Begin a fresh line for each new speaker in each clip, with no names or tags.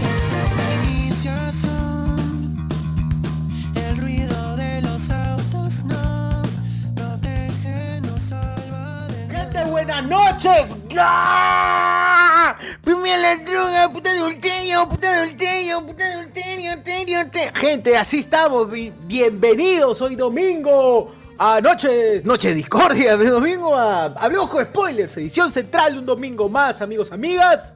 Esta es la iniciación, el ruido de los autos nos protege, nos salva de
Gente, buenas noches. ¡Ah! Primera la droga, puta adulterio, puta adulterio, puta adulterio, adulterio, adulterio. Gente, así estamos. bi- Bienvenidos hoy domingo a noches, noche de discordia, de domingo a Hablemos con spoilers, edición central de un domingo más, amigos, amigas.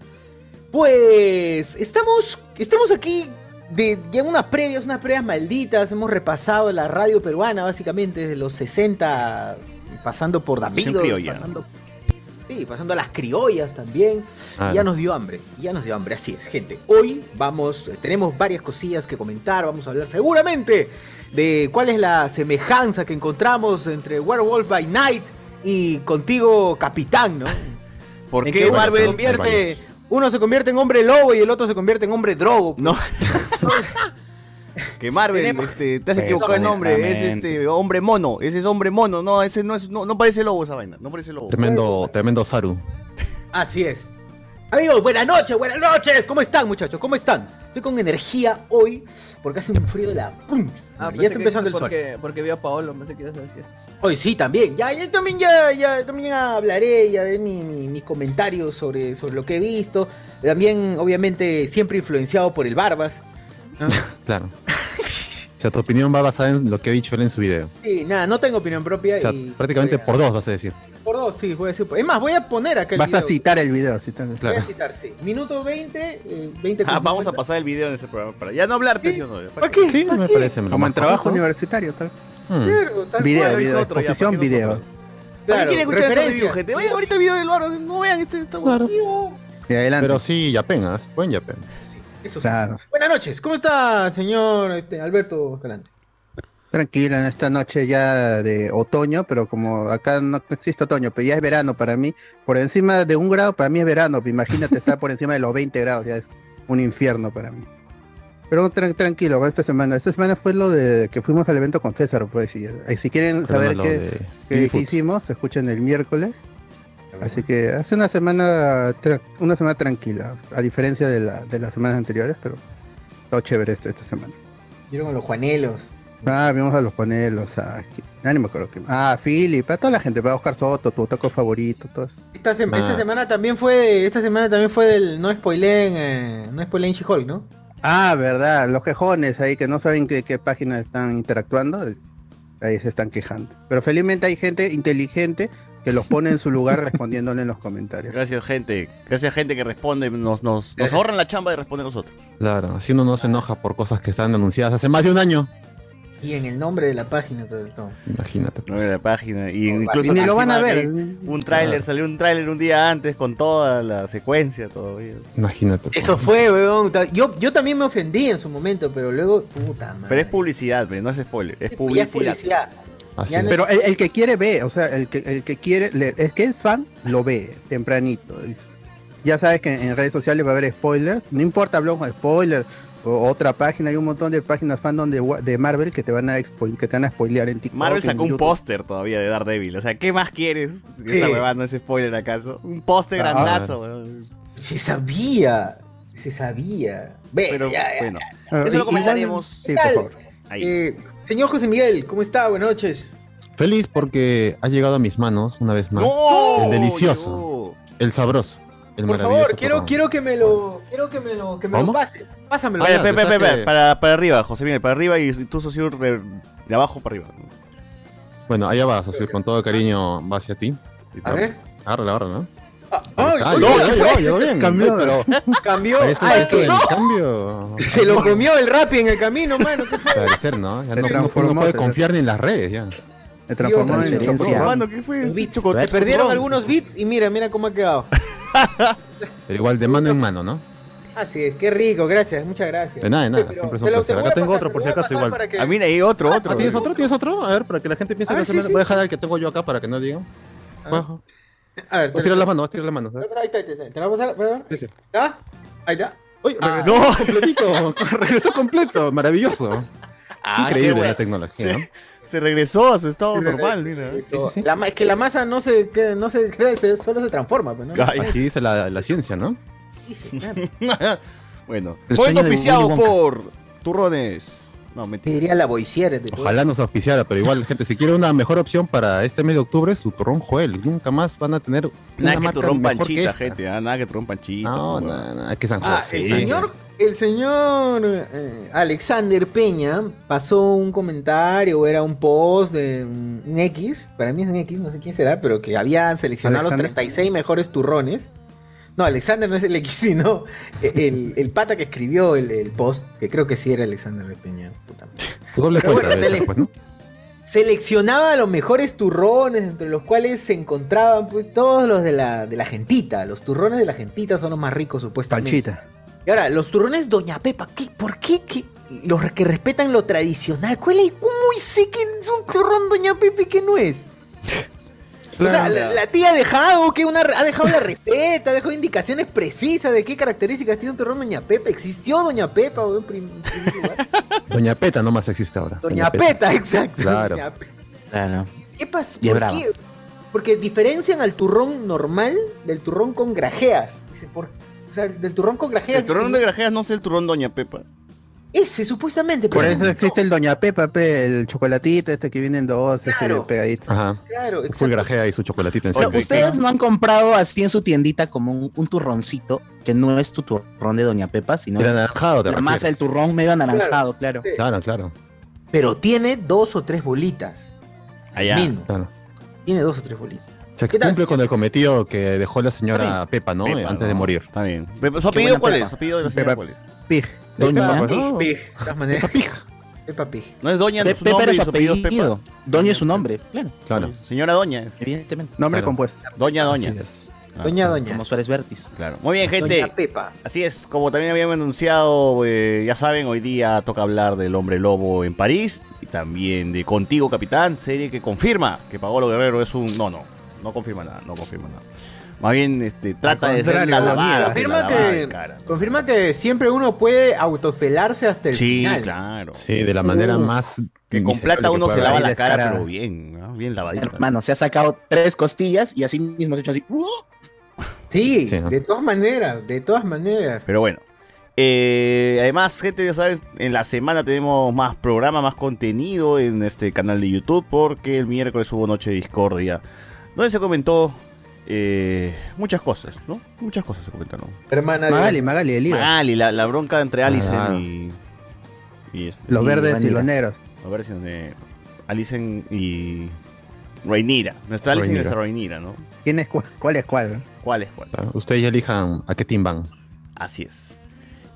Pues estamos, estamos aquí de, ya en unas previas, unas previas malditas. Hemos repasado la radio peruana, básicamente, desde los 60, pasando por Davidos,
criolla.
pasando, sí, pasando a las criollas también. Y ya nos dio hambre, y ya nos dio hambre. Así es, gente. Hoy vamos, eh, tenemos varias cosillas que comentar. Vamos a hablar seguramente de cuál es la semejanza que encontramos entre Werewolf by Night y contigo, Capitán, ¿no?
¿Por
¿En
qué
qué
Marvel
Marvel
convierte?
convierte? Uno se convierte en hombre lobo y el otro se convierte en hombre drogo.
No. que Marvel,
Tenemos-
este, te has equivocado el nombre, es este hombre mono, ese es hombre mono, no, ese no es, no, no parece lobo esa vaina, no parece lobo.
Tremendo, tremendo Saru.
Así es. Amigos, buenas noches, buenas noches. ¿Cómo están, muchachos? ¿Cómo están? Estoy con energía hoy porque hace un frío de la pum.
Ah,
ya
pensé
está
que
empezando el sol.
porque, Porque vio a Paolo, pensé que ibas a
"Este
decir.
Hoy sí, también. Ya, ya también ya, ya también hablaré ya de mi- mi- mis comentarios sobre, sobre lo que he visto. También, obviamente, siempre influenciado por el Barbas.
Claro. O sea, tu opinión va basada en lo que ha dicho él en su video.
Sí, nada, no tengo opinión propia.
O sea,
y
prácticamente
voy a-
por dos vas a decir.
por dos, sí, voy a decir. por- Es más, voy a poner acá el
Vas a
video.
citar el video, sí, también.
Voy a
Claro.
citar, sí. Minuto 20, eh, 20
Ah,
con
vamos a
50.
pasar el video en ese programa para ya no hablarte, ¿sí o no?
¿Para qué?
Sí,
¿Para
me
qué?
parece. lo
Como en
mejor.
trabajo universitario, tal.
Mm.
Claro, tal
Video,
cual.
es
video,
otro ya,
exposición,
¿para qué
video.
nosotros? ¿Para qué quieren escuchar esto de
referencia.
gente? Vayan ahorita al video del barro, no vean este, esta
Claro.
Y adelante.
Pero sí, ya penas. Buen ya pena.
Sí, eso sí.
Claro.
Buenas noches, ¿cómo está, señor este, Alberto Escalante?
Tranquila, en esta noche ya de otoño, pero como acá no existe otoño, pero ya es verano para mí. Por encima de un grado, para mí es verano. pero Imagínate estar por encima de los 20 grados, ya es un infierno para mí. Pero tran- tranquilo, esta semana. Esta semana fue lo de que fuimos al evento con César, pues. Y, y si quieren saber
Perdona, lo
qué,
de
que,
Food.
hicimos, se escuchan el miércoles. Así que hace una semana tra- una semana tranquila, a diferencia de, la, de las semanas anteriores, pero todo chévere este- esta semana.
Vieron con los Juanelos.
Ah, vimos a los panelos, a ya ni me acuerdo quién. Ah, Philip, a toda la gente, para Oscar Soto, tu taco favorito, todo eso.
Esta, sem-
Ah.
esta semana también fue de- esta semana también fue del no spoileen, eh, no spoileen She-Hulk, ¿no?
Ah, verdad, los quejones ahí que no saben qué, qué página están interactuando, ahí se están quejando. Pero felizmente hay gente inteligente que los pone en su lugar respondiéndole en los comentarios.
Gracias, gente. Gracias, gente que responde, nos, nos, nos ahorran la chamba de responder nosotros.
Claro, así uno no se enoja por cosas que están anunciadas hace más de un año.
Y en el nombre de la página todo el todo.
Imagínate. pues.
No vean la página y incluso
Y ni lo van a
encima
ver.
hay Un tráiler, salió un tráiler un día antes con toda la secuencia todavía.
Imagínate. pues.
Eso fue, weón. ta- Yo, yo también me ofendí en su momento, pero luego, puta madre.
Pero es publicidad, pero no es spoiler, es
Ya es
publicidad.
publicidad.
Así
ya no-
es.
Ah, Pero el, el que quiere ve, o sea, el que, el que quiere, le- es que es fan, lo ve tempranito. Es- ya sabes que en, en redes sociales va a haber spoilers, no importa, hablamos de spoilers, o otra página, hay un montón de páginas fandom de, wa- de Marvel que te van a expo- que te van a spoilear en TikTok.
Marvel
en
sacó un
YouTube.
póster todavía de Daredevil. O sea, ¿qué más quieres? Esa
Sí.
huevada no es spoiler acaso. Un póster
Ah.
grandazo, weón.
Se sabía. Se sabía. Ve,
Pero
ya, ya,
bueno, eso
Ah, y-
lo
igual-
comentaremos.
Sí, por favor.
ahí.
Eh, señor José Miguel, ¿cómo está? Buenas noches.
Feliz porque ha llegado a mis manos una vez más.
¡No!
El delicioso. El sabroso. El
Por
maravilloso
favor, quiero,
programa.
quiero que me lo, quiero que me lo, que me lo
¿Cómo?
pases. Pásamelo.
Oye,
Ah,
pe, pe, pe,
pensaste-
pe, para, para arriba, José Miguel, para arriba y tú, socio, de abajo para arriba.
Bueno, allá vas, Sosur, con todo cariño va hacia ti.
A ver.
Agárrala, agárrala.
ay,
Ah,
ay,
llegó,
ay,
llegó,
ay,
llegó bien.
cambió.
Pero
Cambió.
parece
Ay,
que el cambio.
Se lo comió el Rappi en el camino, mano. ¿qué fue?
Parecer, ¿no? Ya
Se
no, no- no
transformó,
puede
se-
confiar ni en las redes ya.
Me transformó en
transferencia.
chocorrón.
Mano, ¿qué fue?
Beats.
Chocote-
Te perdieron
chocorrón.
algunos bits y mira, mira cómo ha quedado.
Pero igual de mano en mano, ¿no?
Así es, qué rico, gracias, muchas gracias.
De nada, de nada,
Pero
siempre es
te
un
lo- te
placer.
lo
Acá
voy a
tengo
pasar,
otro
te
por
lo
si
voy a
acaso
pasar
igual.
para que-
Ah, mira, ahí otro, otro.
Ah, ¿Tienes otro? ¿Tienes otro? A ver, para que la gente piense
A
que
ver,
es
sí,
el-
sí.
Voy a dejar el que tengo yo acá para que no digan.
A ver.
Bajo.
A ver,
Vas a
te
tirar
lo-
las manos, vas a tirar las manos.
Ahí está, ahí está, ahí está. te lo voy a pasar, perdón.
Sí, sí.
¿Ah? Ahí está.
Uy,
Ah.
regresó completito. regresó completo. Maravilloso.
Ah,
Increíble la tecnología. ¿no?
Se regresó a su estado
Sí,
normal,
sí,
mira.
Eso, la ma- es que la masa no se crea, no se crea, se- solo se transforma, pues, ¿no?
Así dice la, la ciencia, ¿no?
Dice, claro.
bueno,
El sueño
momento
de
oficiado
Willy Wonka.
por Turrones. No,
Te
mentira.
diría la boisiera. te-
Ojalá nos auspiciara, pero igual, gente, si quiere una mejor opción para este mes de octubre, su turrón Joel. Nunca más van a tener una
Nada que
marca
Turrón
mejor que
Panchita,
esta.
gente. ah, Nada que Turrón Panchita.
No,
esa
no,
huevada.
no, que San
Ah,
José.
el señor, el señor eh, Alexander Peña pasó un comentario, o era un post de un un X, para mí es un X, no sé quién será, pero que había seleccionado
¿Alexander?
los 36 mejores turrones. No, Alexander no es el X, sino el, el pata que escribió el, el post, que creo que sí era Alexander Peña. puta madre.
Tu doble
Pero
cuenta,
bueno,
de
se
ser,
le-
pues, ¿no?
Seleccionaba los mejores turrones, entre los cuales se encontraban pues todos los de la, de la gentita. Los turrones de la gentita son los más ricos, supuestamente.
Panchita.
Y ahora, los turrones Doña Pepa, ¿qué? ¿Por qué? ¿Qué? Los que respetan lo tradicional. ¿Cuál es? ¿Cómo sé que es un turrón Doña Pepa y que no es? O sea, la, la tía ha dejado, que una, ha dejado la receta, ha dejado indicaciones precisas de qué características tiene un turrón Doña Pepa. ¿Existió Doña Pepa? weón, prim- en primer lugar?
Doña Peta nomás existe ahora.
Doña Peta, exacto.
Claro.
Doña Pe-
Claro.
¿Qué pasó?
Y es
¿Por
brava.
qué? Porque diferencian al turrón normal del turrón con grajeas. Dice, ¿por- O sea, del turrón con grajeas.
El turrón de grajeas no es el turrón Doña Pepa.
Ese, supuestamente.
Por
pero-
eso existe el Doña Pepa, pe, el chocolatito este que viene en dos, ese
Claro.
pegadito.
Ajá.
Claro,
Full
exacto.
grajea y su chocolatito
O sea,
encima.
Oye,
ustedes
¿qué?
no han comprado así en su tiendita como un, un turroncito, que no es tu turrón de Doña Pepa, sino
Era
es
anaranjado, te
la masa del
refieres.
turrón medio anaranjado, claro.
Sí.
Claro, claro,
Pero tiene dos o tres bolitas.
Allá.
Mínimo.
claro.
Tiene dos o tres bolitas.
O sea, que
¿Qué tal,
cumple
señor?
con el cometido que dejó la señora Pepa, ¿no?
Pepa,
Eh, Antes
¿no?
de morir.
Está bien. Pepa- ¿Su
Qué
apellido
buena
cuál
Pepa.
es? ¿Su apellido de la señora
Pepa.
cuál es?
Pig.
Pig,
Doña Pepa.
pig, de todas maneras.
Pepa Pig.
Peppa Pig.
No es Doña,
Pe-
su
Pepa
nombre
era
y
su
su apellido es
apellido.
Pepa.
Doña es su nombre, claro,
Claro.
Señora Doña. es.
evidentemente.
Nombre
Claro.
compuesto.
Doña Doña.
Así es.
Ah,
Doña Doña.
Como Suárez Vértiz.
Claro. Muy bien,
Doña
gente.
Pepa.
Así es, como también habíamos anunciado, eh, ya saben, hoy día toca hablar del Hombre Lobo en París y también de Contigo Capitán, serie que confirma que Paolo Guerrero es un... No, no, no confirma nada, no confirma nada. Más bien este, trata de ser
contrario,
la
lo
lavada,
niega.
la
Confirma
lavada de
que,
cara, ¿no?
confirma que siempre uno puede autofelarse hasta el
Sí,
final.
claro.
Sí, de la manera
Uh,
más.
Que con
miserable
plata
que
uno
pueda
se
haber.
lava
haber.
la cara,
Descarada.
pero bien, ¿no? bien lavadita.
Hermano, se ha sacado tres costillas y así mismo se ha hecho así. ¡uh!
Sí,
Sí, ¿no?
de todas maneras, de todas maneras.
Pero bueno. Eh, además, gente, ya sabes, en la semana tenemos más programa, más contenido en este canal de YouTube porque el miércoles hubo Noche de Discordia, donde se comentó eh, muchas cosas, ¿no? Muchas cosas se comentaron.
Hermana de-
Magali, Magali, el líder.
Ali, la, la bronca entre Alison
Ah.
y, y este-
Los
y
verdes y
Vanilla.
los negros.
A ver si donde Alison y Rhaenyra. Nuestra Alison y
Rhaenyra.
nuestra Rhaenyra, ¿no?
¿Quién es cuál? ¿Cuál es cuál?
¿Cuál es cuál?
Claro, Ustedes ya elijan a qué team van.
Así es.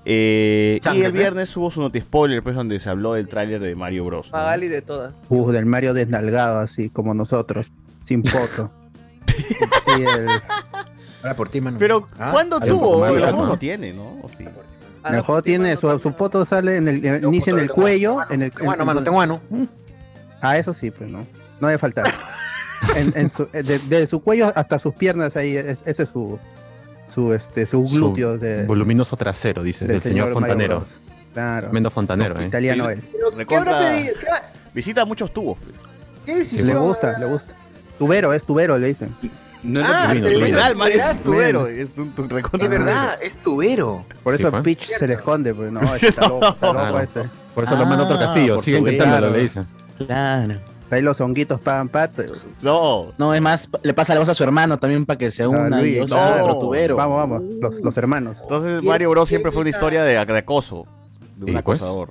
Eh, y
Sangre,
el
¿no?
viernes hubo su noti spoiler, pues donde se habló del tráiler de Mario Bros. ¿no?
Magali de todas.
Uh, del Mario desnalgado, así como nosotros, sin poto. y el
Ahora por ti, mano.
Pero,
Ah,
¿cuándo
hay un poco
tuvo?
más de
El
calma.
juego no tiene, ¿no? ¿O sí?
Ah,
el
no,
juego
porque
tiene,
mano,
su, su poto sale en el,
tengo
inicia en
foto
el
de-
cuello.
mano,
en el,
tengo mano,
en-
mano,
en-
tengo mano.
Ah, eso sí, pues no. No debe faltar. en, en su- eh, de, de su cuello hasta sus piernas, ahí, es- ese es su, su, este, su
Su
glúteo de,
Voluminoso trasero, dice
del
el señor
Mario
fontanero.
Bros. Claro.
Tremendo fontanero, ¿eh?
Italiano él.
Pero, ¿Qué
Recontra-
habrá pedido? ¿Qué, habrá-
Visita muchos tubos. pues.
qué decisión?
Le gusta, le gusta. Tubero, es tubero, le dicen.
No
Ah,
tubino,
pero
tubino.
literal.
Literal, Mario es un
Literal.
tubero. Es un, un recontra
Es verdad, es tubero.
Por
Sí,
eso
pues.
Peach se le esconde, pues no, este está loco, está loco
Claro.
este.
Por eso lo manda a otro
Ah,
castillo.
por
Sigue
tu
intentándolo,
vida.
le dicen.
Claro.
Ahí los honguitos pagan pato.
No,
No, es más, le pasa la voz a su hermano también para que se una
Luis,
y yo soy
claro.
otro tubero.
Vamos, vamos, los, los hermanos.
entonces Mario Bros. siempre fue una historia de, de acoso. De un
Sí, pues.
acosador.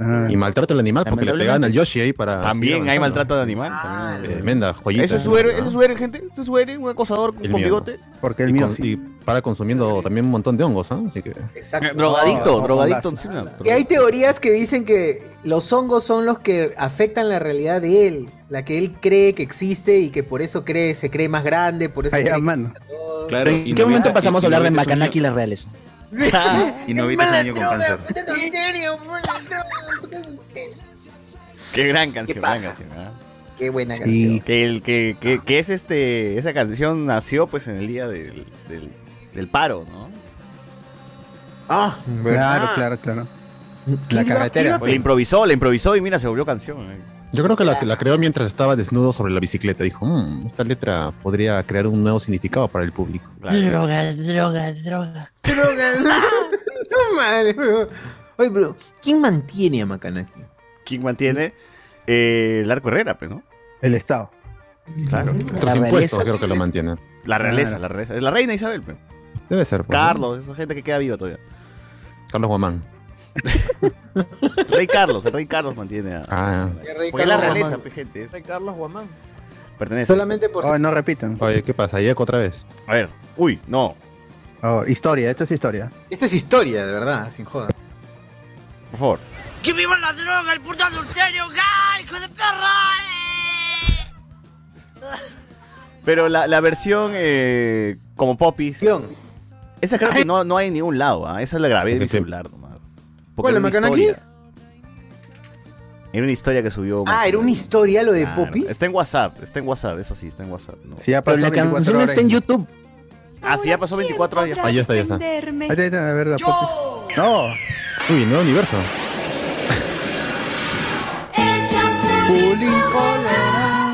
Ah,
Y maltrato al animal porque le
Lamentablemente.
pegaban al Yoshi ahí para.
También
seguir
hay
avanzando.
maltrato de animal.
Ah,
también.
Tremenda joyita.
¿Ese es su héroe,
¿no?
ese es su héroe, gente? ¿Ese es su héroe? ¿Un acosador con
El mío,
bigote?
porque el
y,
mío
con-
sí.
y para consumiendo también un montón de hongos, ¿ah? Así que.
Exacto.
Drogadicto,
no,
drogadicto.
no,
sí, no,
Y hay
drogadicto.
teorías que dicen que los hongos son los que afectan la realidad de él, la que él cree que existe y que por eso cree, se cree más grande, por eso
Ahí,
cree
a mano.
que todo.
Claro,
¿En
y
qué
Novita-
momento
y-
pasamos
y
a hablar de
Novita es un
Macanaki y
niño-
las reales?
Ah,
Y Novita es un niño con cáncer.
Qué gran canción,
paja.
gran canción. ¿ah?
Qué buena canción.
Sí.
Que, el, que, que, que es este, esa canción nació pues en el día del, del, del paro, ¿no?
Ah,
Claro, claro, claro. La carretera.
Pues la improvisó, la improvisó y mira, se volvió canción. ¿eh?
Yo creo que la, la creó mientras estaba desnudo sobre la bicicleta. Dijo, "Mm, esta letra podría crear un nuevo significado para el público.
Drogas, drogas, drogas.
no madre, pero- Oye, pero ¿quién mantiene a Macanaki?
¿Quién mantiene? Eh, el arco Herrera, pues, ¿no?
El Estado.
Claro.
Otros
realeza.
impuestos creo que lo mantienen.
La realeza, la realeza. Es la reina Isabel, pues.
Debe ser. pues, ¿no?
Carlos, esa gente que queda viva todavía.
Carlos Guamán.
El rey Carlos, el rey Carlos mantiene a.
Ah,
Porque es la realeza, pues, gente. es-
Soy Carlos Guamán.
Pertenece.
Solamente por
Oh, no repitan.
oye, ¿qué pasa? Yeco otra vez.
A ver. Uy, no.
Oh, historia, esta es historia.
Esto es historia, de verdad, sin joda.
Por favor.
¡Que viva la droga, el puto adulterio! ¡Ga, hijo de eh. perra!
Pero la, la versión eh, como popis.
Guión.
Esa creo que no, no hay en ningún lado. ¿ah? Esa la grabé de mi
Porque sí.
celular nomás.
¿Cuál, la
era una
macana aquí?
historia. Era una historia que subió.
Ah, era una historia lo de Poppy.
Está en WhatsApp, está en WhatsApp, eso sí, está en WhatsApp. ¿no?
Si ya
Pero
pasó
la
24
canción
horas.
está en YouTube.
Ah, sí, ya pasó 24 años.
Ahí está, ahí está.
Ahí está, ahí está, a ver, la popi- No,
Uy, nuevo universo.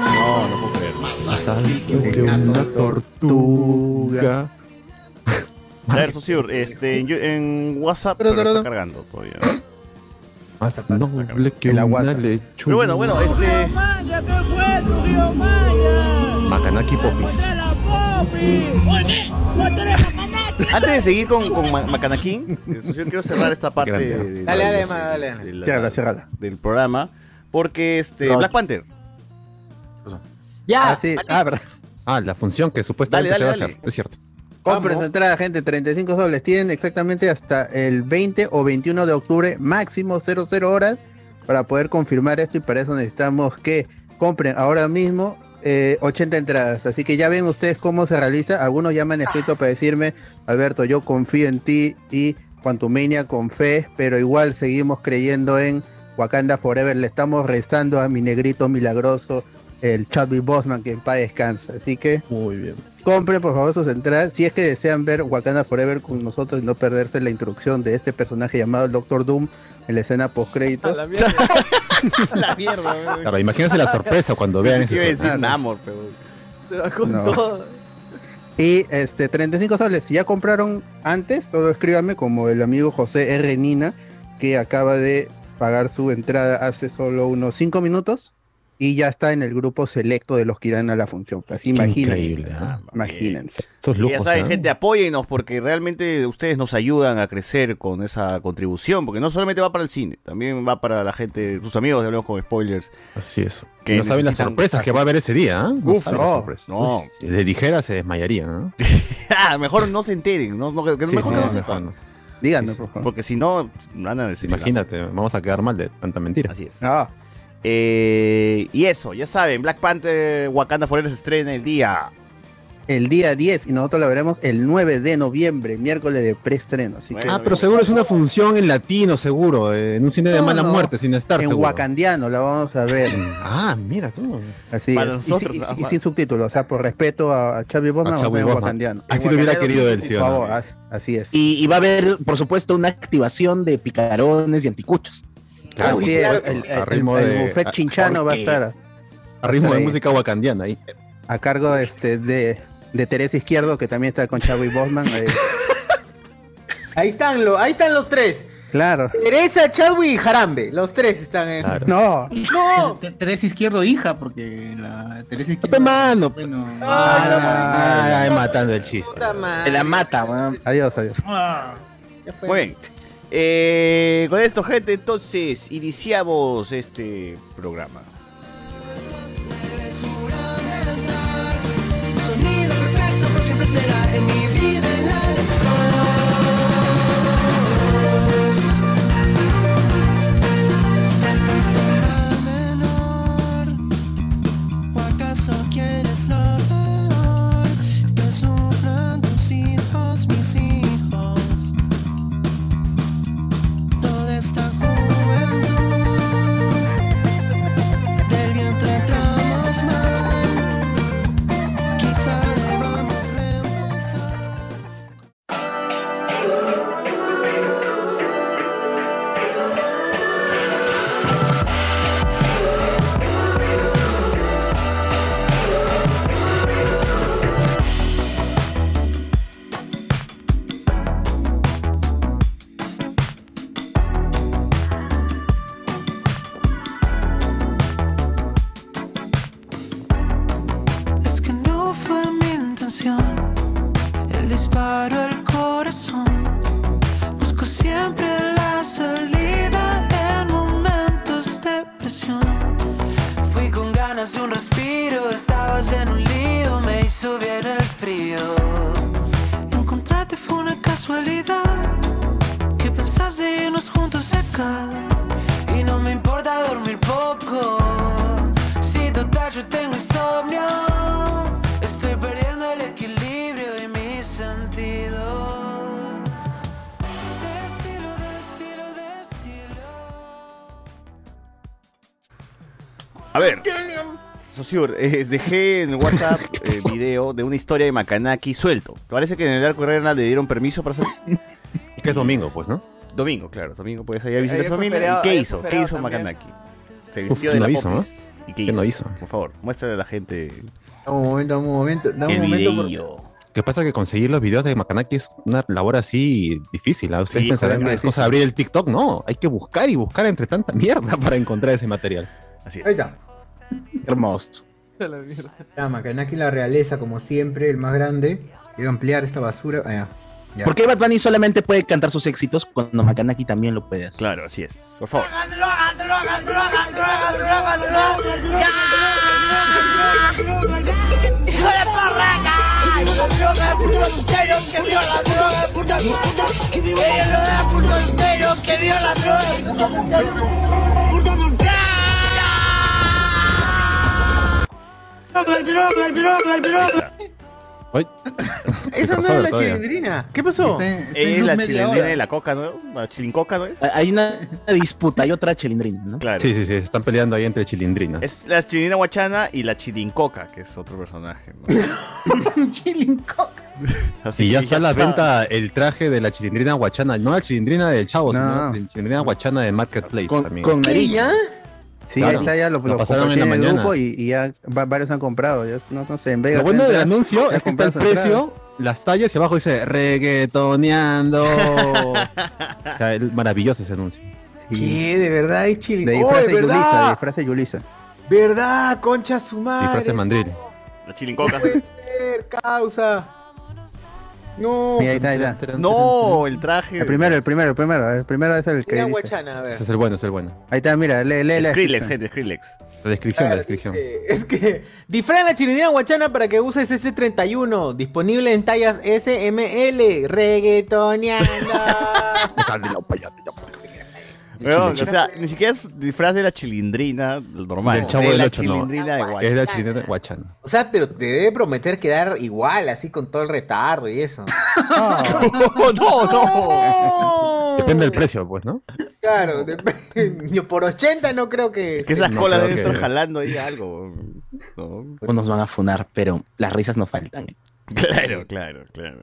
No, no puedo creerlo.
de una tortuga.
A ver, Sosur, este, en, yo- en WhatsApp
Pero,
pero
pero,
está
no.
cargando todavía.
Más noble que
En la
una
WhatsApp.
lechuga.
Pero bueno, bueno, este.
Macanaki Popis.
Antes de seguir con, con Ma- Macanaquín, eh, Sosur, quiero cerrar esta parte.
Grande.
de-
Dale, dale,
de-
ma, dale, dale.
de la-
Ya, la cerrada.
Del programa. Porque este. Black Panther.
Ya,
Ah, sí. Ah, verdad.
Ah, la función que supuestamente
Dale, dale,
se va a
dale.
hacer. Es cierto.
Compren
Vamos.
su entrada, gente, 35 soles. Tienen exactamente hasta el 20 o 21 de octubre, máximo 00 horas, para poder confirmar esto. Y para eso necesitamos que compren ahora mismo eh, 80 entradas. Así que ya ven ustedes cómo se realiza. Algunos ya me han escrito para decirme, Alberto, yo confío en ti y Quantumania con fe, pero igual seguimos creyendo en Wakanda Forever. Le estamos rezando a mi negrito milagroso, el Chadwick Bosman, que en paz descansa. Así que.
Muy bien.
Compren por favor sus entradas si es que desean ver Wakanda Forever con nosotros y no perderse la introducción de este personaje llamado el Doctor Doom en la escena post
A
créditos.
la mierda.
La mierda, weón.
Claro, imagínense la sorpresa cuando vean
Pensé que iba a
ese.
decir
Claro.
Namor, pero.
Se va con
No.
todo.
Y este 35 soles, si ya compraron antes, solo escríbame como el amigo José R. Nina que acaba de pagar su entrada hace solo unos 5 minutos y ya está en el grupo selecto de los que irán a la función. Así imagínense.
Increíble. ¿ah?
Imagínense.
Esos
Y
lujos.
ya saben,
¿ah?
gente, apóyennos porque realmente ustedes nos ayudan a crecer con esa contribución, porque no solamente va para el cine, también va para la gente, sus amigos de Hablemos con Spoilers.
Así es.
que
no saben las
necesitan-
sorpresas que va a haber ese día. ¿ah?
Uf,
saben
no,
las sorpresas.
no.
Si les dijera, se desmayarían. ¿no?
Ah, mejor no se enteren, no, no- que- que
Sí,
mejor
sí,
que no
sí,
sepan.
mejor
Díganme,
Sí, sí.
por favor.
Porque si no, van a decir.
Imagínate, vamos a quedar mal de tanta mentira.
Así es.
Ah,
Eh, y eso, ya saben, Black Panther Wakanda Forever se estrena el día.
el día 10 y nosotros la veremos el 9 de noviembre, miércoles de preestreno. Así que
Bueno,
Ah, pero seguro es una función en latino, seguro. eh, En un cine de
No,
mala
no.
muerte, sin estar
en
seguro.
wakandiano la vamos a ver.
Ah, mira tú.
Así
Para
es. Y
nosotros,
sin- y,
nada
sin- y
más.
sin subtítulos, o sea, por respeto a, a Xavi Bosman,
A
vamos a
Xavi
ver en
Bosman.
wakandiano.
Ah, Así lo hubiera
Guacanero,
querido
sí,
él,
sí,
sí
Por
o no.
favor, as- así es.
Y, y va a haber, por supuesto, una activación de picarones y anticuchos.
Claro,
así
por
es,
supuesto.
el, el-
a ritmo
el-
de,
el buffet
a-
chinchano va a
porque-
estar
a ritmo de
Ahí.
música wakandiana. Ahí.
a cargo este, de, de Teresa Izquierdo, que también está con Xavi Bosman. eh.
ahí están, lo, ahí están los tres.
Claro.
Teresa, Chadwick y Jarambe. Los tres están en.
Claro.
No,
¡No!
Te- Teresa Izquierdo, hija, porque la Teresa
Pe,
Izquierdo.
mano.
Bueno.
Ay, no,
Ah.
Ay,
no,
ay,
no,
matando el
puta
chiste.
madre.
Te la mata, weón.
adiós, adiós.
Ah,
Ya fue.
Muy bien. Eh, con esto, gente, entonces iniciamos este programa.
Sonido perfecto por siempre será en mi vida en la de todos. Esta será menor. ¿O acaso quieres lo peor? Que sufran tus hijos, mis hijos. Toda esta juventud. Del vientre entramos mal. Quizá debamos de empezar. Es que no fue mi intención el disparo al corazón. Busco siempre la salida en momentos de presión. Fui con ganas de un respiro, estabas en un lío, me hizo bien el frío. Encontrarte fue una casualidad que pensaste irnos juntos acá. Y no me importa dormir poco. Si total yo tengo insomnio Estoy perdiendo el equilibrio y mis sentidos Decilo, decilo,
A ver, Sosur, eh, dejé en WhatsApp eh, video de una historia de Macanaki suelto. Parece que en el arco Herrera le dieron permiso para salir.
Que es domingo, pues, ¿no?
Domingo, claro, domingo puedes ir a visitar a
Ayer
su
fue
familia.
Eh, feriado,
¿Y qué
ayer
hizo?
fue
¿Qué
feriado
hizo
también.
Macanaki? Se
Uf,
vistió
que
de
no
la
hizo, ¿no?
popis. ¿Y qué
Que no
hizo?
hizo.
Por favor, muéstrale a la gente
Dame un momento, dame un momento, dame
El
un momento. porque-
video.
¿Qué pasa? Que conseguir los videos de Macanaki es una labor así difícil. ¿ah? Ustedes
Sí,
pensarán
joder,
que
no
es
es
cosa de abrir el TikTok. No, hay que buscar y buscar entre tanta mierda para encontrar ese material.
Así
Ahí está.
Hermoso.
A la mierda. Ya, Macanaki la realeza, como siempre, el más grande. Quiero ampliar esta basura. Ah, ya. Ya.
¿Por qué Bad Bunny solamente puede cantar sus éxitos cuando Macanaki también lo puede hacer?
Claro, así es. Por favor.
Drogas, drogas, drogas, drogas, drogas, drogas, drogas, drogas, drogas, drogas. ¡Hijo de parraca! Drogas, puto entero que vio la droga, puta, puta, que vive en lo da, puto entero que vio la droga, puto entero, puto entero. Droga, droga, droga, droga.
Esa no
Pasado
es la
todavía.
chilindrina. ¿Qué pasó?
Es la chilindrina de la coca, ¿no? La chilincoca, ¿no es?
Hay una disputa, hay otra chilindrina, ¿no?
Claro.
Sí, sí, sí. Están peleando ahí entre chilindrinas.
Es la chilindrina guachana y la chilincoca, que es otro personaje. ¿no? Así
y ya
que
está a la venta el traje de la chilindrina guachana. No la chilindrina del chavo,
No.
sino la chilindrina guachana de Marketplace también.
con nariz.
ya?
Sí,
Claro.
ahí está, ya lo,
Lo
lo
pasaron en
compartí
la
en, el
mañana.
grupo y, y ya va- varios han comprado. Yo no, no sé, en Vegas.
Lo bueno del
entra-
anuncio
ya
es que está el
compras entradas.
precio, las tallas y abajo dice reggaetoneando. o sea, el- maravilloso ese anuncio.
¿Qué? De verdad es
De
chilindrina. Oh,
disfraz
de
de Yulisa, de
verdad.
disfraz de Yulisa.
Verdad, concha su madre.
Disfraz de mandril.
La chilincoca.
Ser, causa. No.
Mira, ahí está, ahí está.
No, el traje.
El primero, el primero, el primero. El primero es el que
Mira,
dice.
guachana, a ver.
Ese es el bueno, ese es el bueno.
Ahí está, mira, lee, lee la
Skrillex,
descripción.
gente, Skrillex.
La descripción, la descripción.
Es que disfraz la chilindrina guachana para que uses S31, disponible en tallas SML, reggaetoneando.
Weón, o sea, ni siquiera es disfraz de la chilindrina normal.
Del chavo
de
del
la
8, no.
chilindrina de
Es
guachana.
la chilindrina guachana.
O sea, pero te debe prometer quedar igual, así con todo el retardo y eso.
no, no.
Depende del precio, pues, ¿no?
Claro, de- yo por 80 no creo que...
Que esas
No
colas
creo
deben estar
que-
jalando ahí algo. ¿no?
Nos van a funar, pero las risas no faltan.
Claro, claro, claro.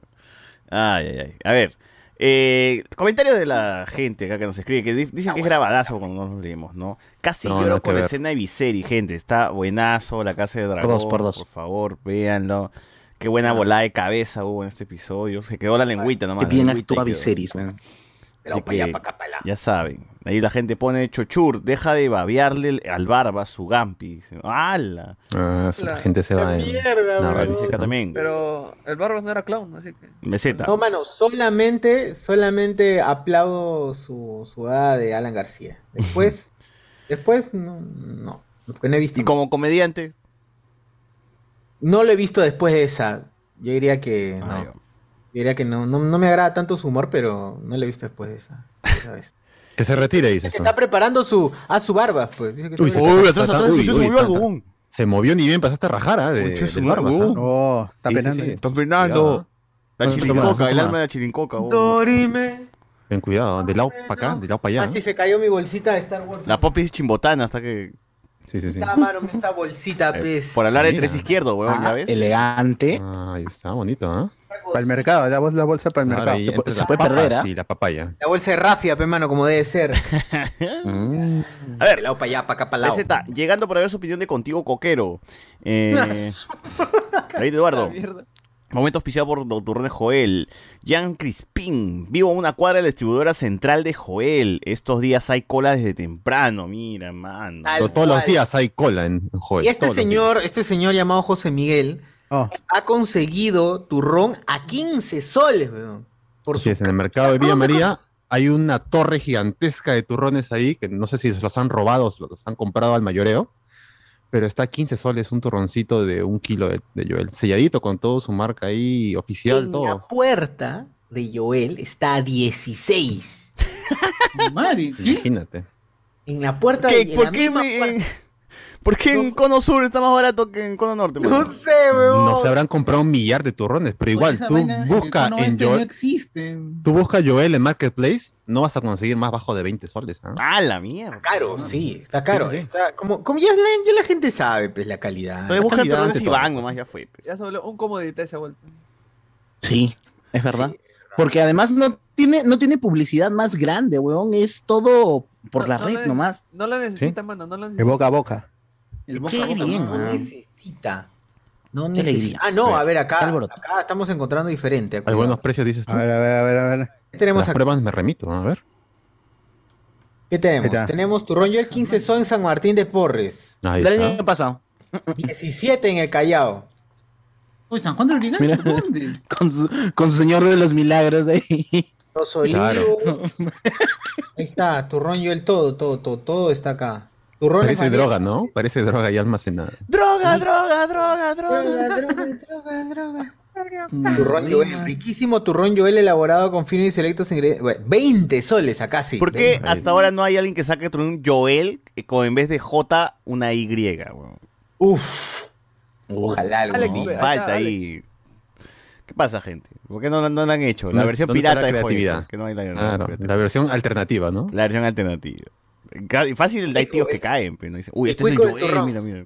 Ay, ay, ay. A ver. Eh, comentarios de la gente acá que nos escribe, que di-
Ah,
dicen que es grabadazo cuando no nos leemos, ¿no? Casi
No,
lloro
no, que
con la
ver.
escena de Viserys, gente. Está buenazo, la casa de dragón.
dos, por dos. Ah.
Por favor, véanlo. Qué buena volada de cabeza hubo en este episodio. Se quedó la lengüita nomás.
Qué
la
bien
lengüita
actúa
y quedó.
Viserys, weón.
Así que, ya saben. Ahí la gente pone chochur, deja de babearle el- al barba su gampi. Dice, ¡Hala!
Ah, su- la gente se va en-
mierda,
no,
bro.
vale, sí,
Acá
¿no?
también.
Pero el Barbas no era clown, así que.
Meseta.
No, mano, solamente, solamente aplaudo su, su hada de Alan García. Después, después no, no, porque no he visto.
Y como comediante.
No lo he visto después de esa. Yo diría que
Ah,
no. Yo diría que no, no, no me agrada tanto su humor, pero no lo he visto después de esa. esa vez.
Que se retire, dices.
Se
tú.
está preparando su a su barba, pues. Dice que
Uy,
su-
se- está- está- uy, uy, está- Se movió ni bien, pasaste a rajar, ¿ah? De,
Concha su
del
madre,
Barbas, ¿ah?
huevón.
Oh, está
Sí, sí,
penando.
sí.
Está penando. La
Bueno, toma
chirincoca,
más,
el
toma
alma
más.
de la chirincoca. huevón.
Dorime.
Ten cuidado, de lado para acá, de lado para allá.
Así se cayó mi bolsita de Star Wars.
La popi es chimbotana hasta que.
Sí, sí, sí.
Está, mano, esta bolsita,
Eh,
pez. Ah,
por hablar de
Mira.
tres izquierdos, huevón, ya ves.
Ah, Elegante.
Ah, ahí está bonito, ¿ah?
Para el mercado, la, bol- la bolsa para el
Ahora
mercado.
ahí
se
entre
puede-
las
se puede perder,
papas
¿ah?
y la papaya.
La bolsa de rafia, pe, mano, como debe ser.
Mm.
A ver,
De lado para allá, para acá, para lado.
BZ, llegando para ver su opinión de contigo coquero. Eh, David Eduardo.
Mierda.
Momento auspiciado por Don Turrones Joel. Jan Crispín. Vivo a una cuadra de la distribuidora central de Joel. Estos días hay cola desde temprano. Mira, mano.
Tal
To- Todos los
cual.
días hay cola en en
Pues,
Joel.
Y este
todos los
señor,
días.
este señor llamado José Miguel,
Oh,
ha conseguido turrón a 15 soles, weón. Por
Así
su
es, en el mercado de Villa María hay una torre gigantesca de turrones ahí, que no sé si se los han robado, se los han comprado al mayoreo, pero está a 15 soles un turroncito de un kilo de, de Joel, selladito con todo su marca ahí, oficial,
en la
todo.
puerta de Joel está a 16.
Mari, ¿qué?
Imagínate.
En la puerta
¿Qué?
de en
¿Por,
la
qué
misma
me-
puerta.
en, ¿Por qué en
No sé.
Cono Sur está más barato que en Cono Norte? mano?
No sé, weón.
No se habrán comprado un millar de turrones, pero igual
Esa
tú
vaina el
busca
cono
en
este no
Joel,
existe.
tú busca Joel en Marketplace, no vas a conseguir más bajo de 20 soles. ¿ah?
¡A la mierda!
Caro, sí, está caro.
Sí, sí, sí.
Está como, como ya, la, ya la gente sabe, pues, la calidad.
Entonces buscan
calidad
torres
ante
y
todo.
van nomás, ya fue. pues.
Ya solo un comodita esa vuelta.
Sí, es verdad. Porque además no tiene, no tiene publicidad más grande, weón. Es todo por
No-
la
no
red
lo neces-
nomás.
No la necesita, mano. No la
de
necesita.
boca a boca.
El
boca a boca, bien,
no
weón.
necesita. No
Qué
necesita.
alegría.
Ah, no, a ver, acá,
Alboroto.
acá estamos encontrando diferente.
Hay
cuidado.
buenos precios, dices tú.
A ver, a ver, a ver, a ver.
¿Qué tenemos
Las
acá?
pruebas me remito, a ver.
¿Qué tenemos?
Ahí está.
Tenemos turrón Joel 15 son en San Martín de Porres.
Ahí
Del
está.
año pasado.
17 en el Callao.
Uy, San Juan de Lurigancho, ¿dónde?
Con su, con su señor de los milagros ahí.
Los
Claro.
olivos. Ahí está, turrón Joel todo, todo, todo, todo está acá. Turrón
Parece droga, ¿no? Parece droga ahí almacenada.
Droga, droga, droga, droga.
Droga, droga, droga, droga. Turrón Joel, eh, riquísimo turrón Joel elaborado con finos y selectos ingredientes. Bueno, 20 soles acá sí.
¿Por qué
20.
hasta ahora no hay alguien que saque tron- un Joel con en vez de J una Y? weón?
Uf. Ojalá algo.
Alex,
¿no?
ve.
Falta
está,
ahí. ¿Qué pasa, gente? ¿Por qué no, la- no la han hecho? La
¿Dónde-
versión
dónde está
pirata
la
de Joel.
creatividad?
Que no hay la,
Claro,
pirata.
la versión alternativa, ¿no?
La versión alternativa. Ca- Fácil, hay
Cuico,
tíos que
el-
caen, pero no dicen, uy,
el
este es el
cuico del
Joel,
turrón.
mira, mira.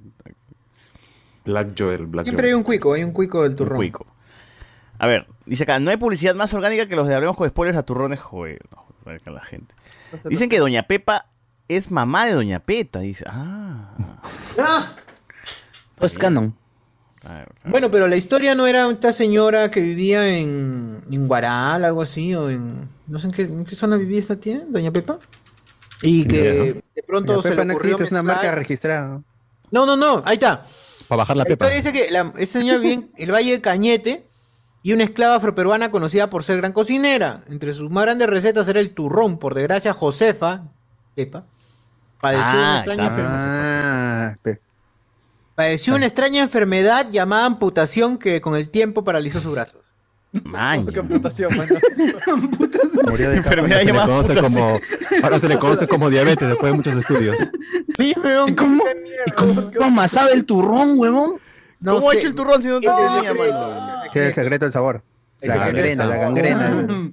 Black Joel, Black
Siempre hay un cuico, hay un cuico del turrón.
Cuico. A ver, dice acá, no hay publicidad más orgánica que los de Hablemos con Spoilers a turrones Joel. No, joder, acá la gente. Dicen que Doña Pepa es mamá de Doña Peta. Dice, ah.
¡Ah!
Pues canon.
Ah,
claro, claro.
Bueno, pero la historia no era esta señora que vivía en, en Guaral, algo así, o en. No sé en qué, en qué zona vivía esta tía, Doña Pepa. Y que de pronto
La
se
Pepa
le
no
ocurrió
existe, es una
mezclar-
marca registrada.
No, no, no, ahí está.
Para bajar
La,
la pepa.
historia dice que la, ese señor vivía en el Valle de Cañete y una esclava afroperuana conocida por ser gran cocinera. Entre sus más grandes recetas era el turrón. Por desgracia, Josefa, Pepa, padeció
Ah,
una extraña
claro.
enfermedad.
Ah, pe-
Padeció una extraña enfermedad llamada amputación que con el tiempo paralizó sus brazos.
Maño.
Qué amputación, mano.
murió de capa.
Enfermedad
Ahora se, le
llamada
conoce como, ahora se le conoce como diabetes después de muchos estudios.
Sí, weón,
¿Cómo?
qué mierda,
¿Y cómo toma? ¿Sabe el turrón, huevón?
No
¿Cómo ha
sé.
hecho el turrón si no
Ese
está
es el
doña,
secreto.
mano?
Que es el secreto del sabor. La
Claro,
gangrena, la
está.
gangrena.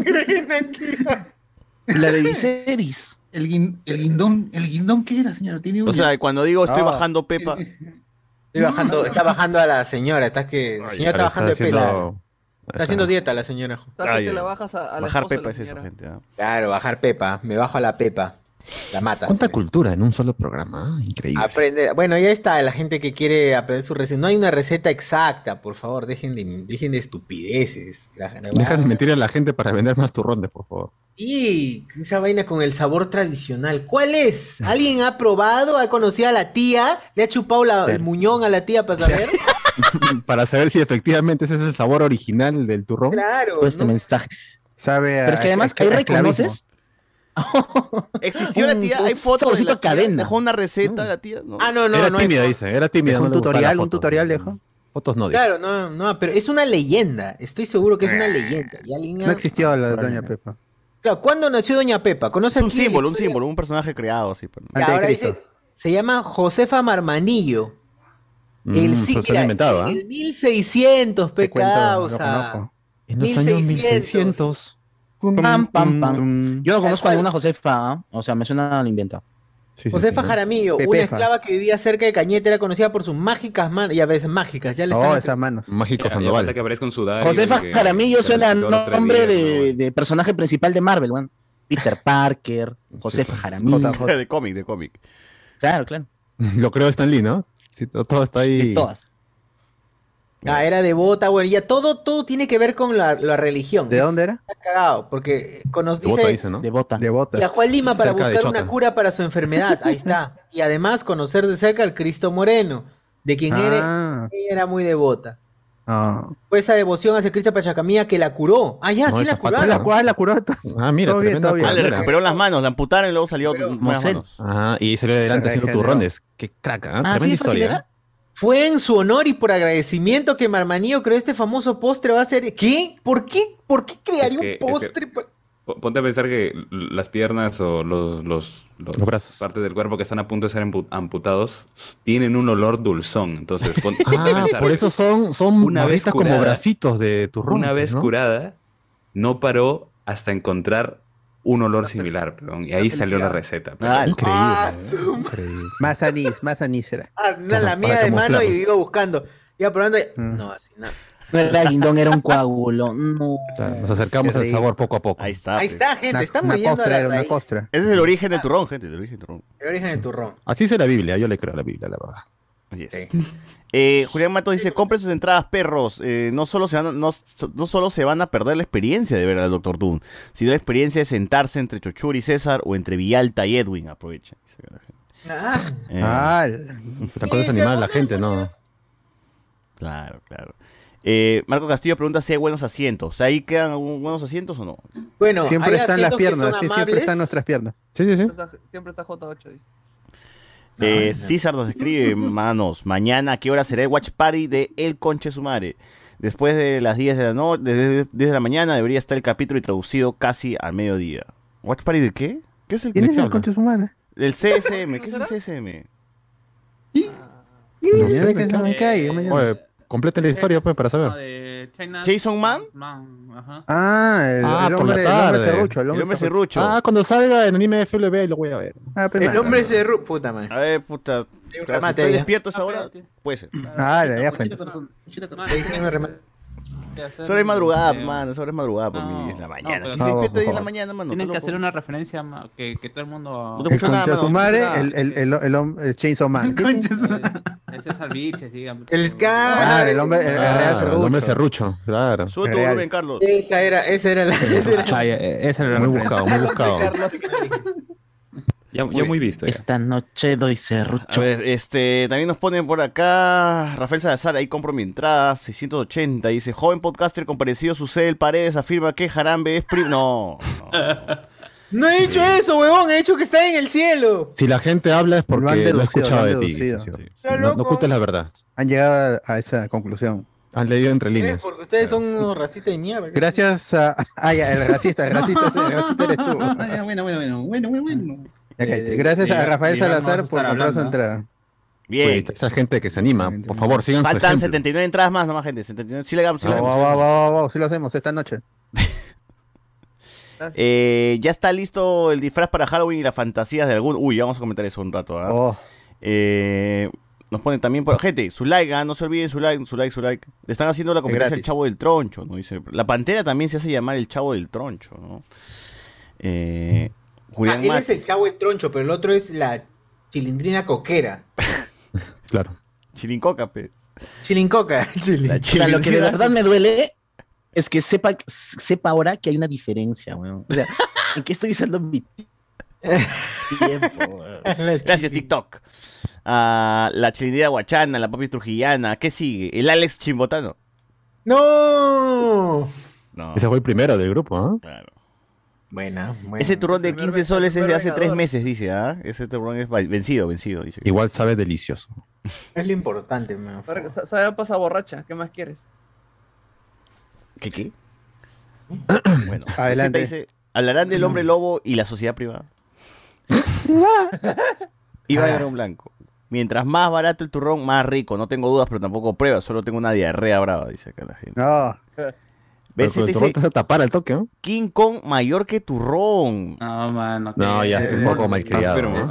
La de Viserys.
El, guin- el guindón, el guindón ¿qué era, señora? Tiene
O
una-
sea, cuando digo estoy
Ah.
bajando Pepa,
Estoy bajando- está bajando a la señora, está que la señora está
Ahora
bajando de pelo.
haciendo-
Está haciendo dieta la señora.
Tanto
Ay,
que
ay.
la bajas a, a la
bajar
esposa de
Pepa
la
es eso,
señora.
gente. ¿ah?
Claro, bajar pepa, me bajo a la pepa. La mata.
¿Cuánta cultura en un solo programa? ah? Increíble.
Aprende. Bueno, ya está la gente que quiere aprender su receta. No hay una receta exacta, por favor. Dejen de, dejen de estupideces. La- la-
Deja de mentir a la gente para vender más turrones, por favor.
Y esa vaina con el sabor tradicional. ¿Cuál es? ¿Alguien ha probado? ¿Ha conocido a la tía? ¿Le ha chupado la- el
Sí.
muñón a la tía para saber?
para saber si efectivamente ese es el sabor original del turrón.
Claro,
Todo este
mensaje.
Sabe
Pero es que además ahí reconoces.
¿Existió la tía? ¿Hay fotos de la tía? ¿Dejó una
Mm.
receta la tía? No.
Ah, no, no.
era
no hay
tímida,
foto.
dice. Era tímida.
Dejó
no
un
le gustaba
tutorial,
la
un
foto.
tutorial dejó.
Fotos no, dice.
Claro, no, no, pero es una leyenda. Estoy seguro que es una leyenda. Y alguien ha-
No existió la Doña Pepa.
Claro, ¿Cuándo nació Doña Pepa?
Es
¿Conoce
un
aquí la
símbolo, un
historia?
símbolo, un personaje creado así. pues, pero-
Y ahora dice- se llama Josefa Marmanillo.
Mm,
el
se lo han
siglo
inventado, ¿ah?
el 1600, pe
cuento, lo
causa.
conozco.
En los años 1600.
Pam, pam, pam.
Mm,
Yo no conozco a ninguna Josefa, ¿ah? o sea, me suena a la inventa.
Sí, sí,
Josefa
sí.
Jaramillo, una
Pepefa.
escllava que vivía cerca de Cañete, era conocida por sus mágicas manos, ya ves, mágicas, ya le
No,
están-
esas manos.
Mágico
Ya, ya falta
Sandoval.
que aparezca un sudario.
Josefa
que-
Caramillo
que
suena a
resucitó otro día,
nombre
¿no?
de, de personaje principal de Marvel, weón. Peter Parker, Josefa Jaramillo.
JJ.
De cómic, de cómic.
Claro, claro.
Lo creo Stan Lee, ¿no? Sí, to- todo está ahí.
De todas.
Ah, era devota, bueno, ya todo, todo tiene que ver con la, la religión.
¿De
Es-
dónde era?
Está cagado, porque con- nos
De bota
dice,
dice, ¿no?
De bota.
De
Y a
Bota.
Juan Lima para
Cerca de
buscar una
Chota.
cura para su enfermedad. Ahí está. Y además conocer de cerca al Cristo Moreno, de quien era-
Ah,
ella era muy devota.
ah.
Fue esa devoción hacia Cristo Pachacamilla que la curó. Ah, ya,
No,
sí
el
la
zapato,
curaron.
la cual la curó hasta-
Ah, mira,
Todo bien,
tremenda
todo bien.
Ah, le
cultura.
recuperaron las manos, la amputaron y luego salió con
no
buenas
sé.
manos.
Ah, y salió adelante haciendo
Regeneró.
turrones. Qué craca,
Ah,
¿ah? Tremenda
sí, fácil,
historia.
¿verdad?
Fue en su honor y por agradecimiento que Marmanillo creó este famoso postre. Va a ser. ¿Qué? ¿Por qué? ¿Por qué crearía
Es que- es que-
un postre? para-
Po- Ponte a pensar que l- las piernas o los, los, los-
Los brazos.
partes del cuerpo que están a punto de ser ampu- amputados tienen un olor dulzón. Entonces, pon- ponte a
Ah,
pensar
por
que
eso son, son
Una vez
barritas como
curada,
bracitos de turrón.
una vez
¿no?
curada, no paró hasta encontrar un olor similar. perdón, y ahí salió la receta. perdón.
Ah,
Increíble.
Ah, su-
increíble.
Más anís, más anís era.
Ah, una
Claro,
lamida
para
de mano y
camuflarlo. Ah,
iba buscando. Iba probando. y-
Mm.
No, así, no.
No era guindón, era un coágulo. No.
O sea, nos acercamos
Qué
al
rico.
sabor poco a poco.
Ahí está.
Ahí
pe.
está, gente.
Una,
Estamos
una
yendo a
costra
la
era una
raíz.
costra.
Ese es el origen del turrón, gente, el origen del turrón.
El origen del turrón.
Así es la Biblia, yo le creo a la Biblia, la verdad.
Así es. Eh, Julián Matos dice, compren sus entradas, perros. Eh, no, solo se van a, no, no solo se van a perder la experiencia de ver al Doctor Doom, sino la experiencia de sentarse entre Chochur y César o entre Villalta y Edwin. Aprovechen.
Ah.
Eh,
Ah,
Puta, cosas animadas la gente, ¿no?
Claro, claro. Eh, Marco Castillo pregunta si hay buenos asientos. ¿Ahí quedan algún- buenos asientos o no?
Bueno,
siempre
hay
están las
asientos que son
piernas, sí, siempre
amables.
están nuestras piernas.
Sí, sí, sí.
Siempre está- Siempre está J8. dice.
Eh,
Ay, no.
César nos escribe, manos, mañana a qué hora será el watch party de El Conche Sumare. Después de las 10 de la noche, desde 10 de la mañana debería estar el capítulo y traducido casi al mediodía. ¿Watch party de qué? ¿Qué es el
¿Quién
qué
es el
habla?
concha humana?
El CSM, ¿qué es
¿Será?
el CSM?
No,
sé,
sé, que
me
se me
cae.
cae,
Eh,
mañana.
Oye, completen la historia, pues, para
No,
saber.
de China-
Jason Man?
Man, ajá.
Ah,
Ah,
el, el
por la
hombre, el hombre
tarde.
serrucho, el
El
hombre,
hombre
serrucho.
serrucho.
Ah, cuando salga en anime FLB lo voy a ver.
Ah, pe,
El
mano.
hombre se ru- Puta madre.
A ver, puta.
Hay
claro,
un
si
remate
estoy
ahí, ¿eh?
despierto a esa
Ah,
hora,
espérate.
puede ser.
Ah, la ya fue.
Muchita corazón, muchita corazón.
Hay un remate.
Hacer,
Esa hora es madrugada, pues,
eh,
mano. Esa hora es madrugada para
No.
mí. 10 de la
No,
mañana.
pero no,
¿Quién se despierta 10
por
de la
favor.
mañana, mano?
Tienen
Está
que
loco.
hacer una referencia ma, que, que todo el mundo.
No te
El
escucho nada,
concha
mano.
su madre,
Nada.
el, el, el, el, hom- el Chainsaw Man. ¿Qué
Concha su-
Eh, Ese es Albiches, digamos.
El Sky.
Ah, el hombre, el, el real
Ah, el
serrucho.
hombre serrucho, claro.
Sube tu
Real.
volumen, Carlos.
Esa era, esa era la. esa era-
Ah, ya, eh, esa era la
Muy
referencia.
buscado, muy buscado.
Ya, ya muy visto. ya.
Esta noche doy
A
serrucho.
ver, este, también nos ponen por acá Rafael Salazar, ahí compro mi entrada, 680, dice, joven podcaster comparecido Susel Paredes afirma que Jarambe es primo... No, no.
No he dicho eso, huevón. He dicho que está en el cielo.
Si la gente habla es porque
Lo han
lo ha
deducido,
escuchado
lo han
de ti.
deducido.
sí, sí.
Sí.
Está
No, no
loco.
ocultes la verdad.
Han llegado a, a esa conclusión.
Han leído entre
Eh,
líneas.
Porque ustedes son unos racistas de mierda.
Gracias a. Ah, ya, el racista, el racista, el racista eres tú.
Ah, ya, bueno, bueno, bueno, bueno, bueno, bueno.
Ya
eh,
Eh,
cállate. Gracias
de-
a
de-
Rafael
de- de-
Salazar
vamos a
por
estar
comprar su
hablando,
entrada.
Bien,
Pues, esa gente que se anima, por favor, sigan
faltan
su ejemplo.
79 entradas más nomás, gente, 79, sí le hagamos, sí le
Vamos,
hagamos.
vamos, vamos, vamos, vamos, sí lo hacemos esta noche.
Eh, ya está listo el disfraz para Halloween y las fantasías de algún... Uy, vamos a comentar eso un rato, ¿ah?
Oh,
Eh, nos ponen también por. Gente, su like, ah, no se olviden su like, su like, su like. Le están haciendo la competencia al
gratis.
chavo del troncho, ¿no? Dice. La pantera también se hace llamar el chavo del troncho, ¿no? Eh,
Ah,
Julián
él
Mat-
es el chavo el troncho, pero el otro es la chilindrina coquera.
Claro.
Chilincoca, pe.
Chilincoca. Chilin.
O sea, lo que de verdad me duele es que sepa, sepa ahora que hay una diferencia, weón. O sea, ¿en qué estoy usando mi tiempo?
Gracias, TikTok. Ah, la chilindrina guachana, la papi trujillana. ¿Qué sigue? El Alex Chimbotano.
¡No!
No.
Ese fue el primero del grupo, ¿ah?
Claro.
Buena, buena.
Ese turrón de
Primer
15
ve-
soles es
primer
de hace
vengador.
tres meses, dice, ¿ah? Ese turrón es va- vencido, vencido, dice.
Igual sabe delicioso.
Es lo importante, man.
Ahora que sa- sabe a pasar borracha, ¿qué más quieres?
¿Qué qué? bueno, Adelante. Dice, Hablarán del hombre lobo y la sociedad privada. Iba
Ah.
a un blanco. Mientras más barato el turrón, más rico. No tengo dudas, pero tampoco pruebas. Solo tengo una diarrea brava, dice acá la gente.
No.
Pero
¿Ves?
con el
Te
turrón
dice,
te vas a tapar al toque, ¿no?
King Kong mayor que turrón.
No, mano.
No, ya es un poco malcriado. ¿no?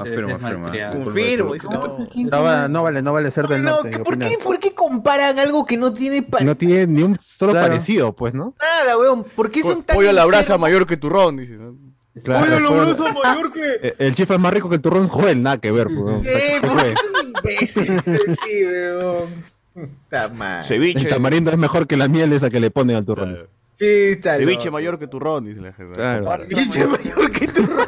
Confirmo. dice, no.
No, va- no vale, no vale ser del
No,
norte.
¿por qué, por qué comparan algo que no tiene pa-
No tiene ni un solo
Claro.
parecido, pues, ¿no?
nada, weón? ¿Por qué son tan
Pollo a la brasa
enfermos?
mayor que turrón, dice. ¿no?
Claro,
Pollo a la
fue-
brasa mayor que...
Eh, El chifre es más rico que el turrón, joven, nada que ver, pues, ¿no? O sea,
Eh,
¿qué
Ah. ¿por qué
fue?
son imbéciles? Sí, weón. Está mal.
El tamarindo es mejor que la miel esa que le ponen al turrón.
Sí, está
Ceviche
loco.
mayor que turrón, dice la gente.
Claro.
Ceviche mayor que turrón.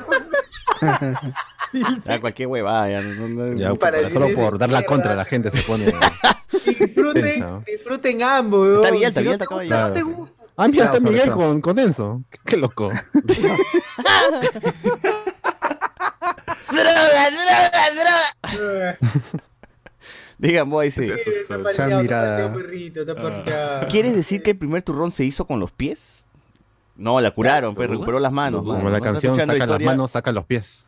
Ya, Ah, cualquier huevada. Ya, no- no- no-
Ya,
Para
solo
vivir
por dar la
mierda.
contra a la gente se pone. Tensa, ¿no?
Disfruten, disfruten ambos, weón.
Está bien, está
Si
bien,
no te
está
gusta, no te
bien.
gusta.
Ah, mira,
Claro,
está
sobre
Miguel
todo.
con, con Enzo. Qué, qué loco.
Droga, droga, droga.
Digan, vos ahí sí.
Esa mirada.
Ah. ¿Quieres decir que el primer turrón se hizo con los pies? No, la curaron, pues recuperó las manos.
Como
mano.
la
¿No estás
canción,
escuchando
saca
la
las
historia?
manos, saca los pies.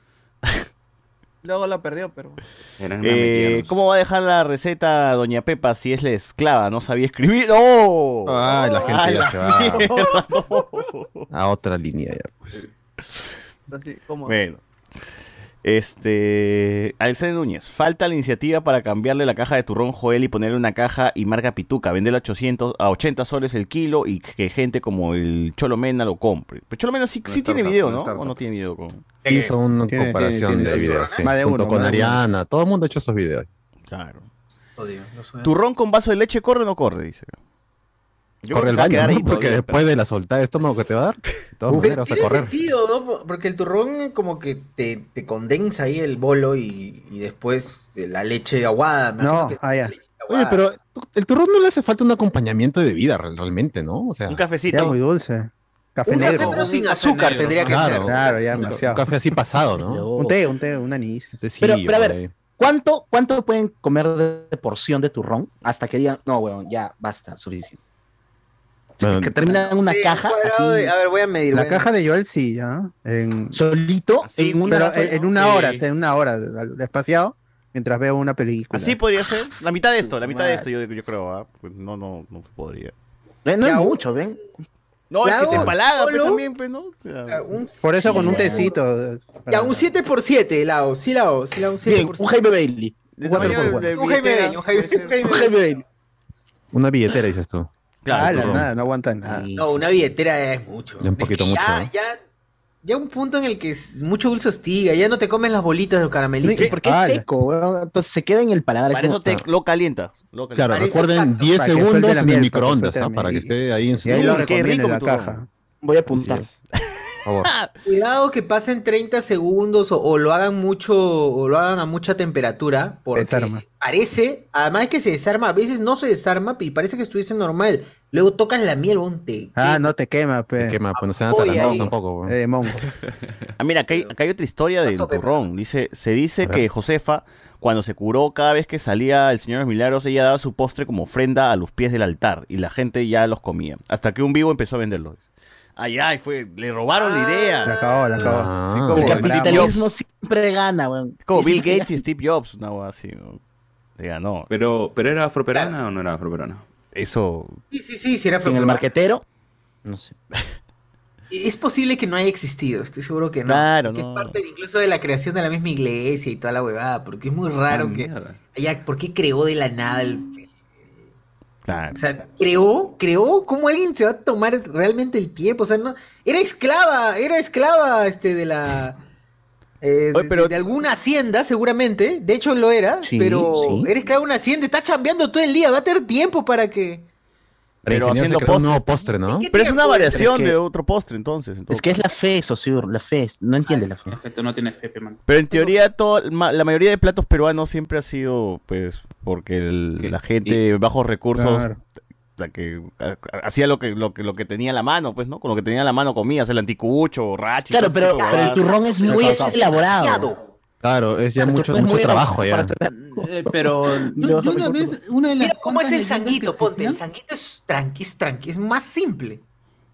Luego la perdió, pero.
Eh, ¿Cómo va a dejar la receta Doña Pepa si es la esclava? No sabía escribir. ¡Oh!
Ah, la gente ya
la
se va.
mierda, no.
A otra línea ya, pues.
Así, ¿cómo?
Bueno. Este. Alexander Núñez. Falta la iniciativa para cambiarle la caja de turrón Joel y ponerle una caja y marca Pituca. Venderla a 800, a 80 soles el kilo y que gente como el Cholomena lo compre. Pero Cholomena sí, sí tiene video, ¿no? ¿O no tiene video? Con...
Hizo una
Tiene-
comparación
tiene- tiene
de videos.
turrones.
sí,
Más de
junto
uno,
con
más de uno.
Ariana. Todo el mundo ha hecho esos videos.
Claro.
Odio, no suena.
¿Turrón con vaso de leche corre o no corre? Dice. Yo creo
Corre
que
el
se va a
baño,
quedar
¿no?
ahí
Porque
todavía,
después de la soltada de estómago que te va a dar, de todas
Pero
maneras vas a
tiene
correr.
sentido, ¿no? Porque el turrón como que te, te condensa ahí el bolo y, y después eh, la leche aguada. me
No,
imagino que-
ah, ya.
Oye, pero tú- el turrón no le hace falta un acompañamiento de vida re- realmente, ¿no? O sea,
Un
Ya
cafecito.
muy dulce. Café
Un café,
negro.
pero sin azúcar
negro.
tendría que
Claro.
ser.
Claro, ya
un,
demasiado.
un café así pasado, ¿no?
Un té, un té, un anís.
Pero- pero a ver, ¿Cuánto, ¿Cuánto pueden comer de de porción de turrón hasta que digan, no, weón, ya basta, suficiente? Que terminan en una
Sí, un
caja
cuadrado
así,
de- a ver, voy a medir.
La
voy a
caja de Joel sí, ¿ya? En,
solito,
Así,
en una.
pero
sola-
en, en una
Sí.
hora, o sea, en una hora, al- espaciado, mientras veo una película.
Así podría ser. La mitad de esto, la mitad de esto yo, yo creo, ¿ah? Pues no, no, no podría.
Eh, no
Ya,
es
un-
mucho, ven.
No, es
Ya,
que te
un
empalaga, pero
solo.
también, pues, ¿no?
medir. Un-
Por eso
Sí,
con un
bueno.
tecito.
Ya, un 7x7, helado. Sí, helado. Sí, helado, un
Bien, un
7x7.
Jaime Bailey.
De
cuatro
tamaño
por
de- de
Un Jaime
billetera,
Beño, un Jaime-
puede ser.
un Jaime
Un Jaime Bailey.
Una billetera, dices tú.
Ah,
Claro,
la
turrón.
nada, no aguantan nada.
Sí.
No, una billetera es mucho.
Es un poquito
que
mucho,
Ya,
¿no?
ya, ya un punto en el que es mucho dulce hostiga. Ya no te comes las bolitas de los caramelitos.
Y Porque es
Ala.
seco, weón. Entonces se queda en el paladar. es
Para eso
como-
te lo calientas. Lo calientas.
Claro,
Parece
recuerden
exacto,
10
para que
segundos
suelte la
en
miel,
el
para que
microondas,
suelte la
¿ah? para
miel.
que esté ahí en su...
Y ahí lo
Uy, qué
recomiendo
rico
en la
tu turrón.
caja.
Voy a
Así
apuntar.
es. Por favor.
Cuidado que pasen 30 segundos o, o lo hagan mucho o lo hagan a mucha temperatura porque
Desarma.
parece, además que se desarma, a veces no se desarma y parece que estuviese normal. Luego tocas la miel, bonte.
Ah, no te quema,
Te
pe.
quema, pues no sean
Oye,
atarantados
ahí.
tampoco, weón.
Eh, de mongo.
Ah, mira, acá hay, acá hay otra historia del
Paso, Pepe.
turrón. Dice, se dice
A ver.
que Josefa, cuando se curó, cada vez que salía el Señor de los Milagros, ella daba su postre como ofrenda a los pies del altar y la gente ya los comía. Hasta que un vivo empezó a venderlos. Ay, ay, fue, le robaron
Ah.
la idea.
La acabó, la acabó.
Ah,
Sí, como-
El
Bravo.
capitalismo siempre gana, weón.
Es como Bill
Siempre
Gates y Steve Jobs, una hueá así. ¿no? Le ganó.
Pero, ¿pero era afroperana o no era afroperana?
Eso.
Sí, sí, sí, si era
gana. En el
frontera.
marquetero. No sé.
Es posible que no haya existido, estoy seguro que no.
Claro,
que
no.
es parte de- incluso de la creación de la misma iglesia y toda la huevada, porque es muy raro que haya, ¿por qué creó de la nada el-
Claro.
O sea, creó, creó, ¿cómo alguien se va a tomar realmente el tiempo? O sea, no, era esclava, era esclava este de la eh,
Oye,
de-
pero-
de alguna hacienda, seguramente. De hecho, lo era.
Sí,
pero
sí.
eres claro una hacienda, estás chambeando todo el día. Va a tener tiempo para que.
Pero haciendo
postre.
un nuevo postre, ¿no?
Pero es una variación
Es que-
de otro postre, entonces. en todo
Es que es la fe, Sosur, la fe. No entiende la fe.
Es que tú no tienes fe, pe, mano.
Pero en teoría todo, ma- la mayoría de platos peruanos siempre ha sido, pues, porque el- la gente de bajos recursos,
Claro.
la que ha- ha- hacía lo que, lo que lo que tenía en la mano, pues, ¿no? Con lo que tenía en la mano comías, el anticucho, rachi.
Claro,
todo ese
pero-
tipo de
pero el
huevadas.
turrón es muy- eso es elaborado.
Demasiado.
Claro, es ya
Claro,
mucho,
fue
mucho
muy
trabajo ya.
elaborado
Eh, pero.
Yo, yo una vez, una de las
Mira cómo es el
tantas leyendas
sanguito,
que
ponte. El
existían-
sanguito es tranqui, es tranqui, es más simple.
No,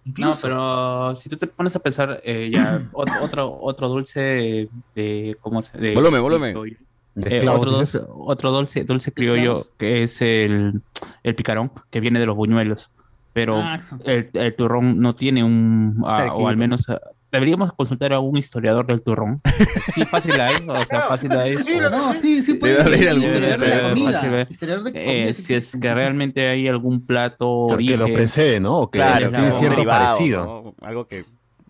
Incluso.
pero si tú te pones a pensar, eh, ya, ot- otro, otro, dulce de. ¿Cómo se de-
Volumen, volumen.
criollo.
De
Eh,
esclavos,
otro,
dices.
dulce, otro dulce, dulce criollo que es el, el picarón, que viene de los buñuelos. Pero
Ah, eso.
el, el turrón no tiene un. ah, o al
Taquito.
menos. ah, Deberíamos consultar a un historiador del turrón. Sí, fácil hay. O sea, fácil hay. o-
No, sí, sí puede
Debe haber
ser.
algún
historiador de la
historiador, fácil
comida.
hay.
historiador de comida,
Eh,
sí,
si es que realmente hay algún plato
Claro, que lo
origen.
precede, ¿no? O que
Claro,
tiene
claro, un
cierto
derivado,
parecido.
¿no? Algo que...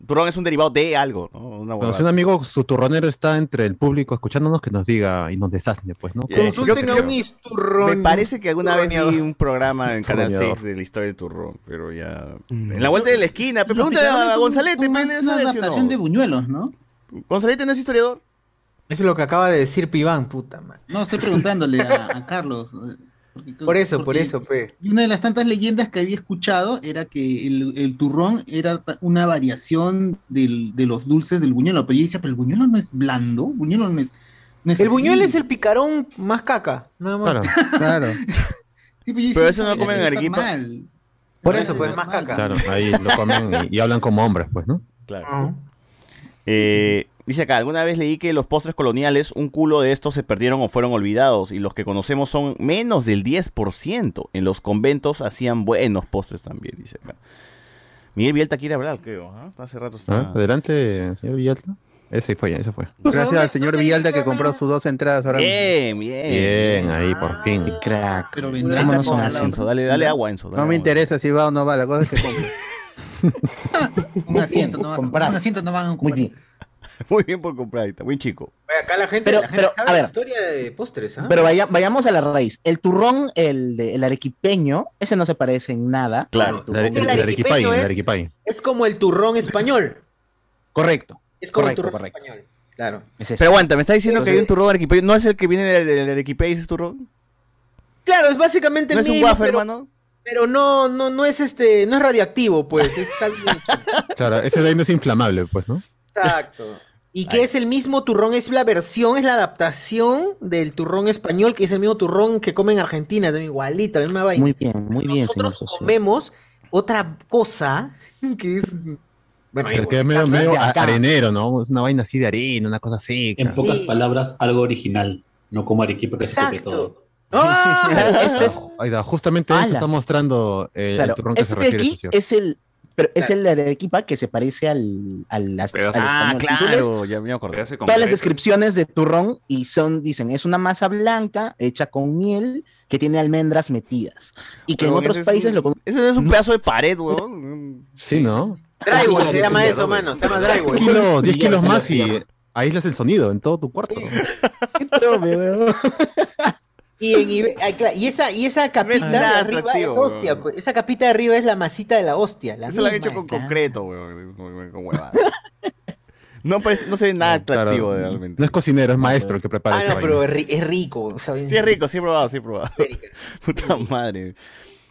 Turrón es un derivado de algo, ¿no? Una
Cuando
huevada.
si un amigo, su turronero está entre el público escuchándonos, que nos diga y nos desazne, pues, ¿no?
Eh,
Con-
creo
Consulten
que-
a un
Me
isturrón.
parece que alguna vez vi un programa en Canal
Turroneador.
6 de la historia del turrón, pero ya... En la
Mm.
vuelta de la esquina, pe,
Los
pregúntale a
picarones son
Gonzalete,
como
pe,
una
debe saber si o no.
adaptación de buñuelos, ¿no?
Gonzalete no es historiador.
Eso es lo que acaba de decir Pibán, puta madre.
No, estoy preguntándole a, a Carlos. eh, porque-
Por eso, por
porque-
eso, pe.
Y una de las tantas leyendas que había escuchado era que el, el turrón era ta- una variación del- de los dulces del buñuelo. Pero yo decía, pero el buñuelo no es blando, buñuelo no es. no
El buñuel
así.
es el picarón más caca. Nada más.
Claro,
Claro.
Sí, pues yo
Pero
decía,
eso no lo
"Está
comen en
mal,
Arequipa".
está mal.
Por
Ah,
eso, pues,
es
más
normal.
caca.
claro, ahí lo comen y, y hablan como hombres, pues, ¿no?
Claro.
Ajá.
Eh, dice acá, alguna vez leí que los postres coloniales, un culo de estos se perdieron o fueron olvidados y los que conocemos son menos del 10%. En los conventos hacían buenos postres también, dice acá. Miguel Bielta quiere hablar, creo. ¿ah? Hace rato
A ver,
está...
Adelante, señor Villalta. Ese fue, ya, ese fue.
Gracias al señor Villalda que compró sus dos entradas ahora. mismo.
Bien, bien.
Bien, ahí, por
Ah,
fin.
Crack.
Pero vendrá
¿Cómo no
con
son
Dale,
la-
así?
Enzo, dale, dale agua, Enzo. dale
No
agua.
me interesa si va o no va, la cosa es que compre.
Un asiento no van
Comprar.
a un asiento no van a
Muy
comprar.
bien.
Muy bien por comprar, ahí está, buen chico.
Oye, Acá la gente,
Pero-
la gente
pero,
sabe
a
la
ver.
historia de postres, ¿ah?
Pero vaya- vayamos a la raíz. El turrón, el, de- el arequipeño, ese no se parece en nada.
Claro.
El, el,
El
el Arequipay,
arequipeño
el
es-
Arequipay.
Es como el turrón español.
Correcto.
Es como
Correcto,
el turrón
correcto.
español. Claro.
Es ese.
Pero aguanta, me está diciendo que hay un
Entonces-
turrón arequipeño. ¿No es el que viene del, del arequipeño ese turrón?
Claro, es básicamente
¿No
el
es un
mismo,
wafer,
pero,
hermano?
pero no, no, no es este, no es radiactivo, pues. Está bien hecho.
Claro, ese de ahí no es inflamable, pues, ¿no?
Exacto. Y que es el mismo turrón, es la versión, es la adaptación del turrón español, que es el mismo turrón que come en Argentina, también igualito, la misma vaina.
Muy bien, muy bien, señor
Nosotros
Sosur.
comemos otra cosa que es. Bueno,
El
igual.
que es medio, medio
desde acá.
arenero, ¿no? Es una vaina así de harina, una cosa así.
En
claro.
pocas
Sí.
palabras, algo original. No como Arequipa que se come todo.
Exacto. ¡Ah!
Este es,
Ahí está, justamente eso
Ala.
está mostrando eh,
claro,
el turrón que
este
se
de
refiere,
aquí
socio.
es el, pero es el arequipa que se parece al, al, al
Pero-
español.
Ah,
Y tú lees
claro, ya me acordé.
Pedazo de
todas las
concreto.
descripciones de turrón y son, dicen, es una masa blanca hecha con miel que tiene almendras metidas y que en
Huevón,
otros
ese es
países
un-
lo conocen.
Ese es un pedazo de pared, weón.
Sí, ¿no?
Drywall se llama eso, mano. Se llama drywall.
Kilos, 10
Ya,
kilos
ya,
más
ya.
y aíslas el sonido en todo tu cuarto. ¿no?
Y, en Ibe- ay, claro, y esa, y esa capita de
nada
arriba
atractivo,
es hostia,
weón.
pues. Esa capita de arriba es la masita de la hostia. La
Eso lo han
misma,
hecho con
claro.
concreto, weón. Con- con huevada. No, parece- no se ve nada
Claro,
atractivo realmente.
No es cocinero, es maestro el que prepara
Ah,
esa
no,
vaina.
pero es, ri- es rico. o sea, bien-
Sí, es rico, sí he probado, sí he probado.
América.
Puta madre.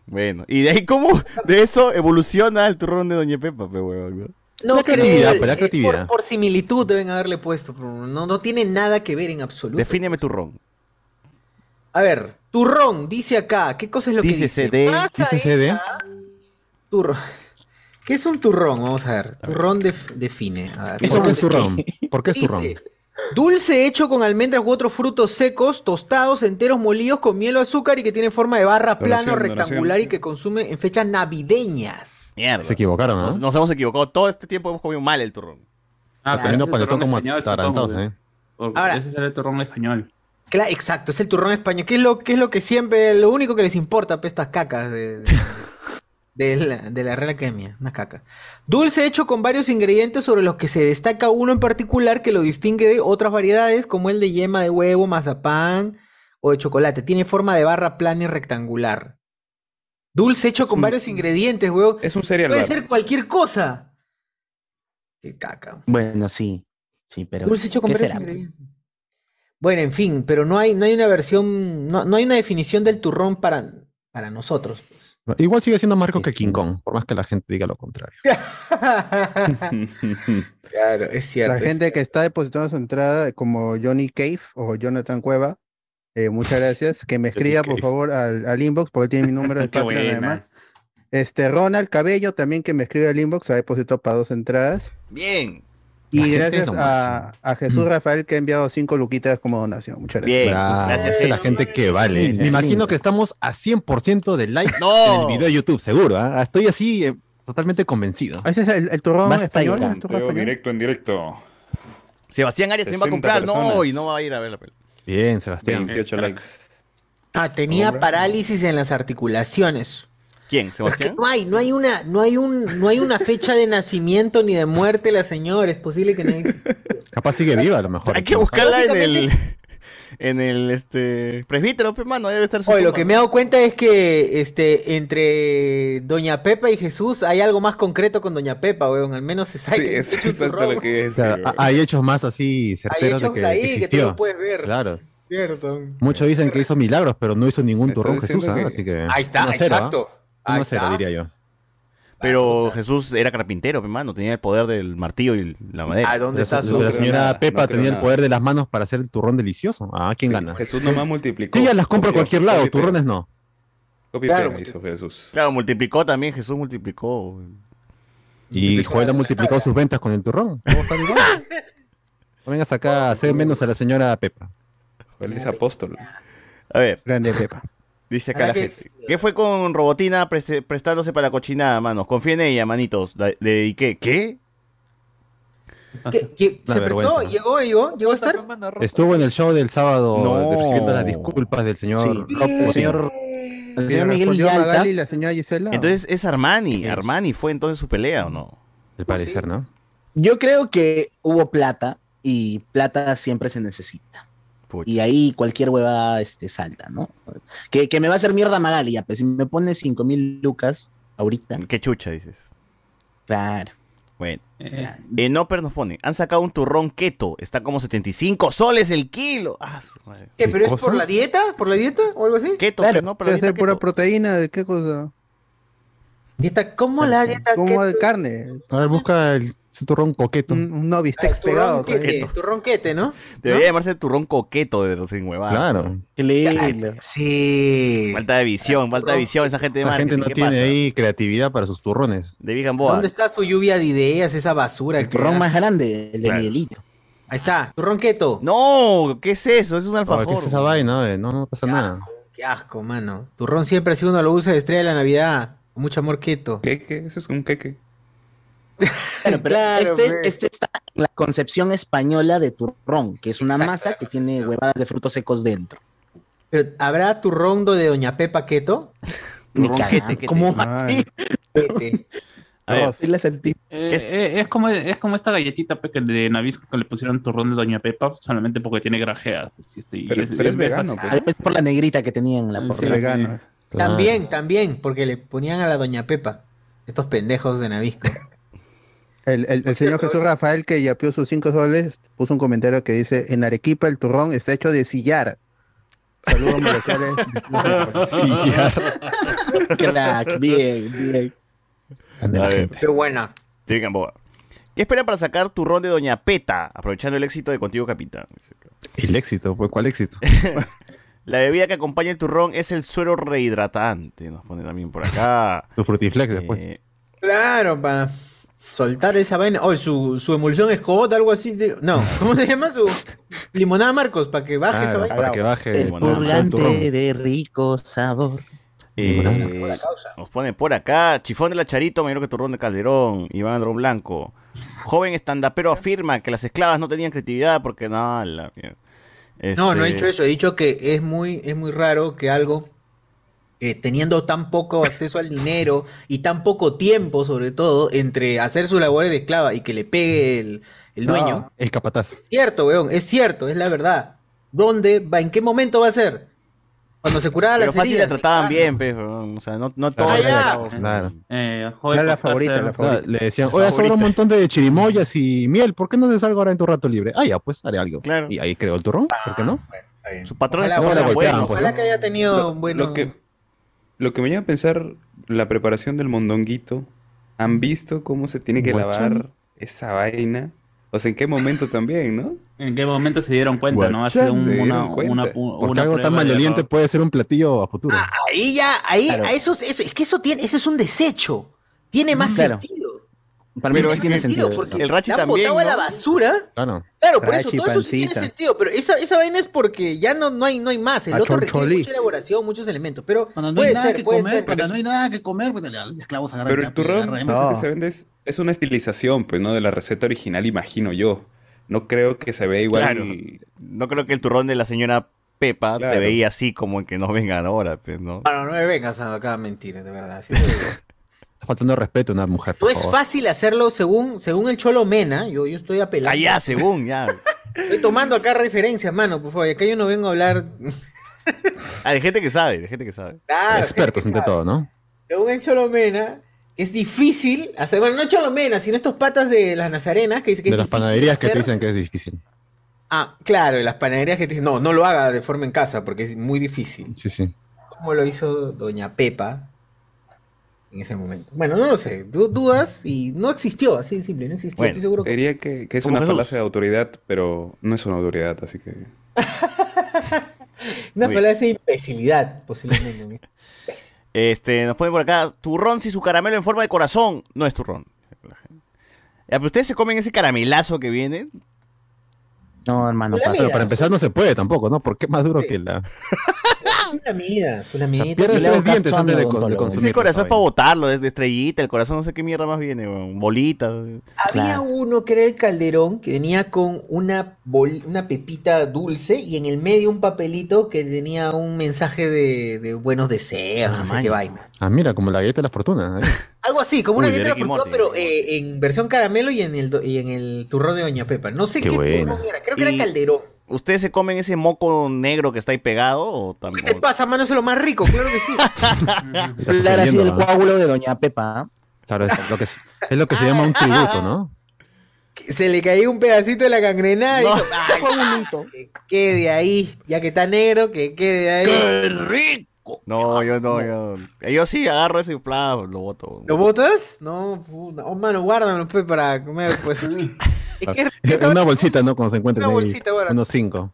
Bueno, y de ahí cómo de eso evoluciona el turrón de Doña Pepa, pe huevón. ¿no?
No
La
creo,
creatividad,
eh,
pues, la
por-
creatividad.
Por, similitud deben haberle puesto. pero No, no tiene nada que ver en absoluto.
Defíneme turrón.
A ver, turrón, dice acá. ¿Qué cosa es lo que
Dice
dice?
CD,
Masa
dice CD.
hecha- Turrón. ¿Qué es un turrón? Vamos a ver. Turrón def- define. A ver,
Es
¿Por
un
qué es turrón? ¿Por qué es
Dice,
turrón?
Dulce hecho con almendras u otros frutos secos, tostados, enteros, molidos con miel o azúcar y que tiene forma de barra plano, rectangular y que consume en fechas navideñas.
Mierda.
Se equivocaron,
Nos,
¿no?
nos hemos equivocado. Todo este tiempo hemos comido mal el turrón.
Ah, pero ese es
Comiendo
el
panetón
turrón
como
español,
atarantados,
supongo,
¿eh?
porque
Ahora-
ese es el turrón español.
Cla- exacto, es el turrón español, que es lo que es lo que siempre, lo único que les importa, pues, estas cacas de, de- De la, de la Real Academia, una caca. Dulce hecho con varios ingredientes sobre los que se destaca uno en particular que lo distingue de otras variedades, como el de yema de huevo, mazapán o de chocolate. Tiene forma de barra plana y rectangular. Dulce hecho con varios ingredientes, huevo.
Es un cereal.
Puede
bar.
ser cualquier cosa. Qué caca.
Bueno, sí. Sí, pero.
Dulce hecho con
¿qué
varios
será, pues?
ingredientes. Bueno, en fin, pero no hay, no hay una versión, no, no hay una definición del turrón para, para nosotros.
Igual sigue siendo marco que King Kong, por más que la gente diga lo contrario.
Claro, es cierto.
La
es
gente que está depositando su entrada, como Johnny Cave o Jonathan Cueva, eh, muchas gracias. Que me escriba, por favor, al, al inbox, porque tiene mi
Ah,
número de
Qué
Patreon
buena.
además. Este, Ronald Cabello también que me escribe al inbox, ha depositado para dos entradas.
Bien. La
Y
gente es
gracias
lo
a, a Jesús Rafael que ha enviado cinco luquitas como donación. Muchas gracias.
Bravo, esa es la gente que vale.
Lindo,
Me imagino
lindo.
que estamos a 100% de likes en el video de YouTube, seguro. ¿ah? Estoy así eh, totalmente convencido.
Ese es el, el turrón español. el turrón
Conteo
español.
directo en directo.
Sebastián Arias también va a
60
comprar. No,
personas.
y no va a ir a ver la película.
Bien, Sebastián.
28 likes.
Ah,
Oh.
tenía
Hombre.
parálisis en las articulaciones.
¿Quién?
Pero es que
¿Sebastián?
no hay, no hay una, no hay un, no hay una fecha de nacimiento ni de muerte la señora. Es posible que no exista.
Capaz sigue viva a lo mejor.
Hay que buscarla en el. En el este. Presbítero, pues, mano, debe estar su
Oye, lo
tumba.
que me he dado cuenta es que este, entre Doña Pepa y Jesús hay algo más concreto con Doña Pepa, weón. Al menos se sabe
Sí,
que
es
existe un
exacto
turrón.
lo que es.
Claro, a- hay hechos más así certeros de
hechos
que,
ahí
que
que tú
existió.
lo puedes ver.
Claro.
Cierto.
Muchos dicen que hizo milagros, pero no hizo ningún turrón
diciendo
Jesús, ¿ah?
que-
así que...
Ahí está,
1-0, ¿ah?
exacto. Ahí
1-0,
está.
diría yo.
Pero Jesús era carpintero, pues, mano. Tenía el poder del martillo y la madera.
La- La, señora Pepa tenía el poder de las manos para hacer el turrón delicioso. Ah, ¿quién gana?
Jesús nomás multiplicó.
Sí, ya las compro a
Copió,
cualquier lado,
copy, paste.
turrones no.
Copy
Claro,
paste hizo Jesús.
Claro, multiplicó también. Jesús multiplicó.
Y Joel ha multiplicado sus ventas con el turrón. Vamos a estar igual. No vengas acá a hacer menos a la señora Pepa.
Él es apóstol.
A ver.
Grande Pepa.
Dice acá
Ahora
la
que-
gente. ¿Qué fue con Robotina preste- prestándose para cochinada, manos? Confía en ella, manitos. La- Le dediqué. ¿Qué?
¿Qué- qué-
Una
se prestó,
vergüenza.
llegó, llegó, llegó a estar.
Eh,
Estuvo en el show del sábado
No.
de- recibiendo las disculpas del señor
Sí.
Rob- el señor- el señor Miguel Villalta.
Magali y la señora Gisela.
Entonces es Armani. Armani fue entonces su pelea o no?
Al parecer, ¿no?
Yo creo que hubo plata y plata siempre se necesita. Y ahí cualquier hueva este, salta, ¿no? Que, que me va a hacer mierda Magali, ya, pues si me pone 5 mil lucas ahorita.
Qué chucha, dices.
Claro.
Bueno. Eh, En Oper nos pone, han sacado un turrón keto, está como 75 soles el kilo. Ah, su madre.
¿Qué, pero es por la dieta? ¿Por la dieta o algo así?
Keto,
Claro.
pues, ¿no? Por la
Debe ser
dieta
pura
keto.
proteína, ¿de ¿qué cosa?
¿Dieta? ¿Cómo la dieta?
¿Cómo de carne?
A ver, busca el ese turrón coqueto.
Un no bistec pegado.
Turrón quete, turrón quete, ¿no?
Debería llamarse turrón coqueto de los enhuevados.
Claro.
Qué lindo.
Sí.
Falta de visión, falta de visión esa gente de
Esa
marketing.
gente no
¿qué
tiene
pasa?
ahí creatividad para sus turrones.
David Gamboa.
¿Dónde está su lluvia de ideas, esa basura? El
turrón más grande, el de
Miguelito.
Ahí está, Oh, turrón keto.
No, ¿qué es eso? Es un alfajor.
Oh, ¿Qué es esa vaina? eh? No, no pasa nada.
Qué asco, mano. Turrón siempre ha sido uno lo usa de estrella de la Navidad. Con Mucho amor keto.
¿Qué? Eso es un queque.
Bueno, pero
Claro,
este,
pues.
este está en la concepción española de turrón, que es una masa que tiene huevadas de frutos secos dentro.
Pero, ¿habrá turrón do de Doña Pepa keto?
Ni cagando. ¿Cómo así?
Quete.
A ver.
Sí, la sentí.
Eh, eh, es, como, es como esta galletita pe, que de Navisco que le pusieron turrón de Doña Pepa solamente porque tiene grajeas. pues, este,
Pero- pero es vegano,
Ah,
pe. Es por la negrita que tenía en la
porra.
vegano.
También, también, porque le ponían a la Doña Pepa. Estos pendejos de Navisco.
El, el-
Pues
el señor Jesús Rafael, que ya pidió sus cinco soles, puso un comentario que dice: En Arequipa el turrón está hecho de sillar. Saludos, Molocales.
Crack, bien, bien.
A ver.
Qué buena.
David Gamboa. ¿Qué esperan para sacar turrón de Doña Peta? Aprovechando el éxito de Contigo Capitán.
El éxito, pues, ¿cuál éxito?
La bebida que acompaña el turrón es el suero rehidratante. Nos pone también por acá.
Tu frutiflex después.
Claro, para soltar esa vaina. O su, su emulsión escobota, algo así. de- No, ¿cómo se llama? Su limonada Marcos, para que baje esa
Claro,
vaina.
para que baje
El
el turrón.
purgante de rico sabor.
Eh, nos pone por acá. Chifón de la Charito, mayor que turrón de Calderón. Iván Andrón Blanco. Joven estandapero afirma que las esclavas no tenían creatividad porque nada. la mierda.
No, no he
Este,
dicho eso. He dicho que es muy, es muy raro que algo eh, teniendo tan poco acceso al dinero y tan poco tiempo, sobre todo, entre hacer sus labores de esclava y que le pegue el, el dueño.
Ah, El capataz.
Cierto, weón, es cierto, es la verdad. ¿Dónde va? ¿En qué momento va a ser? Cuando se curaba
Pero
la
fácil la
herida.
trataban bien, pues, weón. O sea, no, no todo.
Claro.
Eh,
Era la
favorita, la favorita.
Le decían,
La
oye,
favorita.
sobra un montón de chirimoyas y miel, ¿por qué no haces algo ahora en tu rato libre? Ah, ya, pues haré algo. Y ahí creó el turrón, ¿por
Ah,
qué no?
Su
patrón Ojalá-
no la
ojalá-
golpeaban, pues,
Ojalá
¿no?
que haya tenido un buen...
Lo que, lo que me lleva a pensar, la preparación del mondonguito, ¿han visto cómo se tiene que
Guachán.
lavar esa vaina? O sea, ¿en qué momento también, no?
¿En qué momento se dieron cuenta, no? Ha
Guachán,
sido un-
pues. se dieron
una,
cuenta.
una, pu-
Porque
una
algo tan
prueba de
maloliente
error.
puede ser un platillo a futuro.
Ahí ya, ahí,
Claro.
a esos, eso, es que eso tiene, eso es un desecho. Tiene más
Claro.
sentido.
Para mí
Pero
no
es
tiene
que,
sentido.
tío, porque
El Rachi
la han
también,
botado a la
¿no?
basura.
Claro.
Claro, por eso
Rachi,
todo eso sí tiene
pancita.
sentido, pero esa, esa vaina es porque ya no, no hay, no hay más. El
A
otro requiere
chorcholí.
mucha elaboración, muchos elementos, pero
Cuando no
puede
hay nada
ser,
que
puede
comer,
ser.
cuando no hay nada que comer, pues los esclavos agarran
Pero
ya,
el
pues,
turrón
agarremos
ese que
este-
se vende es, es una estilización, pues, ¿no? De la receta original, imagino yo. No creo que se vea igual.
Claro. No creo que el turrón de la señora Pepa se
Claro.
veía así como el que nos vengan ahora, pues, ¿no?
Bueno, no me vengas a- acá a mentir, de verdad. sí te digo.
Está faltando respeto a una mujer.
No
por
es
favor.
fácil hacerlo según, según el Cholo Mena. Yo, yo estoy apelando.
Allá, según, ya.
Estoy tomando acá referencias, mano, por favor. y Acá yo no vengo a hablar.
Ah, de gente que sabe, de gente que sabe. Pues.
Claro,
Expertos entre todo, ¿no?
según el Cholo Mena, es difícil hacer. Bueno, no el Cholo Mena, sino estos patas de las nazarenas que dicen que
De
es
las
difícil
panaderías que te
hacer-
dicen que es difícil.
Ah, claro, de las panaderías que te dicen. No, no lo haga de forma en casa porque es muy difícil.
Sí, sí.
Como lo hizo Doña Pepa en ese momento. Bueno, no lo sé. du- dudas y no existió, así de simple, no existió. estoy seguro que.
diría que, que es
Como
una
Jesús.
falacia de autoridad, pero no es una autoridad, así que...
Una
Muy
falacia de imbecilidad, posiblemente. ¿no?
Este, nos ponen por acá, turrón sin su caramelo en forma de corazón. No es turrón. Ya, pero ustedes se comen ese caramelazo que viene.
No, hermano,
Hola,
Pero
mira,
para empezar no se puede tampoco, ¿no? Porque es más duro que la...
Es una mierda, es una mierda.
pierdes
Y luego
tres
cacho
dientes
a mi
antes de con-
odontólogo.
de consumir.
Ese
Consumir,
corazón
está
es para botarlo, es de estrellita, el corazón no sé qué mierda más viene, weón, bolita.
Había uno que era el calderón que venía con una, bol- una pepita dulce y en el medio un papelito que tenía un mensaje de, de buenos deseos, no sé qué vaina.
Ah, mira, como la galleta de la fortuna. ¿eh?
Algo así, como
Uy,
una
de
galleta de
Ricky
la fortuna,
Morty,
pero eh, en versión caramelo y en el do- y en el turrón de Doña Pepa. No sé
Qué
qué,
buena.
turrón era, creo que
Y-
era calderón.
¿Ustedes se comen ese moco negro que está ahí pegado o
¿Qué
tampoco?
pasa, mano? Eso es lo más rico, claro que sí.
Claro, así el
¿no?
coágulo de Doña Pepa. Ah.
Claro, es lo que, se- es lo que se llama un tributo, ¿no?
Se le caía un pedacito de la gangrena y dijo, "Ay, que quede ahí, ya que está negro, que quede ahí.
¡Qué
Ah,
No, yo no, yo. Yo sí agarro ese plan, lo boto. weón.
¿Lo botas? No, puta. Oh, mano, guárdamelo pues, para comer, pues. es que
Es una bolsita, ¿no? Cuando se encuentran
Una
ahí
bolsita, bueno.
unos cinco.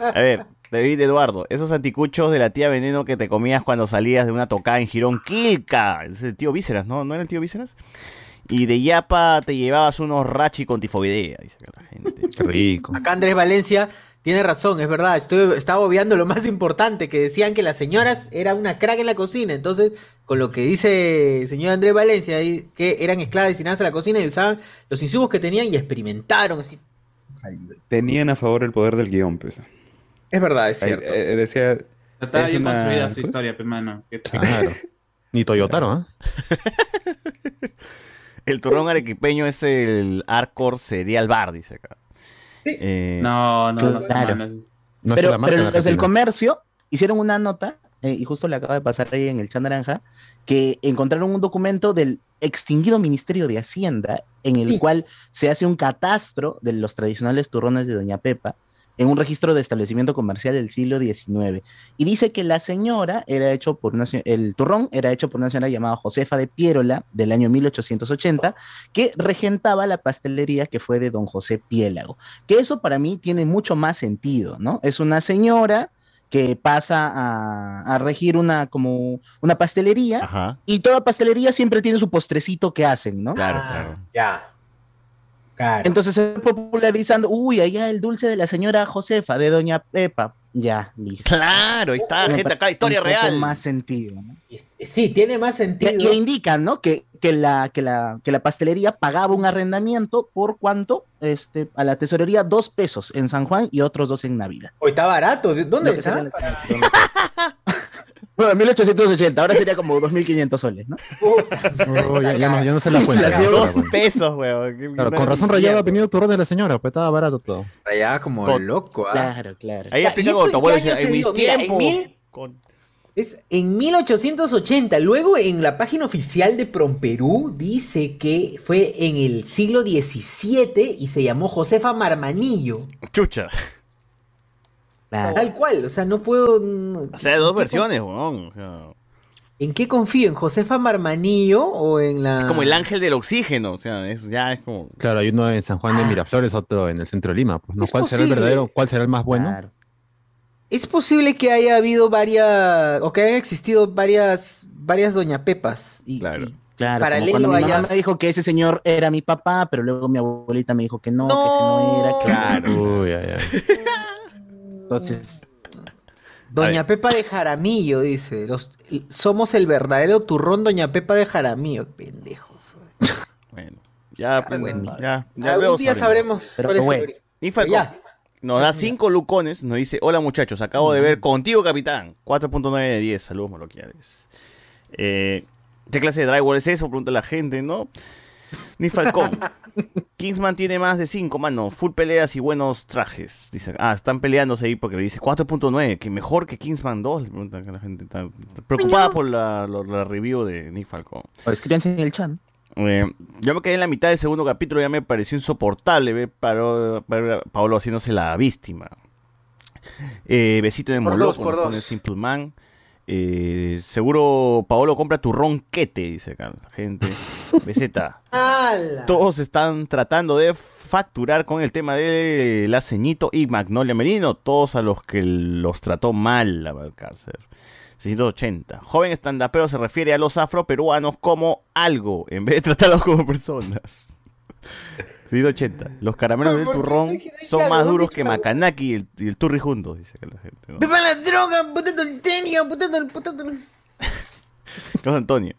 A ver, David Eduardo, esos anticuchos de la tía Veneno que te comías cuando salías de una tocada en Girón Quilca. Es el tío Víceras, ¿no? ¿No era el tío Víceras? Y de Yapa te llevabas unos rachi con tifoidea, dice acá la gente.
Qué rico.
Acá Andrés Valencia tiene razón, es verdad. Estoy, estaba obviando lo más importante, que decían que las señoras era una crack en la cocina. Entonces, con lo que dice el señor Andrés Valencia, ahí, que eran esclavas destinadas a la cocina y usaban los insumos que tenían y experimentaron. así.
Tenían a favor el poder del guión, pues.
Es verdad, es
Ahí,
cierto.
eh, decía...
Trataba
es
bien
una-
construida su historia, pe, mano. Qué tal.
Claro. Ni Toyotaro, ¿eh?
El turrón arequipeño es el Arcor Cereal Bar, dice acá. Eh,
No, no, no,
Claro.
no, no.
No
pero
se la marca
pero
en
los del
Argentina.
comercio hicieron una nota, eh, y justo le acaba de pasar ahí en el chat naranja, que encontraron un documento del extinguido Ministerio de Hacienda, en el cual se hace un catastro de los tradicionales turrones de Doña Pepa en un registro de establecimiento comercial del siglo XIX. Y dice que la señora era hecho por una se- el turrón era hecho por una señora llamada Josefa de Pierola del año 1880, que regentaba la pastelería que fue de don José Piélago. Que eso para mí tiene mucho más sentido, ¿no? Es una señora que pasa a, a regir una, como una pastelería
Ajá.
y toda pastelería siempre tiene su postrecito que hacen, ¿no?
Claro,
Ah,
claro.
Ya. Claro.
Entonces se va popularizando, uy, allá el dulce de la señora Josefa, de doña Pepa. Ya, listo.
Claro, ahí está, gente, acá, historia
Un poco
real.
más sentido. ¿no?
Sí, tiene más sentido.
Y, y indican, ¿no? Que, que, la, que, la, que la pastelería pagaba un arrendamiento por cuánto, este, a la tesorería, dos pesos en San Juan y otros dos en Navidad.
O está barato. ¿de-
Lo
¿Dónde
que
está?
serían las- Bueno, 1880, ahora sería como 2500 soles, ¿no?
Oh, ya, ya no, ya no se la cuenta.
Inflación.
Claro, bueno.
pesos, weón. Qué
Claro, con
mierda.
razón rayaba ha venido tu ron de la señora, pues estaba barato todo.
Rayaba como
Con-
loco, ¿ah?
Claro, claro.
Ahí explica
como
como tu abuelo decía, en mis tiempos.
Es en 1880. Luego en la página oficial de Promperú dice que fue en el siglo XVII y se llamó Josefa Marmanillo.
Chucha.
Tal cual, o sea, no puedo... mm,
O sea, dos
¿en qué
versiones,
con-
weón. O sea,
¿En qué confío? ¿En Josefa Marmanillo o en la...?
como el ángel del oxígeno. O sea, es, ya es como.
Claro, hay uno en San Juan
Ah.
de Miraflores, otro en el centro de Lima. Pues, ¿no?
Es
¿Cuál será el
posible.
verdadero? ¿Cuál será el más bueno?
Es posible que haya habido varias, o que hayan existido varias, varias Doña Pepas. Y, claro.
Claro,
Paralelo
como cuando mi
allá.
mamá me dijo que ese señor era mi papá, pero luego mi abuelita me dijo que no, que ese no era. Que
Uy, ay, ay.
Entonces,
Doña Pepa de Jaramillo, dice. Los, somos el verdadero turrón Doña Pepa de Jaramillo. Pendejos. Ah,
Bueno. Ya, pues,
bueno.
ya, ya
Algún
luego
día sabremos Pero cuál es bueno. el origen.
Infalco
Ya.
nos da cinco lucones, nos dice, hola muchachos, acabo de ver contigo, capitán. 4.9 de 10, saludos moloquiales. Eh, ¿Qué clase de driver es eso? Pregunta la gente, ¿no? Ni Falcón. Kingsman tiene más de 5, mano. Full peleas y buenos trajes. Dice, ah, están peleándose ahí porque dice 4.9, que mejor que Kingsman 2. Le preguntan acá la gente. Está preocupada por la, la- la review de Nick Falcón.
o Pues, escríbanse en el chat.
Eh, yo me quedé en la mitad del segundo capítulo, ya me pareció insoportable ver Paro- Paro- Paolo haciéndose la víctima. Eh, besito de
Por
Moloco,
dos, por
nos
dos.
pone Simple Man. Eh, seguro Paolo compra tu ronquete, dice acá la gente. Beseta.
¡Hala!
Todos están tratando de facturar con el tema de la ceñito y Magnolia Merino, todos a los que los trató mal la Balcárcer. 680. Joven estandapero se refiere a los afroperuanos como algo, en vez de tratarlos como personas. 680. Los caramelos del turrón son más duros que Macanaki y el, y el turri juntos, dice acá la gente. ¿no?
Viva la droga, puta tolteño, puta tol- puta tol-
Carlos Antonio.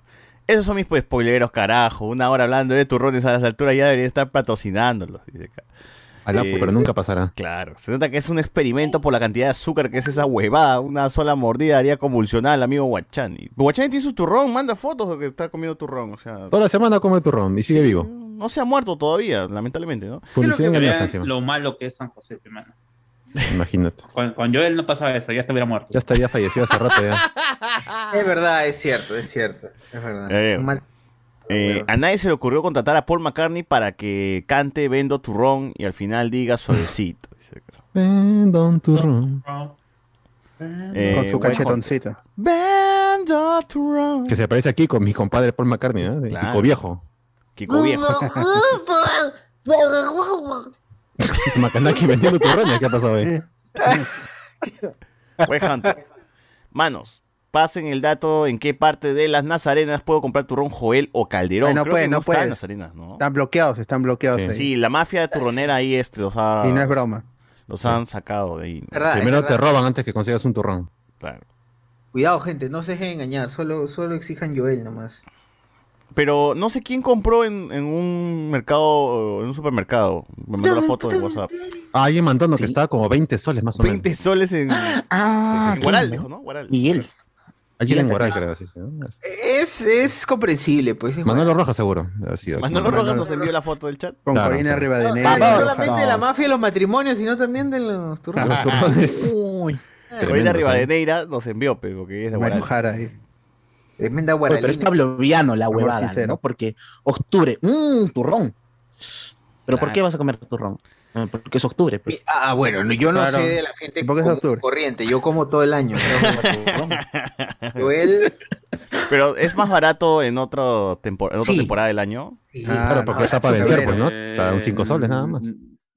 Esos son mis pues spoileros, carajo. Una hora hablando de turrones a las alturas ya debería estar patrocinándolos. Dice acá. Eh,
Alá, pues,
eh,
pero nunca pasará.
Claro, se nota que es un experimento por la cantidad de azúcar que es esa huevada. Una sola mordida haría convulsionar al amigo Guachani. Guachani tiene su turrón, manda fotos de que está comiendo turrón. O sea,
Toda la semana come turrón y sigue vivo.
no se ha muerto todavía, lamentablemente, ¿no?
Publicidad
Vean
engañosa encima.
lo malo que es San José, hermano.
Imagínate.
Con, con Joel no pasaba eso, ya estuviera muerto.
Ya estaría fallecido hace rato ya.
Es verdad, es cierto, es cierto. Es verdad.
Eh, eh, a nadie se le ocurrió contratar a Paul McCartney para que cante Vendo Turrón y al final diga suavecito. dice acá.
Vendo un turrón.
Eh,
Con su
buen
cachetoncito.
Vendo Turrón.
Que se aparece aquí con mi compadre Paul McCartney, ¿eh? De
Claro.
Kiko Viejo.
Kiko Viejo.
Es Macanaki vendiendo turrones. ¿Qué ha pasado ahí?
Web Hunter. Manos, pasen el dato en qué parte de las Nazarenas puedo comprar turrón Joel o Calderón.
Ay, no
Creo
puede,
que
no
está en
puede.
Nazarenas, ¿no?
Están bloqueados, están bloqueados.
Sí,
ahí.
la mafia turronera ahí este, los ha,
Y no es broma.
Los han sacado de ahí. ¿no?
Verdad,
Primero
es verdad.
te roban antes que consigas un turrón.
Claro.
Cuidado, gente, no se dejen engañar. Solo, solo exijan Joel nomás.
Pero no sé quién compró en, en un mercado, en un supermercado. Me mandó la foto de WhatsApp.
Ah, alguien mandando que estaba como 20 soles más o menos.
20 soles en.
Ah,
en Guaral,
claro.
dijo, ¿no? Guaral.
Miguel.
Alguien en Guaral, creo. sí, sí, ¿no?
Es, es comprensible, pues. es
Manolo Rojas, seguro. de haber sido.
Manolo Rojas nos envió la foto del chat.
Con
Claro,
Corina
claro.
arriba de
O sea,
Nero.
no solamente de la mafia y los matrimonios, sino también de los turrones.
Los turrones.
Uy,
Corina
Tremendo, ¿no?
Rivadeneira nos envió, pero que es de Guaral.
Jara ahí.
tremenda
Oye, pero es
guaralina.
pabloviano la
Amor
huevada,
sincero.
¿no? Porque octubre, mmm, turrón. ¿Pero por
Claro.
qué vas a comer turrón? Eh, Porque es octubre, pues.
Ah, bueno, no- yo no
Claro.
sé de la gente
¿Y por qué es
como
octubre?
corriente, yo como todo el año. ¿no? Joel,
Pero es más barato en, otro tempor- en otra
Sí. Mm,
temporada del año.
Ah,
Claro,
no,
porque está para
sí,
vencer,
pero-
pues, ¿no? Está un 5 soles nada más.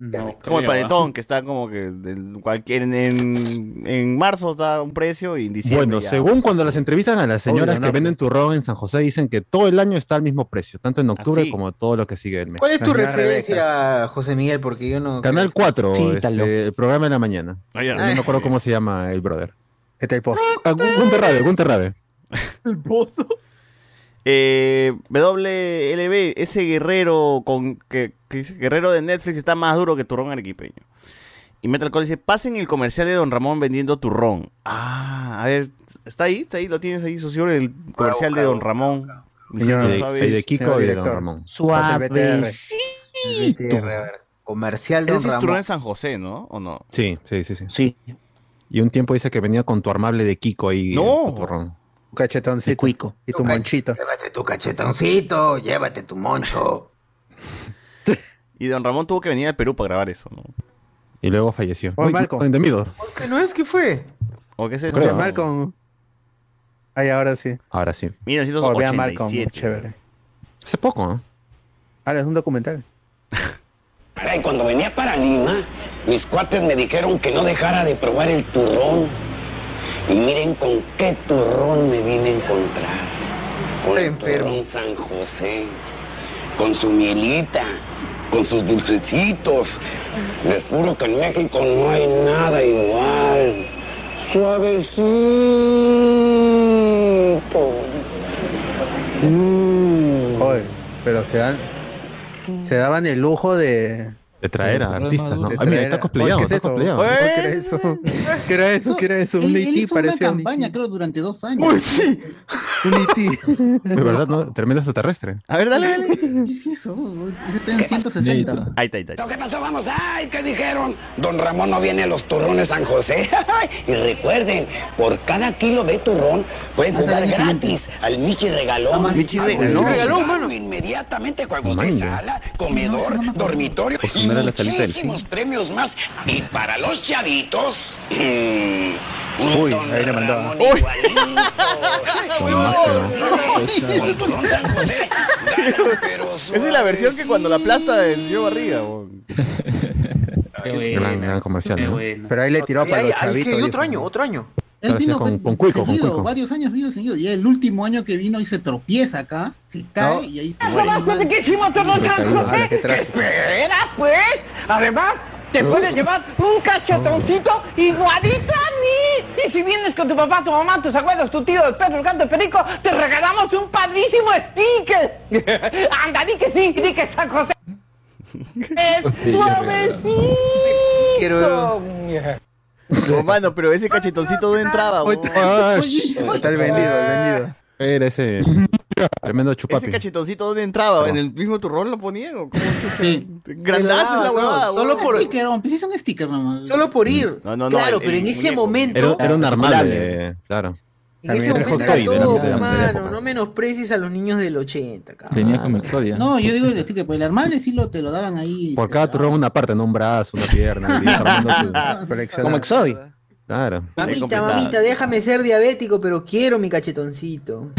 No,
¿ah?
Como el
creo,
panetón, que está como que del cualquier, en, en, en marzo está un precio y en diciembre.
Bueno,
ya.
según cuando las entrevistan a las señoras
Obvio, no,
que venden turrón en San José, dicen que todo el año está al mismo precio, tanto en octubre
Así.
como todo lo que sigue del mes.
¿cuál es tu
Señora
referencia, José Miguel? Porque yo no.
Canal 4,
Sí,
este,
tal.
el programa de la mañana.
Ah, ya.
No me acuerdo cómo se llama el brother.
Este el post.
Ah, Gu- Gunter Rabe, Gunter Rabe.
El pozo.
Eh, WLB, ese guerrero con que, que ese guerrero de Netflix está más duro que turrón arequipeño. Y Metal Core dice, pasen el comercial de Don Ramón vendiendo turrón. Ah, a ver, Está ahí, está ahí, lo tienes ahí, socio, el comercial de Don Ramón.
Señor,
Sí,
de- de Kiko
señor
y de
director.
Don Ramón.
Comercial
Ese
Don
es Turrón
Ramón.
en San José, ¿no? ¿O no?
Sí, sí, sí, sí. Y un tiempo dice que venía con tu armable de Kiko ahí.
¡No!
Tu cachetoncito.
Cuico.
Y tu monchito.
Llévate tu cachetoncito, llévate tu moncho.
Y Don Ramón tuvo que venir al Perú para grabar eso, ¿no?
Y luego falleció.
Oh,
Oye, Malcolm.
¿No es que fue?
¿O qué es eso?
Oye, Malcolm. Ay, ahora sí.
Ahora sí.
Oh, vea Malcolm, chévere.
Hace poco, ¿eh? ¿no?
Ahora es un documental.
Caray, cuando venía para Lima, mis cuates me dijeron que no dejara de probar el turrón. Y miren con qué turrón me vine a encontrar. Con el turrón San José, con su mielita, con sus dulcecitos. Les juro que en México no hay nada igual. Suavecito.
Oye, pero se dan. Se daban el lujo de.
De traer a artistas, ¿no? Ay, mira, está cosplayado,
Oye, ¿qué es
está
eso?
cosplayado.
Oye,
Oye,
¿Qué era eso? ¿Qué era eso? ¿Qué era eso?
Él,
Un
él
Haití
hizo una
parecía. un-
campaña, creo, durante dos años.
Un E IT.
De verdad, ¿no? Tremendo extraterrestre.
A ver, dale, dale.
¿Qué es eso? Ese está en 160.
Ahí está, ahí está.
¿Qué pasó? Vamos, ay, ¿qué dijeron? Don Ramón no viene a los turrones San José. y recuerden, por cada kilo de turrón pueden
Hasta el
jugar
año
gratis
siguiente.
al Michi
Ah,
Regalón.
man- Michi Regalón.
Regalón,
Regalón,
mano. Inmediatamente cuando usted
Manga.
sala, comedor, dormitorio
Pues
y
no era la salita del
muchísimos premios más. Y para los chavitos... Uy,
ahí le mandaba.
¡Uy!
Esa es la versión que cuando la aplasta es yo barriga, weón.
Gran, gran comercial, ¿no?
Pero ahí le tiró para los chavitos. dijo.
año, otro año.
Él
Ahora sí,
vino
con,
con-
con Cuico, con
seguido,
Cuico.
varios años vino seguido. Y el último año que vino y se tropieza acá, se cae
No.
y ahí se
Eso más
muere.
que hicimos todos
Se cayó.
los
Ah, la que trajo.
Espera, pues. Además, te puedes llevar un cachetoncito igualito a mí. Y si vienes con tu papá, tu mamá, tus abuelos, tu tío, el perro, el gato, el perico, te regalamos un padrísimo sticker. Anda, di que sí, di que San José. Es suavecito.
No, mano, pero ese cachetoncito de entrada, weón.
Está el vendido, el vendido.
Era ese tremendo
Ese
chupapi.
cachetoncito de entraba, en el mismo turrón lo ponían, o cómo chucha?
Te
Grandazo
la
la
daban,
huevada,
no, Solo
weón.
por sticker, hombre, pues es un sticker nomás.
Solo
Mm.
por ir.
No, no, no,
claro,
el-
pero eh, en
el
ese
muñeco.
momento. ¿eh?
Era, era un armable, de- claro.
En ese momento
Hot Toy
era
de la-
todo,
de la- de la
mano.
época.
No menosprecies a los niños del 80, cabrón.
Tenía como historia.
No, yo digo el sticker, pues el armable sí lo, te lo daban ahí.
Por cada turrón una parte, no un brazo, una pierna. y armando tu-
Coleccionar.
Como Exodi. Claro.
Mamita, mamita, déjame ser diabético, pero quiero mi cachetoncito.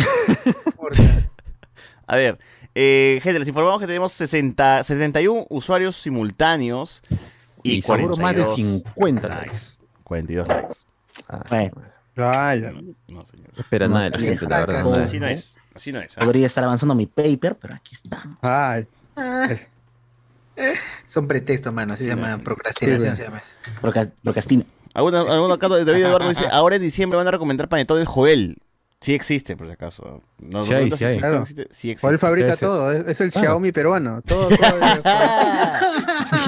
A ver, eh, gente, les informamos que tenemos 60, 71 usuarios simultáneos y,
Y seguro más de
42
50
likes. 42 likes.
Ah,
No, señor.
espera nada de la
No,
gente, la verdad.
con-
nada.
Así no es, así no es. ¿ah?
Podría estar avanzando mi paper, pero aquí está.
Ay.
Son pretextos, mano. Así se llama procrastinación. se llama eso.
Proca- Procrastina.
Alguno, alguno acá de David Eduardo dice, ahora en diciembre van a recomendar panetones Joel. Sí existe, por si acaso. No,
Sí hay,
no existe,
sí hay.
no
Claro.
existe, sí existe.
O él fabrica todo, es, es el Xiaomi peruano. Todo, todo.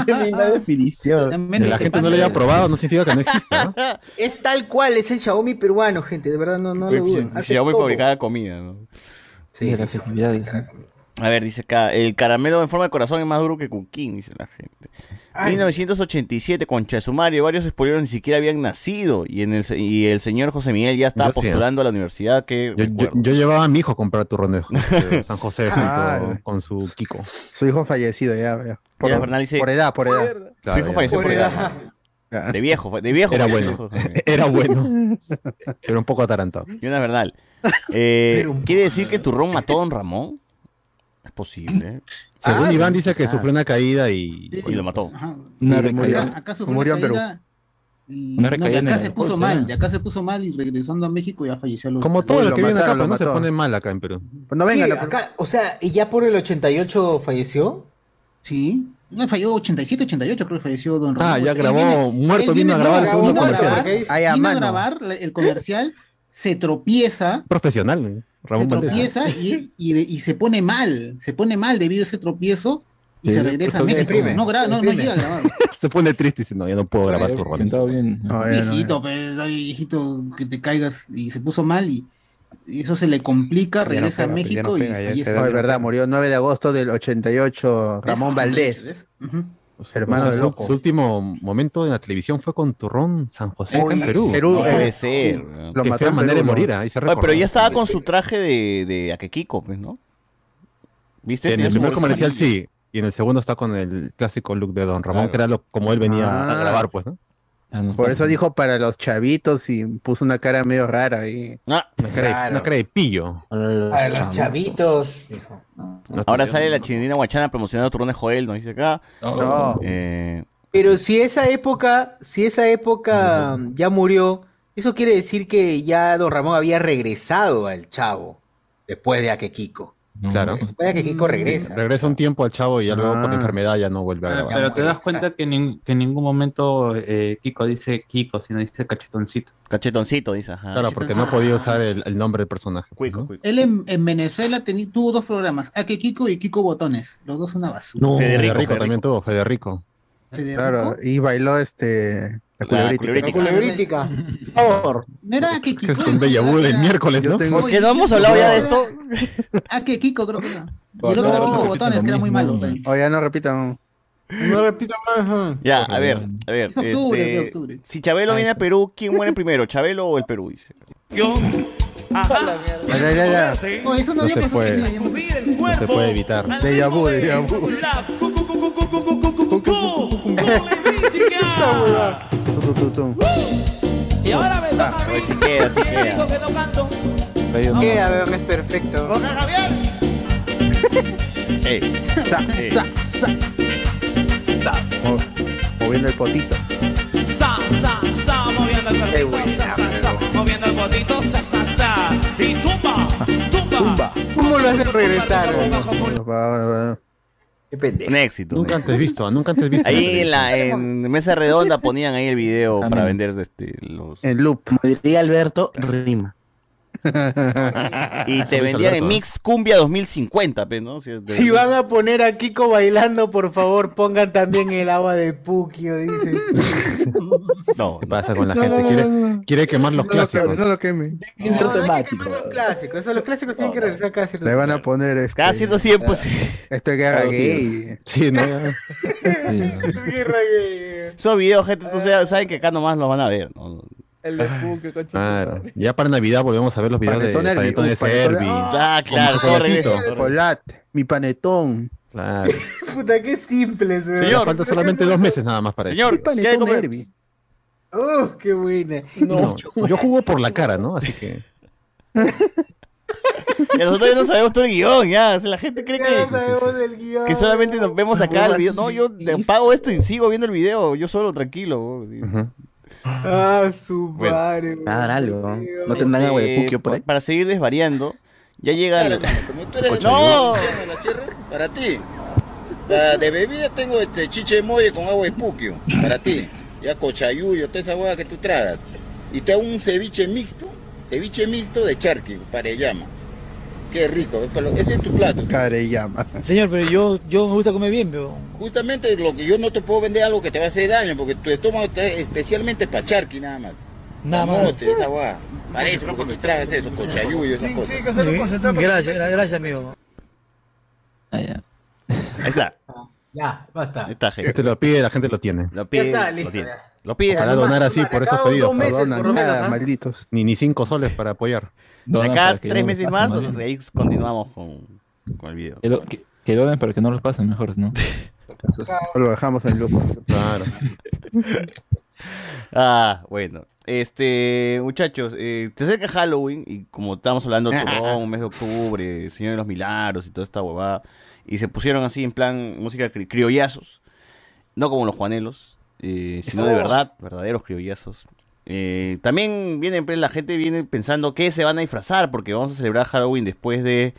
Qué linda definición.
Que la gente no lo haya probado no significa que no exista. ¿no?
Es tal cual, es el Xiaomi peruano, gente. De verdad, no, no lo duden.
Si
Hace
ya voy
todo.
fabricada comida, ¿no?
Sí,
Este,
sí,
A ver, dice acá, el caramelo en forma de corazón es más duro que Cuquín, dice la gente. 1987, con Chasumario, varios spoileros ni siquiera habían nacido y, en el, se- y el señor José Miguel ya estaba
Yo sí, ¿eh?
postulando a la universidad que...
Yo, yo- yo llevaba a mi hijo a comprar turrón de de San José junto
Ah.
con su Kiko.
Su hijo fallecido ya. ya.
Mira, Bernal dice-
por edad, por edad.
Su hijo falleció por edad. De viejo, fue- de viejo.
Era
falleció
bueno.
José Miguel.
Era bueno. Pero un poco atarantado.
Jonas Bernal. Eh, ¿Quiere decir que Turrón mató a Don Ramón? Es posible. Ah,
Según Iván dice que sufrió una caída y...
Y lo mató.
Una
Y murió-
recaída.
Acá sufrió
Murió en
una caída y- no,
Una recaída
de
en
acá
el
se puso
aeropuerto,
mal,
¿no?
de acá se puso mal y regresando a México ya falleció. al otro
Como
día.
todos los que vienen acá,
mataron,
pero
lo
no se
mataron.
ponen mal acá en Perú.
Pues
No venga,
Sí,
no, pero-
acá, o sea, ¿y ¿ya por el 88 falleció?
Sí. No, falló 87, 88, creo que falleció Don Ramón.
Ah, ya
Él
grabó, muerto, vino a
no,
grabar el
grabó,
segundo
vino a
comercial.
grabar,
Ahí a
vino a
mano.
grabar la- el comercial, se tropieza,
Profesional, ¿eh?
se
Ramón Valdés.
tropieza y, y- y se pone mal, se pone mal debido a ese tropiezo y se regresa a México. No, gra- no, no llega a grabar.
Se pone triste y dice, no, ya no puedo grabar turrones.
Sentado bien.
Hijito, pues, oye, hijito, que te caigas y se puso mal y y eso se le complica, regresa a México y fallece.
pues, No, es verdad, murió 9 de agosto del 88 Ramón Valdés.
Ujú.
Hermano
Su-
de
su-
loco.
Su último momento en la televisión fue con Turrón San José acá en
Oye,
Perú.
Perú, No eh, puede ser, sí.
Qué
weón.
fea manera de morir, ahí se
Oye, pero
recordó.
ya estaba con su traje de, de Akekiko, pues, ¿no? ¿Viste?
En
Tenía
el
su
primer
bolsa
comercial
amarilla.
sí, y en el segundo está con el clásico look de Don Ramón,
Claro.
que era lo- como él venía
Ah.
a grabar, pues, ¿no?
Por eso dijo para los chavitos y puso una cara medio rara ahí.
Una cara, de-
Claro.
una cara de pillo.
Ah,
Para los chavitos, dijo.
Ahora sale la chilindrina guachana promocionando turrones Joel, nos dice acá.
No.
Eh,
Pero si esa época, si esa época mm, ya murió, eso quiere decir que ya Don Ramón había regresado al chavo después de Akekiko.
Claro.
Después de Akekiko regresa.
Regresa un tiempo al chavo y ya luego por enfermedad ya no vuelve a
Pero,
grabar.
Ah, pero te das cuenta que, nin- que en ningún momento eh, Kiko dice Kiko, sino dice cachetoncito.
Cachetoncito, dice.
Ah,
Ajá.
Claro, porque no podía usar el, el nombre del personaje. pues, ¿no?
Él en, en Venezuela teni- tuvo dos programas, Ake Kiko y Kiko Botones. Los dos una basura.
No, Federico, también tuvo, Federico.
Federico.
Claro, y bailó este la culebrítica.
Por favor. No era Ake
Que
Kiko.
es un déjà vu del miércoles, ¿no?
Ah, tengo-
Porque no hemos hablado ya de esto.
Ake Kiko, creo Ah, que era. Y el otro era Kiko Botones, que era muy malo. pues. también.
Oye, no repitan.
No repito más.
Ya, a ver, a ver.
Es octubre,
este,
es octubre.
Si Chabelo viene a Perú, ¿quién muere primero, Chabelo o el Perú? Dice.
Yo.
Ya, ya, ya, ya.
Oh, eso no,
No
había
se
pasado
puede.
que se llama.
No se puede evitar.
Déjà vu, déjà vu. Tu, tu, tu.
Y ahora me toca a mí.
Pues si queda, si queda.
Digo que no canto.
Queda, weón, es perfecto.
Oiga, Javier.
Eh,
Sa,
eh.
sa, sa. Mo- Moviendo el potito.
Sa, sa, sa, moviendo el cuerpo. Sa, sa, sa, moviendo el botito. Sa, sa, sa. Y tumba, tumba.
¿Cómo lo hacen regresar?
Qué
Un éxito.
Nunca antes visto, nunca antes visto. Ah,
Ahí en la en mesa redonda ponían ahí el video para vender este, los.
En loop.
Como diría Alberto, rima.
Ah,
Y te vendían el Mix Cumbia 2050, pe, ¿no? Si,
Si van a poner a Kiko bailando, por favor, pongan también el agua de Pukio, dice.
No.
¿Qué pasa con la
No,
gente?
no,
Quiere,
no, no.
quiere quemar los
No lo
clásicos.
queme, no lo queme.
Clásico, eso los clásicos tienen que regresar cada cierto
Le van a poner este.
Cada cierto tiempo, sí.
Esto que haga
Cada
gay.
Sí, no.
Esos videos, gente, tú sabes, saben que acá nomás los van a ver. ¿no?
El
Ah.
de Puque, coche.
Claro. Ya para Navidad volvemos a ver los videos
Panetón
de
Herbie,
Panetón
uh,
de
Panetón-
Servi.
Ah,
con
claro, todo
chocolatito.
regresa.
Chocolate, mi panetón.
Claro.
Puta, qué simples, weón.
Señor, falta solamente dos meses nada más para
Señor,
eso.
¿qué hay que comer?
Oh, qué buena.
No, yo jugo por la cara, ¿no? Así que.
Ya nosotros ya no sabemos todo el guión, ya. O sea, la gente cree
Ya
que,
sabemos del guión.
que solamente nos vemos acá el video. No, yo te
Sí.
pago esto y sigo viendo el video, yo solo, tranquilo.
Ah, su
Bueno.
madre.
Nada, algo. No
Este,
tendrán agua de puquio por ahí.
Para seguir desvariando, ya llega el-
Como tú
Pues
eres
¡No!
el de la sierra, para ti. Para de bebida tengo este chiche de molle con agua de puquio, para ti. Ya cochayuyo, toda esa hueá que tú tragas. Y te hago un ceviche mixto, ceviche mixto de charqui, parellama. Qué rico, es para lo- ese es tu plato.
Carellama.
Señor, pero yo, yo me gusta comer bien, pero... Justamente lo que yo no te puedo vender algo que te va a hacer daño, porque tu estómago está este, especialmente para charqui nada más.
Nada más.
Camote, esa hueá. Para eso, porque tú tragas eso, cochayuyo, esas cosas.
Gracias, gracias, amigo.
Ahí está.
Ya, basta.
Ahí está,
Este
gente.
lo pide, la gente lo tiene.
Lo
Ya
pide.
está,
lo
listo.
tiene.
ya.
Lo pide.
Ojalá donar así por esos
cada
pedidos.
dos meses,
Perdona,
por lo menos, ¿ah?
malditos.
Ni, ni cinco soles para apoyar.
De
Donan
acá
para que
tres
no
meses
les
más,
pase, más
ahí continuamos con, con el video.
Que, lo- que- que donen para que no los pasen mejor, ¿no?
Lo dejamos en loop.
Claro.
Ah, bueno. Este, muchachos, eh, te acerca Halloween y como estábamos hablando, turrón, mes de octubre, Señor de los Milagros y toda esta huevada, y se pusieron así en plan música cri- criollazos, no como los juanelos, eh, sino de
Esos.
verdad, verdaderos criollazos. Eh, también viene, pues, la gente viene pensando qué se van a disfrazar, porque vamos a celebrar Halloween después de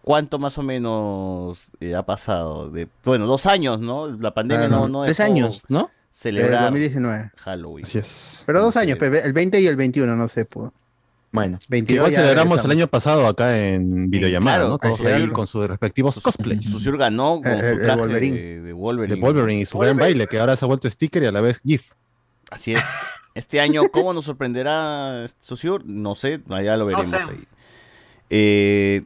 cuánto más o menos eh, ha pasado. De, bueno, dos años, ¿no? La pandemia
Claro.
no, no
Tres
dejó
años, ¿no?
Celebrar
Eh, Desde 2019.
Halloween.
Así es.
Pero dos años, pe- el 20 y el 21, no sé. pues. pudo.
Bueno,
Que igual celebramos el año pasado acá en videollamada,
claro,
¿no? Todos
así es.
ahí con sus respectivos cosplays.
Susur ganó con
Eh, eh,
su
el
traje
Wolverine.
De, de Wolverine.
De Wolverine y su gran baile, que ahora se ha vuelto sticker y a la vez GIF.
Así es. Este año, ¿cómo nos sorprenderá Susur? No sé, allá lo veremos
sé.
ahí. Eh,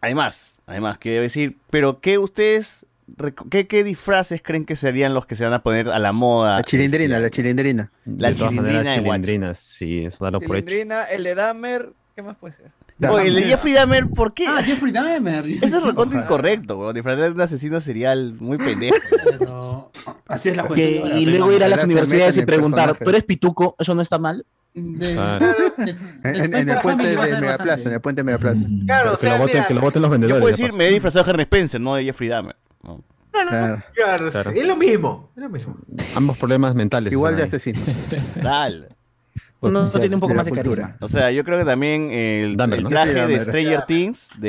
además, además, quiero decir, pero ¿qué ustedes, reco- qué, qué disfraces creen que serían los que se van a poner a la moda?
La chilindrina,
este
la chilindrina.
La
de todas maneras,
chilindrina de Guacho.
chilindrina, sí, eso dalo por hecho.
Cilindrina, el de Dahmer, ¿qué más puede ser?
año? Oye, el de Jeffrey Dahmer, ¿por qué? Ah,
Jeffrey Dahmer.
Eso es recontra incorrecto, weón. Disfrazar de un asesino serial muy pendejo.
Así es la
Que- y luego ir a las universidades y preguntar, ¿tú eres pituco? ¿Eso no está mal?
En, en el puente de Megaplaza, en el puente de Megaplaza.
Claro, o sea, mira,
los
Yo puedo
ya
decir,
pasó.
me he disfrazado de Henry Spencer, no de Jeffrey Dahmer. No.
Claro.
Claro,
Claro.
Es lo mismo. Es lo mismo.
Ambos problemas mentales.
Igual
están
de
ahí.
Dale.
Uno
Potencial
tiene un poco
Pues, de la
más de carisma.
O sea, yo creo que también el, el
¿no?
traje
Jeffrey
de
Dahmer.
Stranger Things, de,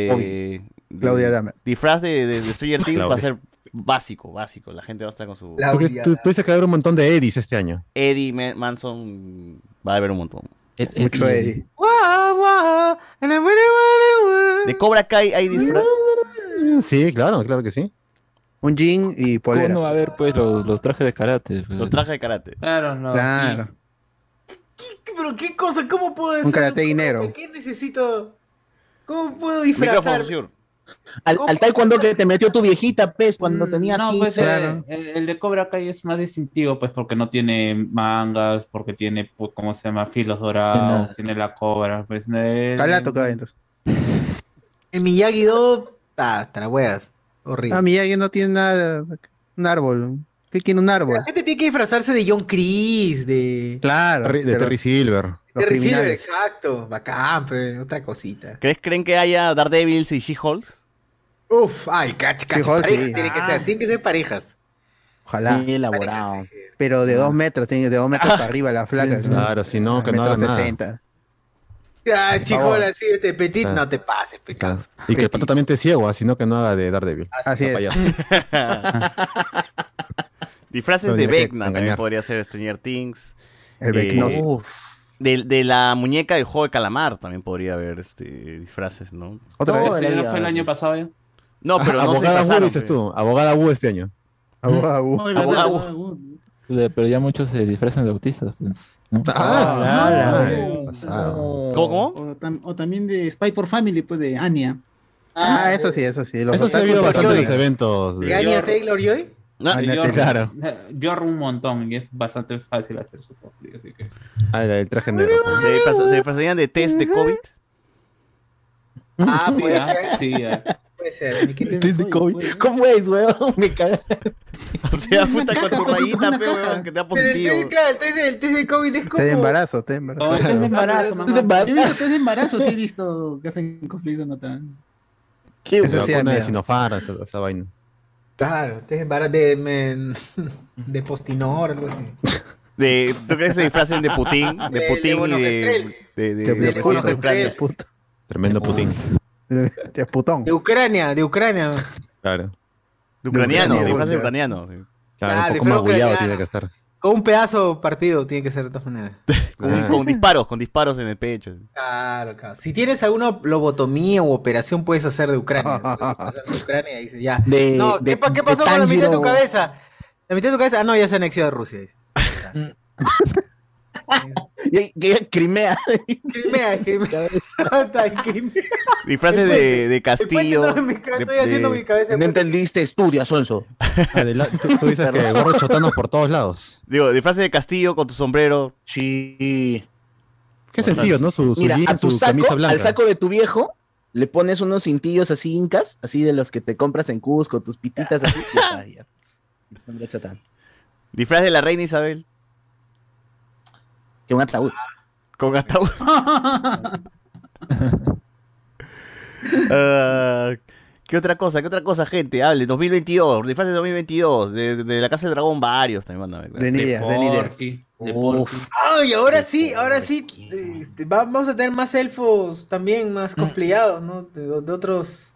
de-
Claudia Dahmer.
Disfraz de, de- de Stranger Things va a
Claudia.
ser básico, básico. La gente va a estar con su.
¿Tú, crees- tú- tú dices que va a haber un montón de Edis este añño.
Eddie Ma- Manson va a haber un montón. eh,
Mucho Eddie.
Guau, guau, en el mero-
De Cobra Kai hay disfraz.
Sí, claro, claro que sí.
Un jean y
¿Cómo
polera.
no va a haber pues los, los trajes de karate? pues?
Los trajes de karate.
Claro, no.
Claro.
Pero qué cosa, ¿cómo puedo decir?
Un karate dinero.
¿Qué necesito? ¿Cómo puedo disfrazar?
Micrófono, señor.
Al, al taekwondo que te metió tu viejita, pez, cuando tenías
No,
15.
pues eh, el, el de Cobra Kai es más distintivo, pues porque no tiene mangas, porque tiene, pu- ¿cómo se llama? Filos dorados, tiene la cobra, pues. eh,
Calato, cabrón. entonces.
En Miyagi-Do, ta, Ah, hasta las huevas. Horrible.
Ah, Miyagi no tiene nada. Un árbol. ¿Qué quiere un árbol?
La gente tiene que disfrazarse de John Chris, de.
Claro.
Terry- De
pero-
Terry Silver.
los
Terry Silver,
criminales.
exacto. Bacán, pe, otra cosita.
¿Crees, ¿Creen que haya Daredevil y She-Hulk?
Uf, ay, cacha, cacha.
Frijol,
parejas
sí.
tienen que ser, tienen que ser parejas.
Ojalá.
Bien elaborado.
Pero de dos metros, tiene de dos metros para arriba la flaca. ¿no?
Claro, si no, que no
Metro
haga nada.
60.
Ah,
Por
chico,
favor.
así, este petit,
Ah.
no te pases, pe.
Claro. Y que el pato también te ciego, ah, sino que no haga de Daredevil.
Así es.
Payaso.
Disfraces
Lo
de
diré que
Vecna también
engañar.
podría ser Stranger Things.
El Vecnoso.
de, de la muñeca del juego de calamar también podría haber este, disfraces, ¿no?
Otra
¿no?
vez.
¿Ese no fue el año pasado ya?
No, pero no se
Abogada Wu,
disfrazaron.
dices
pe.
tú. Abogada Wu este año.
Abogada Wu.
Abogada Wu.
Pero ya muchos se disfrazan de autistas. pues, ¿no?
Ah,
sí.
madre, pasado.
O-
¿Cómo?
O, tam- o también de Spy por Family, pues de Anya.
Ah, eso sí, eso sí. Los
Eso sí ha
otakus
habido
son
bastante en los
teóricos.
eventos. de-
¿Gaña Taylor Joy?
No,
Ah,
Yo-
claro.
yo armo un montón y es bastante fácil hacer su cosplay, así que.
Ah, el traje negro.
Se disfraza- se disfrazarían de test de COVID.
Ah,
Sí,
puede
ah,
ser.
sí, ah.
Puede ser. mi querido.
Desde COVID. ¿Cómo es, weón? Me caga.
O sea, puta
caca,
con tu
pues,
rayita,
una
pe,
caca.
huevón, que te da
Pero el test-
positivo.
Claro, el test, el test de COVID es como.
Está de embarazo, está de
Oh,
embarazo.
No, es de embarazo,
Yo
mamá.
he visto test de embarazo, sí he visto que hacen conflicto no tan.
Qué
Eso sí,
vacuna de
amigo.
Sinopharm, esa, esa vaina.
Claro, test de embarazo de. men- de postinor, algo así.
De, ¿Tú crees que se disfracen Este de Putin?
De-
De
de
Putin y
Bonogestrel.
de. De, de,
De
de
Putin.
vecinos de Ucrania.
Tremendo Putin.
Es putón.
De Ucrania, de Ucrania.
Claro.
De ucraniano,
Ucrania,
de disfraz de
Rusia.
ucraniano. sí.
Ah,
Claro,
de
un poco magullado
Ucrania.
tiene que estar.
Con un pedazo partido tiene que ser de todas maneras.
Con, con disparos, con disparos en el pecho.
Claro, claro. Si tienes alguna lobotomía u operación, puedes hacer de Ucrania. De Ucrania y dices, ya.
De-
no,
de-
¿qué, pa- qué
de
pasó con la mitad de
Tanjiro.
tu cabeza? La mitad de tu cabeza. Ah, no, ya se anexió de Rusia. dice.
Y- que- Crimea.
Crimea, Crimea. Ah, Está en Crimea.
Disfraces de, de castillo.
Estoy
de-
haciendo
de-
mi cabeza.
No entendiste, estudia, Sonso.
Adela- Ah, tú, tú dices que gorro chotanos por todos lados.
Digo, disfraces de castillo con tu sombrero.
Sí.
Qué sencillo, ¿no? Su, su
Mira,
jean,
a tu
su
saco,
camisa blanca.
al saco de tu viejo, le pones unos cintillos así incas, así de los que te compras en Cusco, tus pititas así. y ya está, ya. Hombre chatán.
Disfraz de la reina Isabel.
Que un ataúd.
Con ataúd. Ah, ¿Qué otra cosa? ¿Qué otra cosa, gente? Hable, 2022, disfraces de 2022, de, de la Casa de Dragón varios también van a ver.
De ni ideas, de ni ideas.
Porky, de Porky.
Uf.
Ay, ahora sí, ahora sí. este, va- vamos a tener
Mm.
más elfos también, más complicados, ¿no? De, de otros.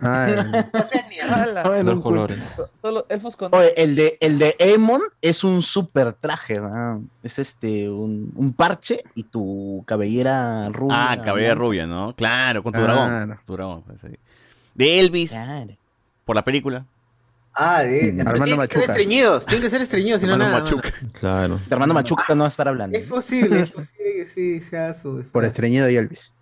Ay,
más
Dos colores.
Solo elfos con.
Oye, el de, el de Aemon es un super traje, ¿no? Es este, un, un parche y tu cabellera rubia.
Ah, cabellera rubia, ¿no? Claro, con tu dragón. Tu dragón, pues, ahí. De Elvis. Por la película.
Ah, de, de-
Armando
tienen que ser
Machuca.
estreñidos, tienen que ser estreñidos, si no
Hermano
nada.
Machuca.
Claro.
De Armando Machuca no va a estar hablando.
Es posible, es posible que sí sea su.
Por estreñido y Elvis.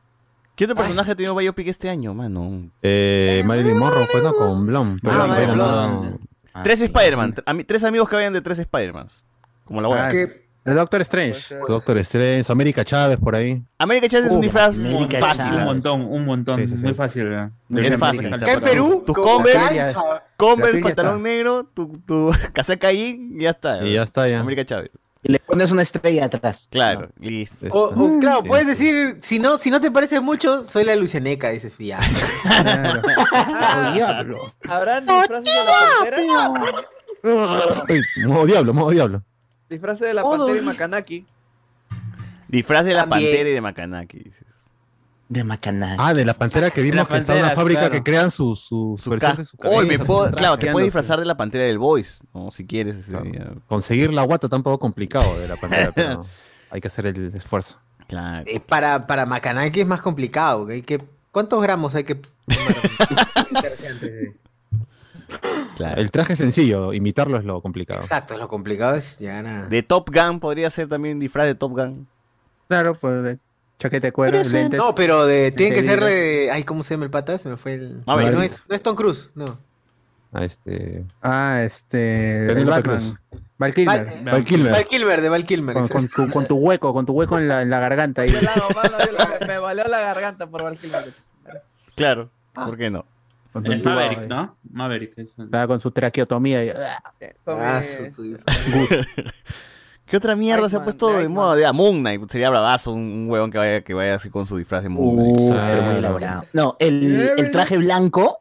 ¿Qué otro personaje ha tenido biopic este año, mano?
Eh, Marilyn Monroe fue no con Blom.
Ah,
Pero sí,
Marilyn
no-
Ah,
tres Spider-Man. tre- ami- Tres amigos que vayan de tres Spider-Man. Como la buena.
Ah, El Doctor Strange. Doctor Strange, América Chávez por ahí.
América Chávez es un
Uh,
disfraz
América
fácil.
Chávez.
Un montón, un montón. Muy fácil, eh, ¿verdad?
Es fácil.
Acá en Perú,
Tu
con-
Converse,
la piel ya- la
Converse,
piel ya
pantalón
está.
negro, tu, tu casaca ahí y ya está.
Y ya está, ya.
América Chávez.
Y le pones una estrella atrás.
Claro, listo.
Este,
O, o, claro, puedes decir, si no, si no te parece mucho, soy la Lucianeca, dice Fia.
diablo.
¿Habrán disfraces de la pantera?
Uy, modo diablo, modo diablo.
Disfraces de la pantera y Makanaki.
Disfraz de la
También.
pantera y de Macanaki.
De Macaná.
Ah, de la pantera que vimos
La
que está en una
pantera,
fábrica
claro.
que crean su, su, su versión de su
Hoy me
cabeza,
puedo-
su traje,
claro, te puedes
ando,
disfrazar de la pantera del Voice, ¿no? Si quieres. ese día.
Conseguir la guata tampoco complicado de la pantera, pero hay que hacer el esfuerzo.
Claro.
Eh, para, para Macanaki es más complicado. que hay que- ¿Cuántos gramos hay que.?
El traje es sencillo, imitarlo es lo complicado.
Exacto, lo complicado es llegar a.
De Top Gun podría ser también un disfraz de Top Gun.
Claro, pues de chaqueta de cuero, lentes.
No, pero de, tiene que
Lentes.
ser de. Ay, ¿cómo se llama el pata? Se me fue el.
A ver.
No es, no es Tom Cruise, no.
Ah, este.
Ah, este. El
Penélope
Batman. Val Kilmer.
Val Val Kilmer, de Val Kilmer.
Con, con tu, con tu hueco, con tu hueco en la, en la garganta ahí.
Me, me valió la garganta por Valkyrie.
Claro, ¿por qué no?
Con tu,
El
tubo,
Ah. Eh, Maverick,
ahí.
¿no? Maverick. es el-
Ah, con su traqueotomía. y-
Ah, su- tu disfraz. ¿Qué otra mierda se ha
Iceman,
puesto de moda? De ah, Moon Knight. Sería bravazo un, un huevón que vaya, que vaya así con su disfraz de Moon Knight.
Uh, pero muy elaborado. No, el, el traje blanco.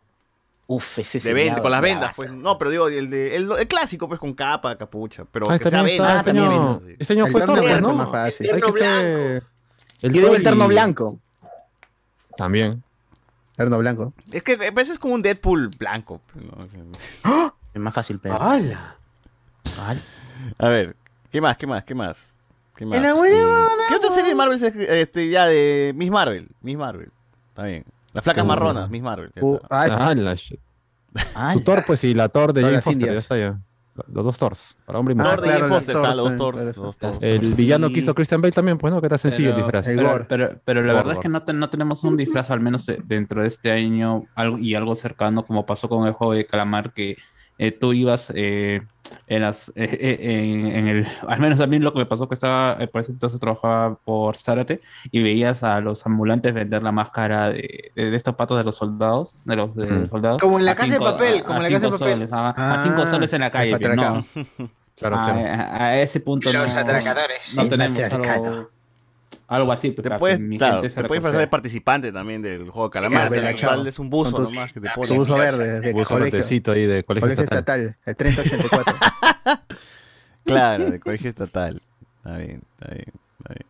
Uf, ese
De
sería
venda, con las
bravazo.
vendas, pues. No, pero digo, el, de, el, el clásico, pues, con capa, capucha. Pero
Ah,
que
este
sea
año
venda.
está- este año- este año fue
torno,
torpe, ¿no?
fácil.
Hay que ser-
Yo digo el
Toy-
terno blanco.
También.
Terno blanco.
Es que a veces es como un Deadpool blanco. pues, ¿no? O sea,
Es más fácil, pero.
¡Hala!
A ver, ¿qué más? ¿Qué más? ¿Qué más? ¿Qué más?
En la
Este,
huevona,
¿Qué otra serie de Marvel es este, ya de Miss Marvel? Miss Marvel. Está bien. Las flacas
Sí.
marronas, Miss Marvel. ya
Uh,
está.
ah, la shit.
Ah,
Su Thor, pues, y la Thor de
Todas
Jane
las
Foster,
indias.
ya está ya. Los dos Thors, para
Ah,
hombre y
Thor
mujer.
de Jane Foster, está, los Thors, los Thors.
El villano que hizo Christian Bale también, pues no, que está sencillo el disfraz.
Pero, pero- pero la
Gore,
verdad es que
gore.
no, te- no tenemos un disfraz, al menos eh, dentro de este año, algo, y algo cercano, como pasó con el juego de Calamar, que eh, tú ibas eh, en las. eh, eh, en, en el, al menos a mí lo que me pasó que estaba. eh, por ese entonces trabajaba por Zárate y veías a los ambulantes vender la máscara de, de- de estos patos de los soldados. De los de
Mm.
soldados.
Como en la
a
Casa de Papel, como
a
en la Casa de
cinco
Papel.
soles, a, a cinco
Ah,
soles en la
el
calle. pues, no.
Claro,
a, e,
claro.
a- a ese punto
Los
no,
atracadores.
no
El
tenemos
patriarcado.
algo, algo así. pues,
Te
para
puedes,
que mi
claro,
gente se
te puedes
reconozca.
disfrazar de participante también del juego de calamar.
Claro,
o sea,
la chava.
total, es un buzo
Con tus-
nomás que te
tu
pones.
buzo verde de
Puso
colegio.
lotecito ahí de colegio
Colegio
estatal.
estatal, el 3084.
Claro, de colegio estatal. Está bien, está bien, está bien.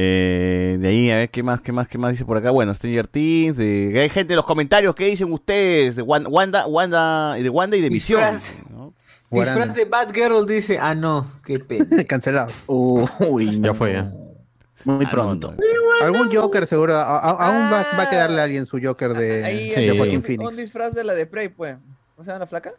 Eh, de ahí, a ver, ¿qué más, qué más, qué más dice por acá? Bueno, Stranger Things, de... hay gente en los comentarios, ¿qué dicen ustedes? De Wan- Wanda, Wanda, de Wanda y de Visión.
Disfraz-
¿no?
Disfraz de Batgirl dice, ah, no, qué pena.
Cancelado.
Uy,
ya fue, ya.
Muy
pronto.
Algún Joker seguro, a- a- aún va, va a quedarle a alguien su Joker de,
Ahí
de
hay
Joaquin
un, un
Phoenix.
disfraz de la de Prey, pues. ¿Cómo se llama la flaca?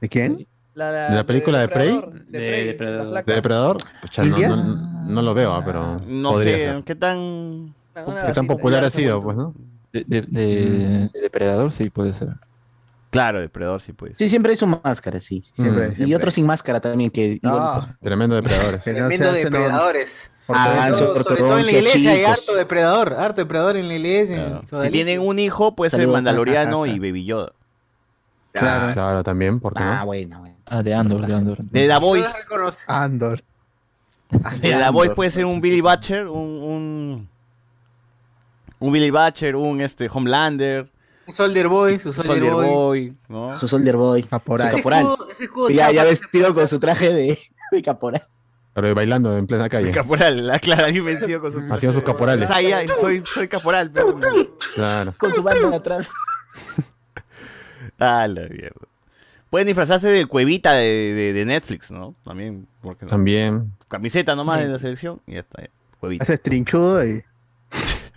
¿De quién?
La,
¿De la película de Prey?
Depredador, De Prey. la
¿De
flaca.
Depredador? Pucha, no,
¿Indias?
no, no lo veo, ah, pero.
No
podría
sé,
ser.
¿qué tan,
Una
Qué tan
vagina.
popular ha sido, pues, ¿no? Mm.
De, de- de- de depredador sí puede ser.
Claro, depredador sí puede
Sí, siempre hay su máscara, sí. sí.
Siempre,
Mm. y
siempre.
otro sin máscara también que. pues,
Ah,
Tremendo depredador.
que no
Tremendo
se hace, no-
depredadores. Ah,
Hagan su
Sobre todo en la
ortodoncia,
iglesia hay
chicos.
harto depredador, harto depredador en la iglesia. en
Si
Sodalicio.
tienen un hijo, puede ser
Saludos.
Mandaloriano y Baby Yoda.
Claro.
Claro, también, ¿por qué
Ah,
no?
bueno, bueno.
Ah, de Andor, de Andor. Ah,
De The
No
Voice,
las reconoce.
Andor.
de The Voice
pues.
puede ser un Billy Butcher, un, un, un Billy Butcher, un este, Homelander,
Un Soldier Boy, su
un
Soldier,
Soldier
Boy.
Boy, ¿no?
Su Soldier Boy.
Caporal.
Su caporal.
Ese escudo- ese escudo
ya,
chafa
ya
que
vestido con su traje de, de caporal.
Pero bailando en plena calle.
Caporal, la clara, ahí vencido con su...
Haciendo sus caporales.
Ah, ya, soy, soy caporal. pero-
Claro.
Con su banda atrás.
Ah, la mierda. Pueden disfrazarse de cuevita de, de- de Netflix, ¿no? También, ¿por qué no?
También.
Camiseta nomás de la selección y ya está, ya. cuevita.
Haces trinchudo y.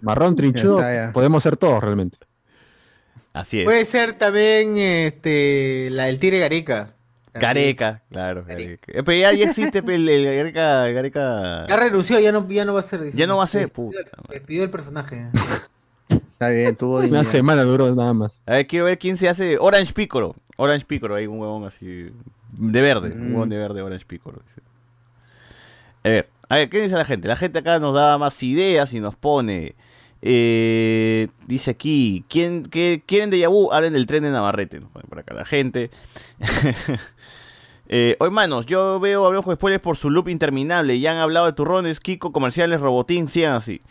Marrón, trinchudo.
Ya está, ya.
Podemos ser todos realmente.
Así es.
Puede ser también este, la del Tigre Gareca.
Careca, claro. Careca. Eh, pero ya, ya existe pe, el, el Gareca. el Gareca-
Ya renunció, ya no, ya no va a ser. dice.
Ya no va a ser,
Despidió- Despidió el personaje.
Está bien, tuvo
Una
dignidad.
semana duró nada más.
A ver, quiero ver quién se hace. Orange Piccolo. Orange Piccolo, hay un huevón así. De verde. Un huevón de verde, Orange Piccolo. dice. A ver, a ver, ¿qué dice la gente? La gente acá nos da más ideas y nos pone. eh, dice aquí, ¿quién, qué, ¿quieren de Yabu? Hablen del tren de Navarrete. Nos ponen por acá la gente. Eh, hoy, manos, yo veo Hablemos con Spoilers por su loop interminable. Ya han hablado de turrones, Kiko, comerciales, Robotín, sigan así.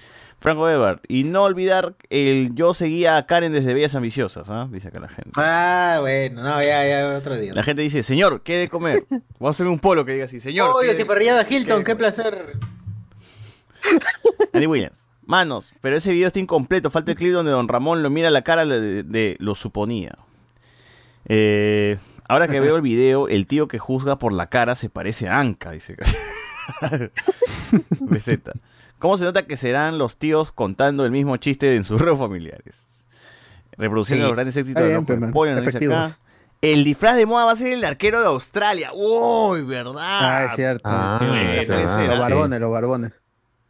Franco Weber. Y no olvidar, el yo seguía a Karen desde Bellas Ambiciosas, ¿ah? dice acá la gente.
Ah, bueno, no, ya, ya, otro día.
La gente dice, señor, ¿qué he de comer? Vamos a hacerme un polo que diga así, señor. ¿qué he
Oye,
de
si parrillada Hilton, qué, placer.
Andy Williams. Manos, pero ese video está incompleto. Falta el clip donde Don Ramón lo mira a la cara de, de- lo suponía. Eh, ahora que veo el video, el tío que juzga por la cara se parece a Anka, dice. Beseta. ¿Cómo se nota que serán los tíos contando el mismo chiste en sus redes familiares? Reproduciendo
Sí.
los grandes éxitos
Está
de
bien,
los
pues, man.
pollo, nos dice acá.
Efectivos.
El disfraz de moda va a ser el arquero de Australia. ¡Uy, verdad!
Ah, es cierto.
Ah,
Esa
es
puede
verdad,
ser,
los
¿ah?
barbones, los barbones.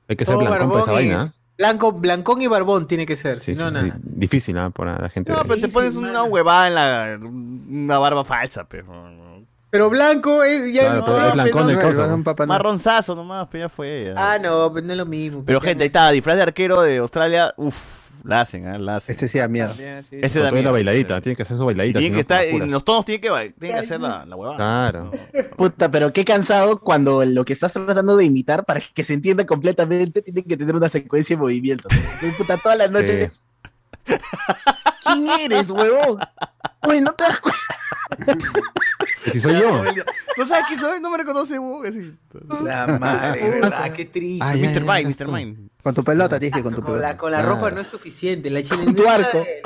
Hay que ser
Todo
blancón para esa
Oh, barbón y-
vaina. ¿eh?
Blanco, blancón y barbón tiene que ser,
Sí,
si no,
sí,
nada.
di- Difícil, ¿ah? Para la gente.
No,
de-
pero te pones una huevada en la. Una barba falsa, pero.
Pero blanco es. Ya pues,
Claro, pero es blancón de causa, ¿no?
Marronzazo
nomás, pero ya fue.
Ah, no, pues no es lo mismo.
Pero,
pues,
gente, ahí
ya no
está, disfraz de arquero de Australia. Uff, la hacen, ¿eh? La hacen.
Este sí da miedo.
También, sí.
Ese
Con
da
toda la
miedo.
bailadita, tiene que hacer su bailadita.
Tienen
si
que
no,
estar,
te apuras.
en los tonos tienen que, ba- tienen que hacer la, la huevada.
Claro.
Puta, pero qué cansado cuando lo que estás tratando de imitar para que se entienda completamente tiene que tener una secuencia de movimientos. Entonces, Puta, toda la noche. ¿Quién eres, huevón? Uy, no te das cuenta.
Pues
Si soy yo.
No sabes quién soy, no me reconoce, vos. así.
La madre, ¿verdad? Qué triste.
Ah, ya,
Mr.
ya, ya,
Mine,
ya,
Mr. Mine.
Con tu pelota, tienes que ir con tu
Ah, Con
pelota.
la, con la
Claro.
ropa no es suficiente. La chilindrina.
tu arco.
de-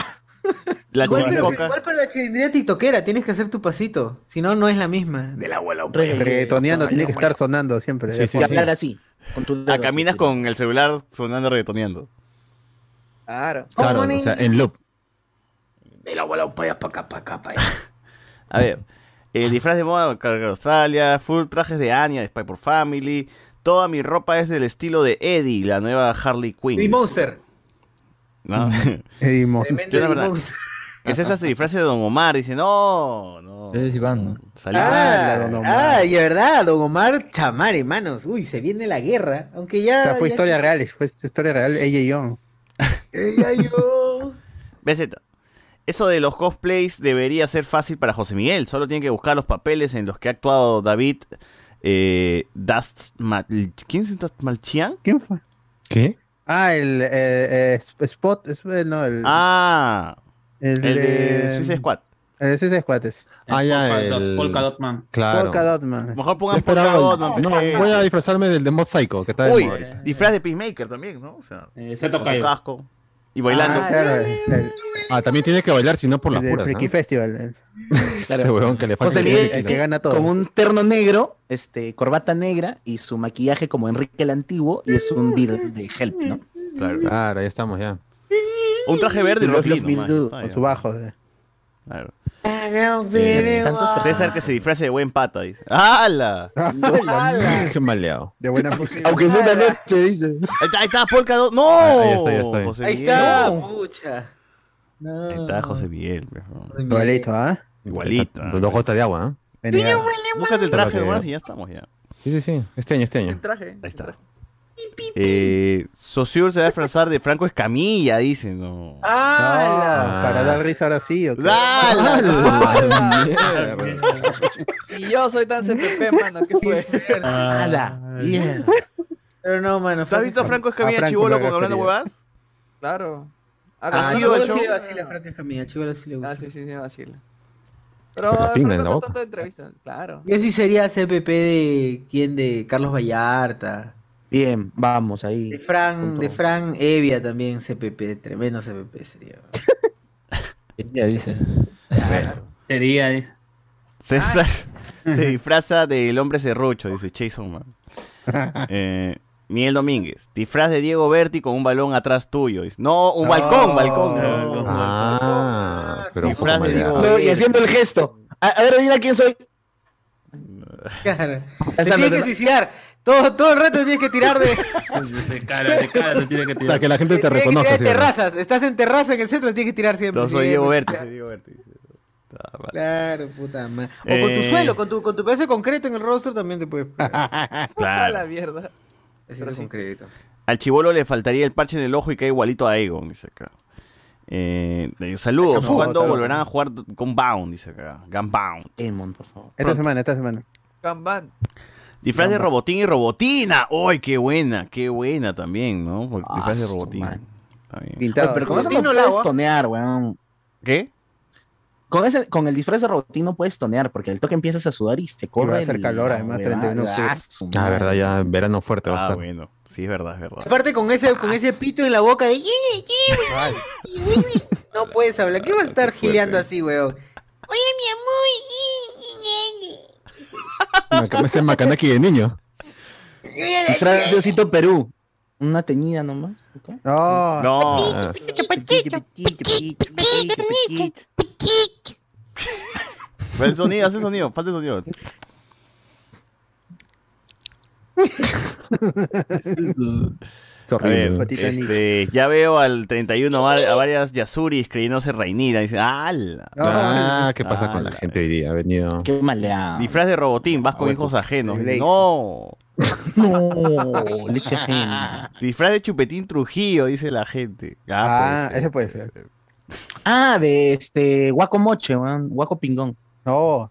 La
igual, pero,
chiricoca.
igual para la chilindrina tiktokera tienes que hacer tu pasito. Si no, no es la misma. De la abuela.
Reggaetoneando tiene que estar sonando siempre. eh, de fondo.
así. Con tu
Ah, caminas con el celular sonando reggaetoneando.
Claro.
Claro, o sea, en loop.
El abuelo para pa' acá, pa' acá, pa' allá. A ver, el disfraz de moda carga Australia, full trajes de Anya de Spy por Family, toda mi ropa es del estilo de Eddie, la nueva Harley Quinn.
Y Monster.
¿No?
Eddie
Yo, la verdad, que es esa disfraz de Don Omar, dice, no, no.
Es Iván, ¿no?
salió
Ah,
mal, la Don Omar.
ah, y verdad, Don Omar Chamar, hermanos. Uy, se viene la guerra. Aunque ya.
O sea, fue
ya-
historia real, fue historia real, ella y yo.
Ella y yo.
BZ. Eso de los cosplays debería ser fácil para José Miguel. Solo tiene que buscar los papeles en los que ha actuado David eh, Dast Ma- ¿Quién es Dast Malchian?
¿Quién fue?
¿Qué?
Ah, el eh, eh, Sp- Spot, es, eh, no, el.
Ah,
el,
el de
eh,
Suicide Squad.
El de Suicide Squad es.
Ah, ya,
Polka Dot-
el...
Polka Dot Man.
Claro.
Polka Dot Man.
Mejor
Yo
pongan Polka
esperaba-
Dot, man,
No,
porque-
voy a disfrazarme del de Mod Psycho, que está de
Uy,
moda ahorita.
disfraz de Peacemaker también, ¿no? O sea,
se
con tu casco. Y bailando.
Ah, claro, el, el-
Ah, también tiene que bailar, si no por las
el del
puras, ¿no?
Freaky Festival. el-
Ese huevón que le falta.
José
el
Miguel,
friki, ¿no?
Con un terno negro, este, corbata negra y su maquillaje como Enrique el Antiguo y es un deal de help, ¿no?
Claro.
Claro, ahí estamos ya.
Un traje verde y
Love,
Rock Lee
love,
nomás,
will do.
ya está,
Con
ya.
su bajo. eh.
Claro.
Pero-
César que se disfrace de buen pata, dice. ¡Hala!
Qué maleado.
De buena
Aunque sea una noche, dice.
Ahí está, ahí está Polka Dot. ¡No!
Ah, Ahí está, ahí está, ahí está.
José
Ahí
Miguel.
está, pucha. No.
Ahí está José Miguel. pe.
Igualito, ¿ah?
Igualito.
Dos dos gotas de agua, ¿eh?
Genial.
Búscate el traje
Pero que-
nomás y ya estamos ya.
Sí, sí, sí. Este año, este año.
Traje.
Ahí está. Eh, Saussure se va a disfrazar de Franco Escamilla, dicen. No.
Ah,
Ah,
Ah, No, para
Ah.
dar risa ahora sí. ¿o qué?
Y yo soy tan CPP, mano. ¿Qué fue?
Pero no, mano.
¿Tú has visto a Ah, Franco
Ah,
Escamilla chivolo con hablando huevadas?
Claro.
¿Ha sido el show?
Ah, Sí le vacila a Franco Escamilla, chivolo sí le gusta.
Ah, sí, sí, sí, vacila.
Pero
Pero
la pinga en
Franco
la
no
boca.
tanto de entrevistas, claro.
Yo sí sería CPP de quién de Carlos Vallarta.
Bien, vamos ahí.
De Fran, de Fran Evia también CPP, tremendo CPP sería.
Ya dice.
Sería. eh.
César se disfraza del hombre serrucho, dice Jason Man. Eh, Miguel Domínguez, disfraz de Diego Berti con un balón atrás tuyo. dice. No, un balcón, balcón.
Ah, pero un poco
Disfraz de Diego
maleado.
No, y
Berti.
haciendo el gesto. A, a ver, mira quién soy.
Claro. Te tienes que suicidar. Todo, todo el rato te tienes que tirar de.
De cara, de cara, te tiene que tirar.
Para que la gente te
tienes que tirar
reconozca.
de
¿sí o no?
terrazas. Estás en terraza en el centro, te tienes que tirar siempre.
No, soy Diego
siempre.
Berti, soy Diego Berti. Ah, vale.
Claro, puta madre. O con tu
Eh.
suelo, con tu, con tu pedazo de concreto en el rostro también te puedes.
Claro.
la mierda.
Eso es concreto.
Al chivolo le faltaría el parche en el ojo y cae igualito a Aegon, dice acá. Eh, de- saludos,
Chapudo,
¿cuándo
claro.
volverán a jugar Gunbound? Dice acá. Gunbound.
Elmon, por favor.
Esta semana, esta semana.
Kanban.
Disfraz de robotín y robotina. ¡Uy, qué buena! ¡Qué buena también, ¿no? Porque disfraz de
Ah, su
robotín.
madre.
Está bien.
Oye, pero con eso no puedes tonear, weón.
¿Qué?
Con, ese, con el disfraz de robotín no puedes tonear porque el toque empiezas a sudar y se corre.
va a hacer calor, además, 31 de octubre.
Ah, verdad, ya verano fuerte va a
Ah,
estar.
bueno. Sí, es verdad, es verdad.
Aparte con ese, con ese pito en la boca de. No puedes hablar. ¿Qué vas a estar gileando así, weón?
Maca- Ese macanaki de niño.
Disfraz de osito Perú. Una teñida nomás.
No.
No. Haz el sonido, haz el sonido, falta el sonido. A ver,
Patita de
este, ya veo al 31 va- a varias Yasuris creyéndose Reinira. Dice, ¡ala!
Ah, ¿qué pasa con la
¡Ala!
gente hoy día? Ha venido.
Qué maleado.
Disfraz de robotín, vas con
Ah,
hijos ajenos.
Blaze.
No.
No, leche ajena.
Disfraz de chupetín Trujillo, dice la gente.
Ah,
puede ser.
ese puede ser.
Ah, de este Guaco Moche, weón. Guaco Pingón.
No.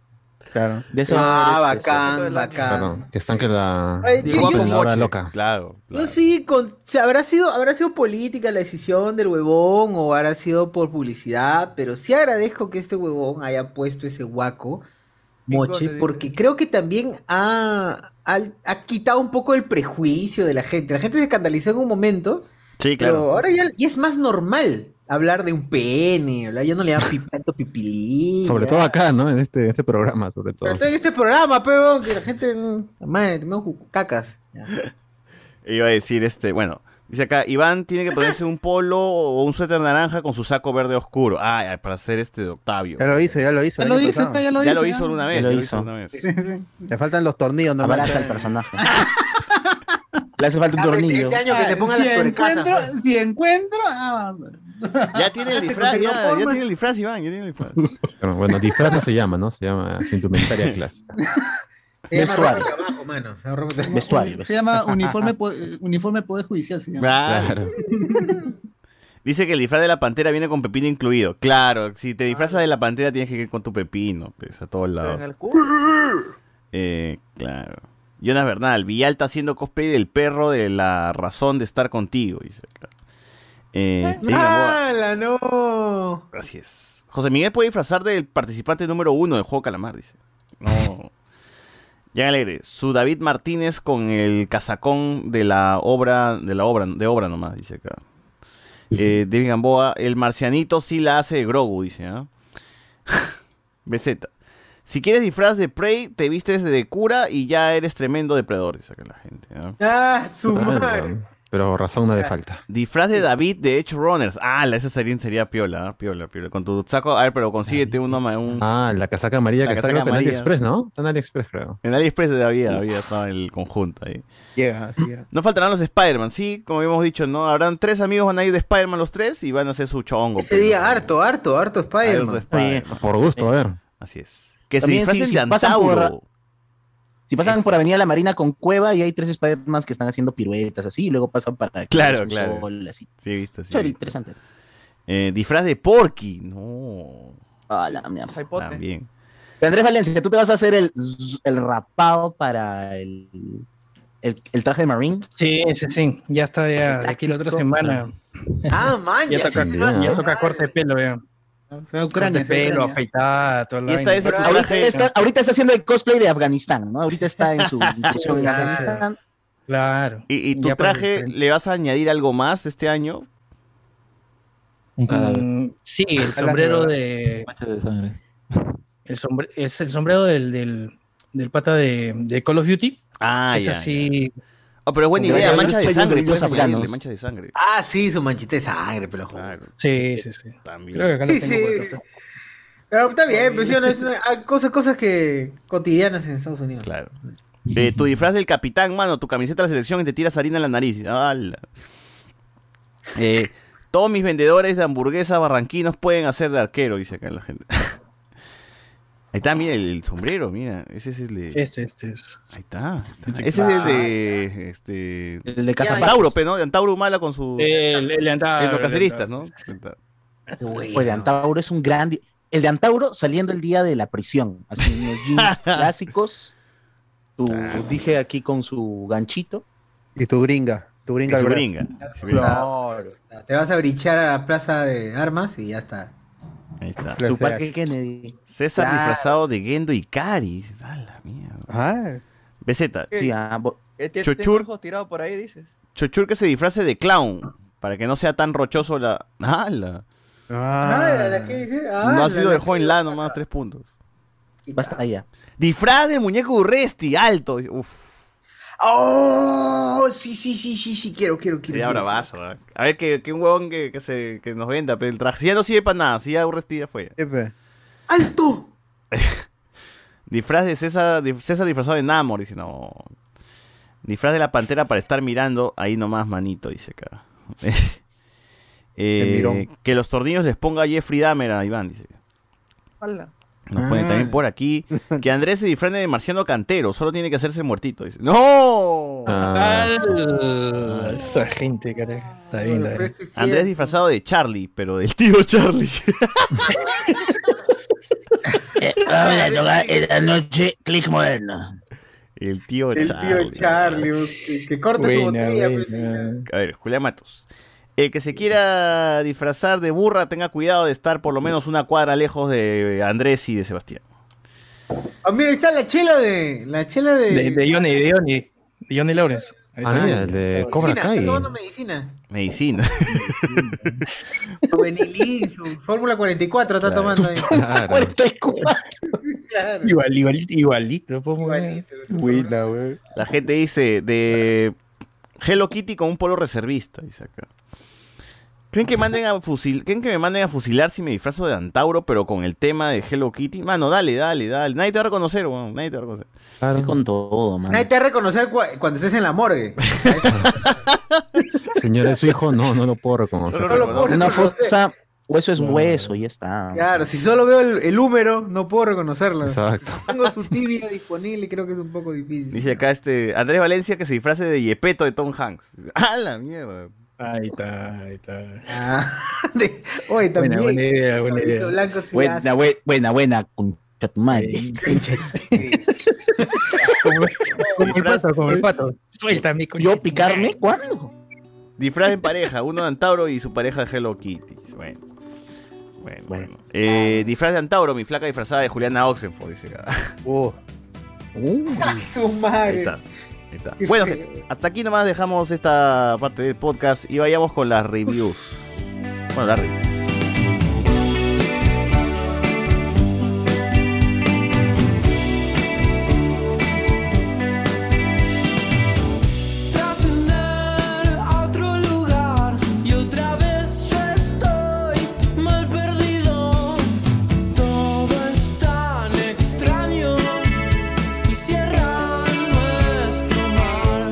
Claro.
De eso
Ah, bacán, bacán.
Perdón, que están que la.
Ay, yo- yo-
la hora loca.
pues, Claro.
No, sí, con, se- habrá, sido, habrá sido política la decisión del huevón o habrá sido por publicidad, pero sí agradezco que este huevón haya puesto ese guaco moche, porque creo que también ha, ha, ha quitado un poco el prejuicio de la gente. La gente se escandalizó en un momento,
Sí,
pero
claro.
ahora ya, ya es más normal hablar de un pene, hablar- ya no le dan pi- tanto pipilín.
Sobre
ya.
todo acá, ¿no? En este, este programa, sobre todo.
Pero estoy en este programa, pero que la gente... mm, Madre, te cacas.
Iba a decir, este, bueno. Dice acá, Iván tiene que ponerse un polo o un suéter naranja con su saco verde oscuro. Ah, ya, para hacer este de Octavio.
Ya lo hizo, ya lo
Ya
hizo. el
lo
año
hice,
pasado.
pe, ya lo
Ya
hice,
lo hizo una vez.
Ya
ya
lo
lo
hizo.
hizo una vez.
Le faltan los tornillos nomás.
Abraza al personaje. Le hace falta un tornillo.
Este año que se pongan
si
las tuercasas,
encuentro,
pues.
si encuentro, ah,
Ya tiene el
Se
disfraz,
consiguió
ya, ya
forma.
tiene el disfraz, Iván, ya tiene el disfraz.
Pero bueno, disfraz no se llama, ¿no? Se llama indumentaria clásica.
Se llama
Vestuario.
ropa de trabajo, mano. Se llama ropa de trabajo.
Vestuario.
se llama uniforme, po- eh, uniforme poder judicial, se llama.
Claro. Dice que el disfraz de la pantera viene con pepino incluido. Claro, si te disfrazas de la pantera tienes que ir con tu pepino, pues, a todos
En
lados.
el culo.
Eh, claro. Jonas Bernal, Villalta haciendo cosplay del perro de la razón de estar contigo. dice acá. Eh, Jane Gamboa,
¡Hala, no!
así es. José Miguel puede disfrazar del participante número uno del juego Calamar, dice. No. Ya alegre, su David Martínez con el casacón de la obra, de la obra, de obra nomás, dice acá. Eh, David Gamboa, el marcianito sí la hace de Grogu, dice, ¿ah? BZ. Si quieres disfraz de Prey, te vistes de cura y ya eres tremendo depredador, dice acá la gente, ¿ah?
¡Ah, su madre! Ah.
Claro, Pero razón no le falta.
Disfraz de David de Edge Runners. Ah, la- esa sería, sería piola, ¿ah? piola, piola. Con tu saco, a ver, pero consíguete uno, ma- un,
Ah, la casaca amarilla
La
que está
casaca
creo que en
amarilla.
AliExpress, ¿no? Está en AliExpress, creo.
En AliExpress había, había estaba el conjunto ahí.
Llega, así llega.
No faltarán los Spider-Man, sí, como habíamos dicho, ¿no? Habrán tres amigos, van a ir de Spider-Man los tres y van a hacer su chongo.
Ese
pues,
día,
¿no?
harto, harto, harto
Harto de
Spider-Man.
Spider-Man.
Por gusto, a ver.
Así es. Que se
También si-
disfracen
si
de
pasan por-
Antauro.
Si pasan por Avenida La Marina con Cueva y hay tres Spider-Man que están haciendo piruetas así y luego pasan para aquí,
Claro,
un
claro.
sol, así.
Sí, he visto, sí. he
Chévere,
visto.
interesante.
Eh, disfraz de Porky. No.
Ah, la mierda.
También.
Pero Andrés Valencia, tú te vas a hacer el, zzz, el rapado para el, el, el traje de Marine.
Sí, sí, sí. Ya está, ya. De aquí la otra semana.
¡Ah, man!
Ya toca,
Bien.
Ah,
ya toca corte de pelo, vean.
O sea,
Corte de
Ucrania, o sea, Ucrania.
pelo, afeitada, toda la
Y esta
vaina.
es otro
Ahorita
traje.
está, ahorita está haciendo el cosplay de Afganistán, ¿no? Ahorita está en su incursión en Afganistán.
Claro.
¿Y, y tu
Ya para
traje
diferente.
le vas a añadir algo más este año?
Un cadáver.
Mm, Sí, el
Ojalá
sombrero
que-
de.
Manchas de sangre.
El sombre- es el sombrero del, del, del pata de, de Call of Duty.
Ah,
es
ya,
así.
Oh, pero buena idea, mancha de sangre, puedes añadirle
africanos.
mancha de sangre.
Ah, sí, su manchita de sangre, pero joder.
Sí, sí, sí.
También.
Creo que acá lo
Sí,
tengo
sí.
por acá.
Pero está bien, pues, sí, no, es una- hay cosas, cosas que cotidianas en Estados Unidos.
Claro. De tu disfraz del capitán, mano, tu camiseta de la selección y te tiras harina en la nariz. ¡Hala! Eh, todos mis vendedores de hamburguesas barranquinos pueden hacer de arquero, dice acá la gente. Ahí está, mira, el, el sombrero, mira. Ese es el de.
Este, este es. Este
Ahí está. ahí está. Ese es el de. Este,
el de
Cazapacos.
Antauro, pe, ¿no? De Antauro Humala con su.
El- el de Antauro,
de los
el de
caceristas, ¿no?
Oye, de Pues, Antauro es un gran. di- El de Antauro saliendo el día de la prisión. Así, unos jeans clásicos. Tu, dije aquí con su ganchito.
Y tu gringa. Tu gringa.
Y su
al brazo.
gringa.
Claro.
Te vas a brichar a la plaza de armas y ya está.
Ahí está.
Su
César
parque
Kennedy.
Claro.
disfrazado de Gendo y Cari. ¡A la mierda!
Ah.
BZ.
Sí, ah, ¿Qué te- tengo
Chochur,
ojos tirados por ahí, dices?
Chochur que se disfrace de clown. Para que no sea tan rochoso la. ¡Hala!
Ah.
Ah,
Ah,
No ha sido de Joven Lano, más tres puntos.
Basta ya.
Disfraz del muñeco Urresti, alto. Uf,
¡Oh! Sí, sí, sí, sí, sí, quiero, quiero, quiero.
sería bravazo. ¿eh? A ver, que, que un huevón que, que se, que nos venda. Pero el traje si ya no sirve para nada. Si ya Urresti ya fue.
¡Alto!
Disfraz de César, de César disfrazado de Namor. Dice, no. Disfraz de la pantera para estar mirando ahí nomás, manito, dice acá. Eh,
El mirón.
que los tornillos les ponga Jeffrey Dahmer a Iván, dice.
Hola.
Nos ponen
Ah.
también por aquí que Andrés se disfrace de Marciano Cantero, solo tiene que hacerse el muertito. Dice. ¡No!
Ah, esa gente, carajo. Está bien, está bien.
Andrés disfrazado de Charlie, pero del tío Charlie.
Eh, Vamos a tocar esta noche click moderno.
El tío
El
Pues
Charlie.
tío Charlie, uh, que, que corte su
Buena,
botella,
buena.
pues, sí, la-
A ver, Julián Matos. El que se quiera disfrazar de burra, tenga cuidado de estar por lo menos una cuadra lejos de Andrés y de Sebastián.
Ah, mira, ahí está la chela de. La chela de.
De, de Johnny, de Johnny. De Johnny Lawrence. Ahí está.
Ah, el de Cobra
medicina, está
Kai.
tomando medicina.
Medicina.
Su Benilín, su Fórmula 44 está
Claro.
tomando ahí.
Claro.
44.
claro.
Igual, igualito, igualito. ¿cómo era? Buena, wey.
La gente dice de Hello Kitty con un polo reservista, dice acá. ¿Creen que, manden a fusil... ¿Creen que me manden a fusilar si me disfrazo de Antauro, pero con el tema de Hello Kitty? Mano, dale, dale, dale. Nadie te va a reconocer, weón. Nadie te va a reconocer.
Con todo,
Ah.
man.
Nadie te va a reconocer cua- cuando estés en la morgue.
Señora, es su hijo, no, no lo puedo reconocer.
No lo puedo
Una
reconocer.
fosa, hueso es hueso, ya está.
Claro, si solo veo el, el húmero, no puedo reconocerlo.
Exacto.
Tengo su tibia disponible, creo que es un poco difícil.
Dice acá este Andrés Valencia que se disfrace de Yepeto de Tom Hanks. ¡Ah, la mierda!
Ahí está, ahí está.
Ah,
Oye, también.
buena idea, buena
Pablito
idea.
Blanco sí
Buena,
hace.
bue- buena, buena, concha tu madre.
Como el pato, como el pato. Suéltame, coño.
¿Yo picarme? ¿Cuándo?
Disfraz en pareja, uno de Antauro y su pareja de Hello Kitty. Bueno. Bueno, bueno. Eh, disfraz de Antauro, mi flaca disfrazada de Juliana Oxenford, dice acá.
Uh. Su
Ahí
madre.
está. Ahí está. Bueno, gente, hasta aquí nomás dejamos esta parte del podcast y vayamos con las reviews. Bueno, las reviews.
Trascender a otro lugar y otra vez yo estoy mal perdido. Todo es tan extraño y cierra nuestro mar.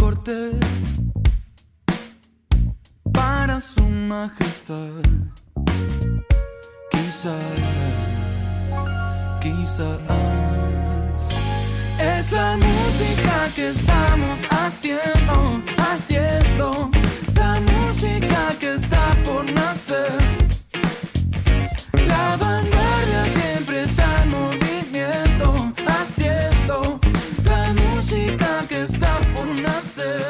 hotel para su majestad. Quizás, quizás es la música que estamos haciendo, haciendo. La música que está por nacer. La vanguardia siempre está en movimiento, haciendo la música que está por nacer.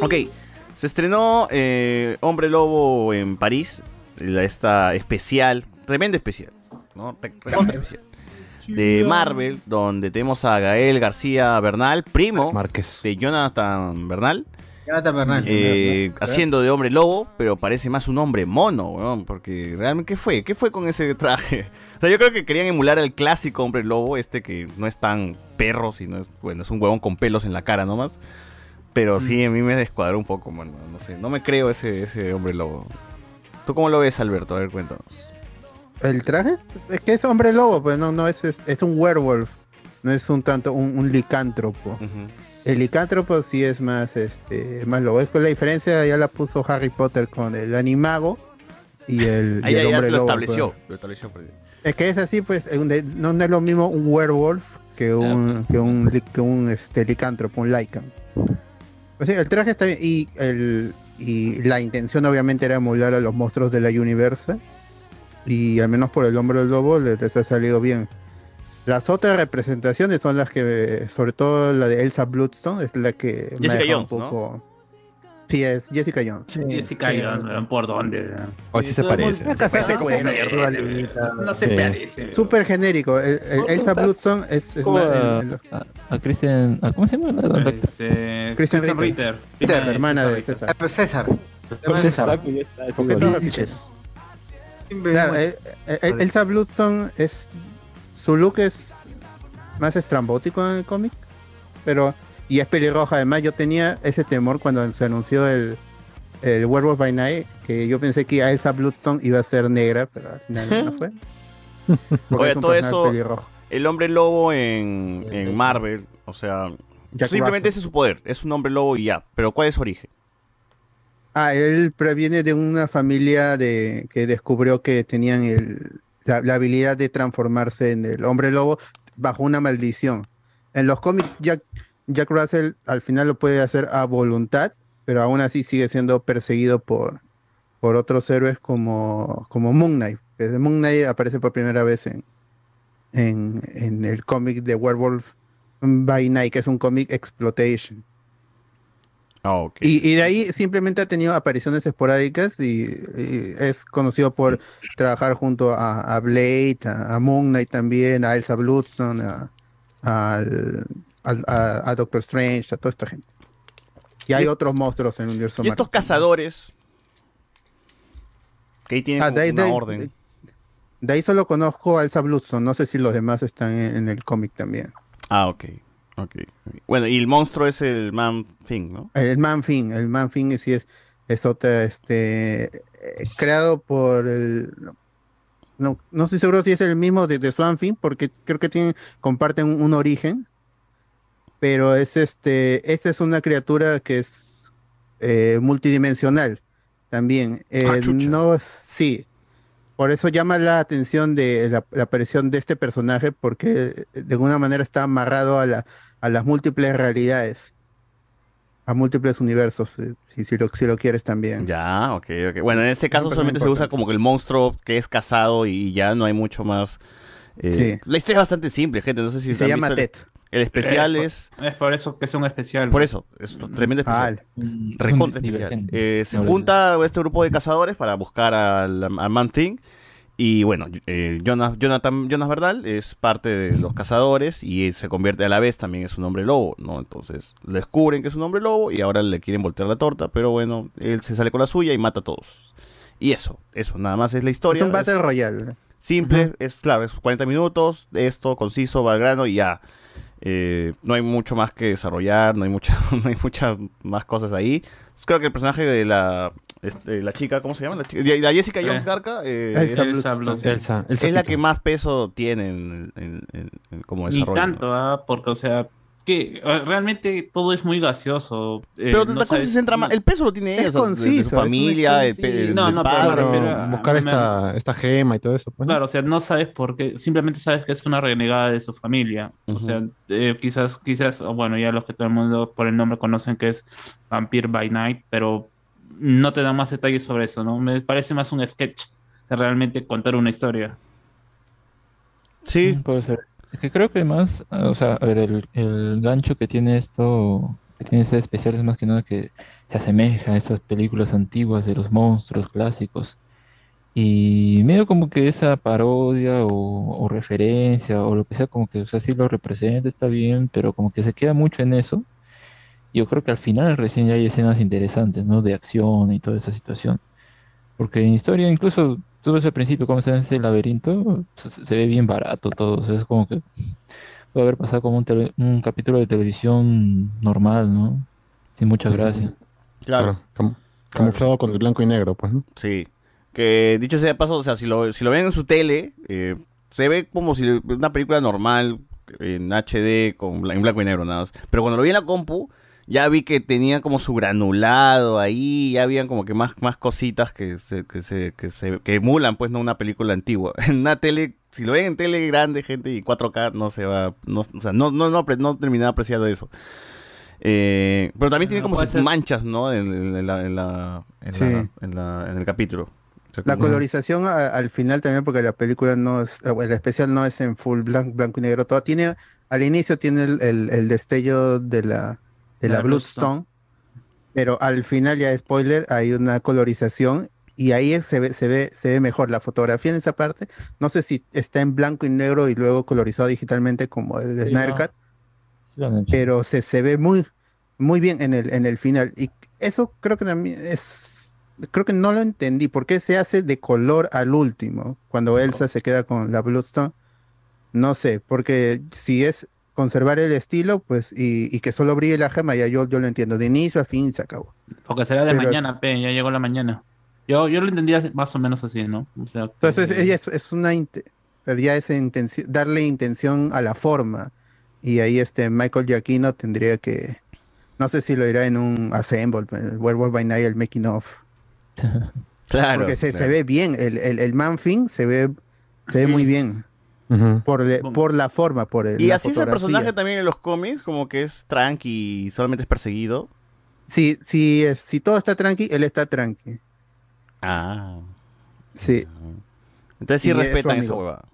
Ok, se estrenó eh, Hombre Lobo en París, la- esta especial, tremendo especial, ¿no? Re- recontra especial, de Marvel, donde tenemos a Gael García Bernal, primo de Jonathan Bernal,
Ah, Jonathan Bernal.
eh, haciendo de Hombre Lobo, pero parece más un hombre mono, weón, porque realmente, ¿qué fue? ¿Qué fue con ese traje? O sea, yo creo que querían emular al clásico Hombre Lobo, este que no es tan perro, sino es, bueno, es un huevón con pelos en la cara nomás. Pero
Mm.
sí, a mí me descuadró un poco, mano. No sé, no me creo ese, ese hombre lobo. ¿Tú cómo lo ves, Alberto? A ver, cuéntanos.
¿El traje? Es que es hombre lobo, pues no, no es, es, es un werewolf. No es un tanto un, un licántropo. El licántropo sí es más este más lobo. Es con la diferencia ya la puso Harry Potter con el animago y el, y
Ahí
el
ya
hombre
se lo
lobo,
estableció.
pues.
Lo estableció por ahí.
Es que es así, pues, eh, de- no, no es lo mismo un werewolf que un, que un, li- que un este, licántropo, un lycan. O sea, el traje está bien y, el, y la intención obviamente era emular a los monstruos de la Universe. Y al menos por el hombre del lobo les, les ha salido bien. Las otras representaciones son las que, sobre todo la de Elsa Bloodstone, es la que me ha
Jessica
dejado
Jones, ¿no?
Sí, es Jessica Jones.
Jessica Jones, weón, ¿por dónde? weón?
O sí se parece.
Una casa
Se
de
parece,
cuero, weón. No se
Sí.
parece. weón.
Súper genérico. El, el
¿Cómo
Elsa
está?
Bloodstone es, es
Como
más- el-
a,
el-
a- a Christian. a- ¿Cómo se llama? La- la-
Este,
Christian
Christian
Ritter.
Ritter.
Ritter, hermana de César.
Ah, César.
César. Porque
igual.
todo- Claro, eh, eh, el- Elsa Bloodstone es. Su look es más estrambótico en el cómic. Pero. Y es pelirroja. Además, yo tenía ese temor cuando se anunció el. El Werewolf by Night, que yo pensé que a Elsa Bloodstone iba a ser negra, pero al final no fue. Porque
Oye,
es un
todo
personaje
eso.
pelirrojo.
El hombre lobo en, en Marvel, o sea.
Jack
simplemente
Russell.
ese es su poder. Es un hombre lobo y ya. Pero ¿cuál es su origen?
Ah, él proviene de una familia de que descubrió que tenían el- la, la habilidad de transformarse en el hombre lobo bajo una maldición. En los cómics, Jack, Jack Russell al final lo puede hacer a voluntad, pero aún así sigue siendo perseguido por, por otros héroes como, como Moon Knight. que Moon Knight aparece por primera vez en, en, en el cómic de Werewolf by Night, que es un cómic exploitation. Y, y de ahí simplemente ha tenido apariciones esporádicas y, y es conocido por trabajar junto a, a Blade, a, a Moon Knight también, a Elsa Bloodstone, a, al- al- a- a Doctor Strange, a toda esta gente. Y hay otros monstruos en el universo
Y estos
Marvel.
cazadores. Que ahí tienen
Ah,
como
de ahí-
una
de ahí-
orden.
De ahí solo conozco a Elsa Bloodstone, no sé si los demás están en, en el cómic también.
Ah, ok. Ok. Bueno, y el monstruo es el Man Thing, ¿no?
El Man Thing, el Man Thing sí es, es otra, este, eh, creado por el, no, no estoy seguro si es el mismo de, de Swamp Thing, porque creo que tienen, comparten un, un origen, pero es este, esta es una criatura que es eh, multidimensional también. Eh, no, sí, por eso llama la atención de la, la aparición de este personaje, porque eh, de alguna manera está amarrado a, la, a las múltiples realidades, a múltiples universos, eh, si, si, lo, si lo quieres también.
Ya, ok, ok. Bueno, en este caso
pero no
solamente se
importa.
usa como que el monstruo que es casado y ya no hay mucho más. eh,
Sí.
La historia es bastante simple, gente. No sé si
Se
han
llama
visto el-
Ted.
El especial
Eh,
es.
Es por eso que es un especial.
Por eso, es un tremendo especial.
Mm,
Recontra
es un
especial.
divergente.
Eh, se
No,
junta este grupo de cazadores para buscar al, al Man Thing. Y bueno, eh, Jonas, Jonathan, Jonas Verdal es parte de los cazadores y él se convierte a la vez también es un hombre lobo, ¿no? Entonces lo descubren que es un hombre lobo y ahora le quieren voltear la torta, pero bueno, él se sale con la suya y mata a todos. Y eso, eso, nada más es la historia.
es un Battle Royale.
Simple, es claro, es 40 minutos, esto, conciso, va al grano y ya. Eh, no hay mucho más que desarrollar, no hay, mucha, no hay muchas más cosas ahí. Creo que el personaje de la, este, la chica, ¿cómo se llama? La, chica? de, de Jessica Jones
Eh.
Garca eh,
Elsa
es,
Bloodstone.
Bloodstone.
Elsa-
es
Elsa
la
Pittman.
que más peso tiene en- en- en- en- como
Ni
desarrollo. ¿no?
tanto, ¿ah? porque, o sea, que eh, realmente todo es muy gaseoso. eh,
Pero
no
la cosa
sabes-
se centra más. El peso lo tiene
Es
ella, o sea, de- de
conciso,
su
es muy
familia, el,
conciso.
pe- el
No,
del
no, pero me
padre.
refiero a-
buscar
me-
esta, esta gema y todo eso. pues, ¿no?
Claro, o sea, no sabes por qué, simplemente sabes que es una renegada de su familia. O sea, eh, quizás, quizás, o bueno, ya los que todo el mundo por el nombre conocen que es Vampire by Night, pero no te dan más detalles sobre eso, ¿no? Me parece más un sketch que realmente contar una historia.
Sí.
Eh, Puede ser. Es que creo que más, ah, o sea, a ver, el, el gancho que tiene esto, que tiene este especial es más que nada que se asemeja a esas películas antiguas de los monstruos clásicos. Y medio como que esa parodia o, o referencia o lo que sea, como que, o sea, sí lo representa, está bien, pero como que se queda mucho en eso. Yo creo que al final recién ya hay escenas interesantes, ¿no? De acción y toda esa situación. Porque en historia, incluso tú ves al principio cómo se hace ese laberinto, pues, se, se ve bien barato todo. o sea, es como que puede haber pasado como un, tele- un capítulo de televisión normal, ¿no? Sin mucha gracia.
Claro.
Cam- camuflado con el blanco y negro, pues, ¿no?
Sí. Que dicho sea de paso, o sea, si lo, si lo ven en su tele, eh, se ve como si una película normal en HD, con, bla- en blanco y negro nada más. Pero cuando lo vi en la compu, ya vi que tenía como su granulado ahí, ya habían como que más, más cositas que se, que, se, que, se- que emulan, pues, no una película antigua. En una tele, si lo ven en tele grande, gente, y 4K, no se va, no, o sea, no, no, no, apre- no terminaba apreciando eso. Eh, pero también tiene como
puede
sus
ser-
manchas, ¿no? En, en- en la- en la- en
Sí.
la- en la- en el capítulo. O sea,
La
como-
colorización a- al final también, porque la película no es, o el especial no es en full blanco, blanco y negro, todo tiene, al inicio tiene el, el- el destello de la, de
La
la Bloodstone, pero al final, ya spoiler, hay una colorización y ahí es- se ve, se ve, se ve mejor la fotografía en esa parte. No sé si está en blanco y negro y luego colorizado digitalmente como el de
Sí,
Snyder
no. Sí
Cut,
lo han hecho.
pero se, se ve muy, muy bien en el, en el final. Y eso creo que también es. Creo que no lo entendí. ¿Por qué se hace de color al último? Cuando Elsa se queda con la Bloodstone. No sé, porque si es conservar el estilo, pues, y, y que solo brille la gema, ya yo, yo lo entiendo. De inicio a fin se acabó.
Porque será de
Pero-
mañana, pe, ya llegó la mañana. Yo, yo lo entendía más o menos así, ¿no? O sea, que-
Entonces,
Eh.
ella es, es una. inte- Pero ya es intenci- darle intención a la forma. Y ahí este Michael Giacchino tendría que. No sé si lo irá en un Assemble, el Werewolf by Night, el Making of.
Claro.
Porque se, se
claro.
ve bien, el, el, el Man Thing se ve, se ve muy bien. por, le- por la forma, por el,
Y
la
así es el
fotografía.
personaje también en los cómics, como que es tranqui y solamente es perseguido.
Si, si, es- si todo está tranqui, él está tranqui.
Ah.
Sí.
Entonces sí
Y es su
respetan
amigo.
esa huevada.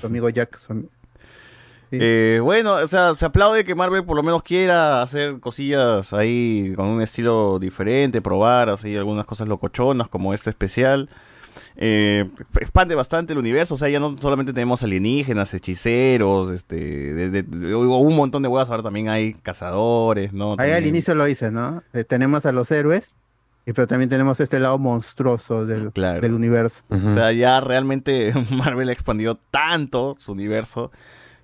Su amigo Jack. su ami-
Eh, bueno, o sea, se aplaude que Marvel por lo menos quiera hacer cosillas ahí con un estilo diferente, probar, así algunas cosas locochonas como este especial. Eh, expande bastante el universo, o sea, ya no solamente tenemos alienígenas, hechiceros, este, de- de- de- o un montón de huevas, ahora también hay cazadores, ¿no?
Ahí al
También-
inicio lo hice, ¿no? Eh, tenemos a los héroes, y- pero también tenemos este lado monstruoso del,
Claro.
del universo.
O sea, ya realmente Marvel ha expandido tanto su universo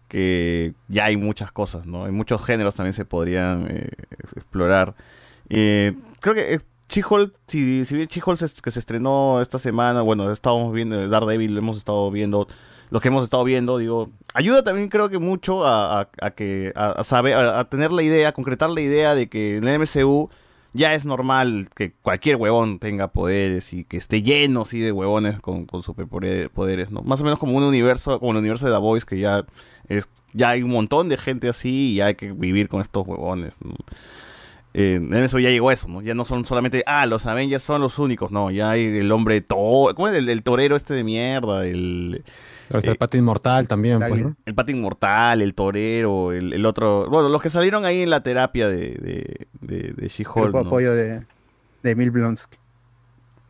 que ya hay muchas cosas, ¿no? Hay muchos géneros también se podrían eh, explorar. Eh, creo que eh, She-Hulk, si, si bien She-Hulk se- que se estrenó esta semana, bueno, estábamos viendo Daredevil, hemos estado viendo lo que hemos estado viendo, digo, ayuda también creo que mucho a, a- a que a, a saber, a, a tener la idea, a concretar la idea de que en el MCU ya es normal que cualquier huevón tenga poderes y que esté lleno así de huevones con, con superpoderes, ¿no? Más o menos como un universo, como el universo de The Voice, que ya es, ya hay un montón de gente así y hay que vivir con estos huevones, ¿no? Eh, en eso ya llegó eso, ¿no? Ya no son solamente, ah, los Avengers son los únicos, no, ya hay el hombre todo, ¿cómo es el, el torero este de mierda? El,
Claro, está el pato inmortal también, pues, ¿no?
el Pato Inmortal, el Torero, el, el otro. Bueno, los que salieron ahí en la terapia de, de, de- de She-Hulk.
Grupo
¿no?
apoyo de, de Emil Blonsky.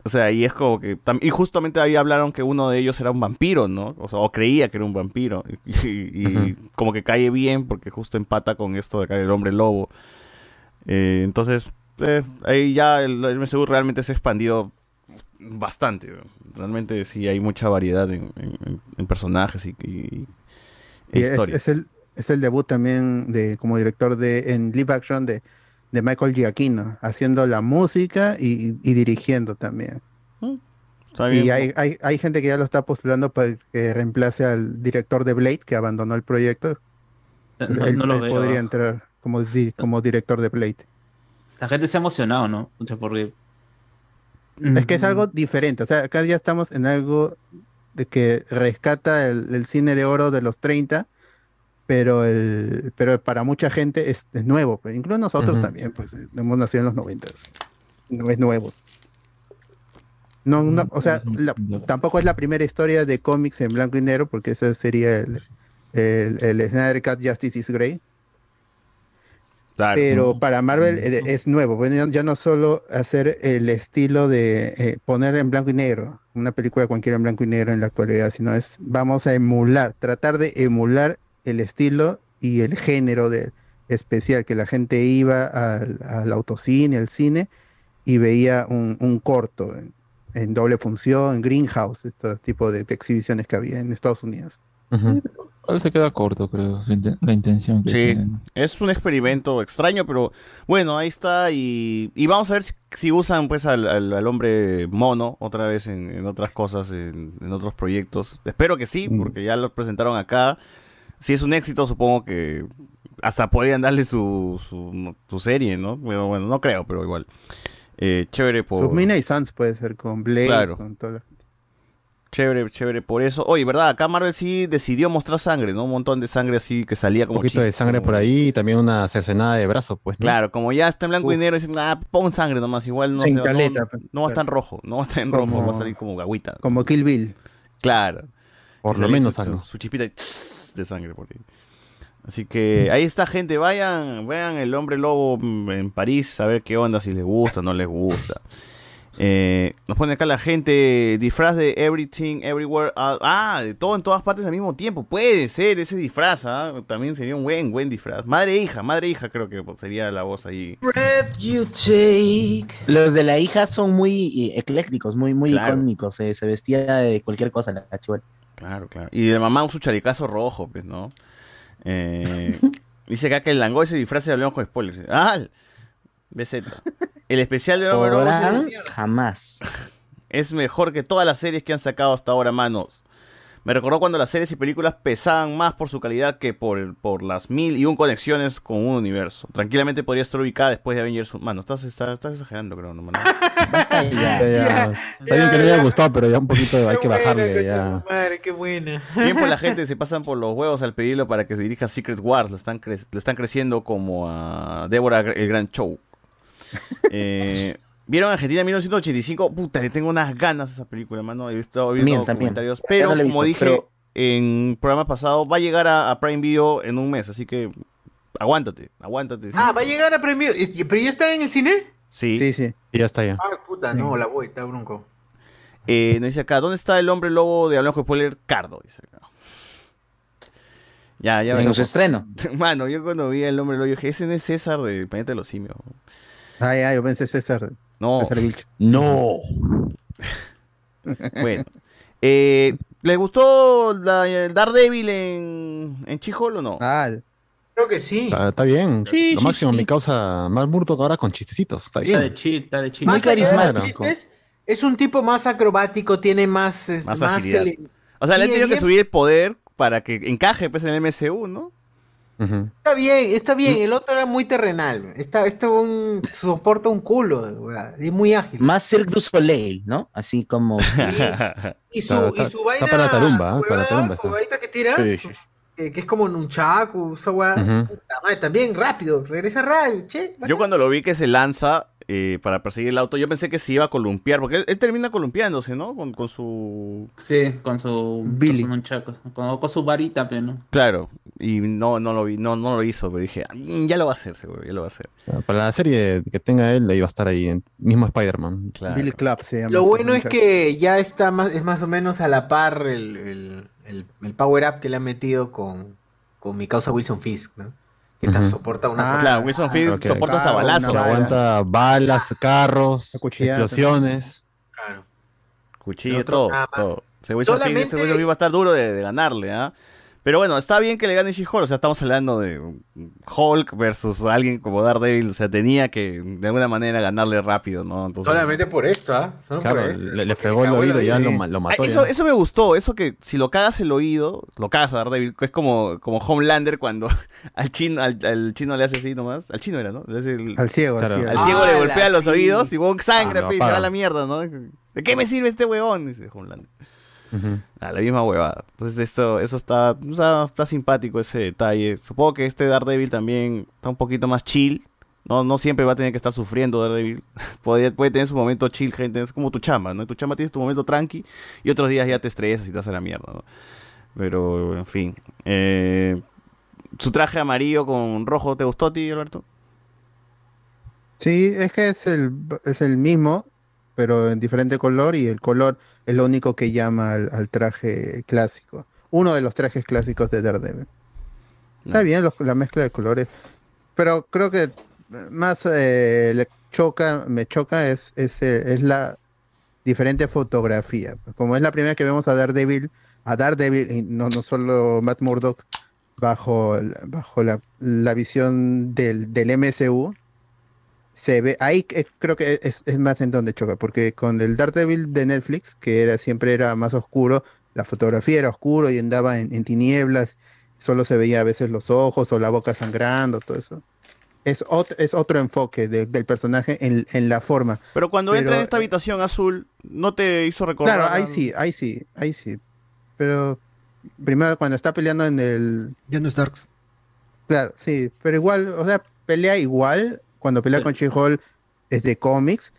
O sea, y es como que. tam- Y justamente ahí hablaron que uno de ellos era un vampiro, ¿no? O sea, o creía que era un vampiro. Y, y como que cae bien porque justo empata con esto de acá del hombre lobo. Eh, entonces, eh, ahí ya el, el MCU realmente se ha expandido bastante. ¿no? Realmente sí hay mucha variedad en, en- en- en personajes y, y- y
Y es,
historias.
es el, Es el debut también de, como director de, en live action de, de Michael Giacchino, haciendo la música y, y dirigiendo también.
Mm. Está
y
bien.
hay, hay, hay gente que ya lo está postulando para que reemplace al director de Blade, que abandonó el proyecto.
Eh, no-
él
no lo
él
veo.
podría entrar como, di- como director de Blade.
La gente se ha emocionado, ¿no? Pucha, porque
Es que es algo diferente. O sea, acá ya estamos en algo de que rescata el, el cine de oro de los 30, pero el pero para mucha gente es, es nuevo. pues, Incluso nosotros
Ujú.
también, pues eh, hemos nacido en los 90. No es nuevo. No, no, o sea, la- tampoco es la primera historia de cómics en blanco y negro, porque ese sería el, el, el Snyder Cut Justice is Grey. Pero para Marvel eh, es nuevo, bueno, ya- ya no solo hacer el estilo de eh, poner en blanco y negro, una película cualquiera en blanco y negro en la actualidad, sino es vamos a emular, tratar de emular el estilo y el género de, especial, que la gente iba al, al autocine, al cine, y veía un, un corto en, en doble función, en Greenhouse, estos tipos de, de exhibiciones que había en Estados Unidos.
Ahora se queda corto, creo, su inten- la intención que
Sí,
tienen.
es un experimento extraño, pero bueno, ahí está. Y, y vamos a ver si, si usan pues al, al- al hombre mono otra vez en, en otras cosas, en, en otros proyectos. Espero que sí, porque ya lo presentaron acá. Si es un éxito, supongo que hasta podrían darle su, su, su serie, ¿no? Pero bueno, no creo, pero igual. Eh, chévere por...
Submina y Sans puede ser con Blade,
Claro.
con todas las-
Chévere, chévere por eso. Oye, ¿verdad? Acá Marvel sí decidió mostrar sangre, ¿no? Un montón de sangre así que salía
Un
como
poquito de
chis-
sangre
como-
por ahí y también una cercenada de brazo, pues. ¿no?
Claro, como ya está en blanco y negro, dicen, ah, pon sangre nomás, igual no
Se
se va- no-
encaleta,
no, va a estar en rojo, no va a estar en rojo, va a salir como gagüita.
como Kill Bill.
Claro.
Por
Y
lo
sale
menos
su, su,
algo.
su chispita de tss de sangre por ahí. Así que ahí está, gente, vayan, vean el hombre lobo mm, en París, a ver qué onda, si les gusta, no les gusta. Eh, nos pone acá la gente disfraz de everything, everywhere. ah, Ah, de todo en todas partes al mismo tiempo. Puede ser ese disfraz, ¿ah? También sería un buen, buen disfraz. Madre e hija, madre e hija creo que sería la voz ahí.
Los de la hija son muy eh, eclécticos, muy, muy
Claro.
icónicos. eh, se vestía de cualquier cosa la chivola.
Claro, claro. Y de mamá un su charicazo rojo, pues, ¿no? Eh, dice acá que el langoy se disfraza y hablamos con spoilers. ¡Ah! BZ. El especial de Hombre Lobo es-
Podrán jamás.
es mejor que todas las series que han sacado hasta ahora, manos. Me recordó cuando las series y películas pesaban más por su calidad que por, por las mil y un conexiones con un universo. Tranquilamente podría estar ubicada después de Avengers. Mano, estás, estás, estás exagerando, creo, no, mano.
Ya, Está bien que le haya gustado, pero ya un poquito hay que bajarle. Ya.
Madre, qué buena.
Bien por la gente, se pasan por los huevos al pedirlo para que se dirija Secret Wars. Lo están, cre- lo están creciendo como a Débora Gr- el Gran Show. Eh, ¿Vieron Argentina 1985? Puta, le tengo unas ganas a esa película, mano. He visto, he visto
También, también.
comentarios.
Ya
Pero,
no la he
como dije
visto, pero-
en programa pasado, va a llegar a, a Prime Video en un mes. Así que aguántate, aguántate.
Ah, va a llegar a premio. Es- ¿Pero ya está en el cine?
Sí.
Sí, sí.
Y ya está ya.
Ah, puta, no, la voy, está bronco.
Eh, nos dice acá, ¿dónde está el hombre lobo de Hablamos con Spoiler? Cardo, dice acá. Ya, ya.
En
vengo
su
con-
estreno.
Mano, yo cuando vi el hombre lobo, yo dije, ese no es César de Planeta de los Simios.
Ah, ya, yo pensé César.
No.
César Vilch.
No. bueno. Eh, ¿Les gustó la, el Daredevil en, en Chihol o no?
Ah.
Creo que sí.
Está, está bien.
Sí,
lo
sí,
máximo,
sí.
mi causa más murto ahora con chistecitos. Está
está
bien.
de chill, está de chill.
Más allá de los chistes, este es un tipo más acrobático, tiene más... es-
Más agilidad.
ele- em
O sea, le
Sí,
han tenido que
bien-
subir el poder para que encaje pues, en el MCU, ¿no?
Está bien, está bien.
Mm.
El otro era muy terrenal. Está, este un, soporta un culo. de verdad, Es muy ágil.
Mm.
Más Cirque du Soleil, ¿no? Así como.
Y su- y su vaina-
para Tarumba, ¿eh? para Tarumba está.
Ahorita que tira,
Sí, sí, sí.
eh, que es como Nunchaku, esa weá.
Ujú.
Puta madre, También rápido, regresa rápido, che.
Yo cuando lo vi que se lanza eh, para perseguir el auto, yo pensé que se iba a columpiar, porque él, él termina columpiándose, ¿no? Con, con su...
Sí, con su. Con, un chaco, con, con su varita, pero no.
Claro, y no, no lo vi, no, no lo hizo, pero dije, "Mm, ya lo va a hacer, seguro, ya lo va a hacer.
Para la serie que tenga él, ahí va a estar ahí. en- mismo Spider-Man.
Bill Club se llama.
Lo
ese
bueno es
muchacho.
que ya está más, es más o menos a la par el, el- el- el power up que le ha metido con, con mi causa Wilson Fisk, ¿no? Que tan soporta una.
Ah, claro, Wilson Fisk
Ok.
soporta hasta
Claro, una
balazos.
Que aguanta balas, carros,
cuchillada
explosiones.
Claro.
Cuchillo,
El otro
todo,
nada más.
todo. Ese Wilson Fisk- ese
Solamente-
Wilson Fisk va a estar duro de, de ganarle, ¿ah? Pero bueno, está bien que le gane She-Hulk. O sea, estamos hablando de Hulk versus alguien como Daredevil. O sea, tenía que de alguna manera ganarle rápido, ¿no? Entonces,
Solamente por esto, ¿ah? Solo
Claro,
por esto.
le, le fregó el
Porque
oído y ya
sí.
lo, ma- lo mató.
Ah, eso,
ya.
eso me gustó, eso que si lo cagas el oído, lo cagas a Daredevil, que es como, como Homelander cuando al chino, al, al chino le hace así nomás, al chino era, ¿no? Le hace el-
Al ciego, al
al
ciego.
ciego, le
¡Hala,
golpea los
sí!
oídos y bon
Ah,
sangra,
lo
pe, y se va a
apaga.
la mierda, ¿no? ¿De qué me sirve este huevón? Dice Homelander. Ah, la misma huevada. Entonces esto, eso está, o sea, está simpático ese detalle. Supongo que este Daredevil también está un poquito más chill. No, no siempre va a tener que estar sufriendo Daredevil. Puede, puede tener su momento chill, gente. Es como tu chamba, ¿no? Tu chamba tienes tu momento tranqui y otros días ya te estresas y te hace la mierda, ¿no? Pero, en fin. Eh, su traje amarillo con rojo, ¿te gustó a ti, Alberto?
Sí, es que es el, es el mismo, pero en diferente color y el color es lo único que llama al, al traje clásico. Uno de los trajes clásicos de Daredevil. Está bien los- la mezcla de colores, pero creo que más eh, le choca, me choca es, es, eh, es la diferente fotografía. Como es la primera que vemos a Daredevil, a Daredevil y no, no solo Matt Murdock bajo, la- bajo la, la visión del, del MCU, se ve ahí eh, creo que es, es más en donde choca porque con el Daredevil de Netflix que era siempre era más oscuro la fotografía era oscuro y andaba en, en tinieblas solo se veía a veces los ojos o la boca sangrando todo eso es, ot- es otro enfoque de- del personaje en, en la forma
Pero cuando entra en esta
eh,
habitación azul, ¿no te hizo recordar?
claro ahí
al-
sí ahí sí ahí sí pero primero cuando está peleando en el ya no Starks claro sí pero igual o sea pelea igual cuando pelea con She-Hulk es de cómics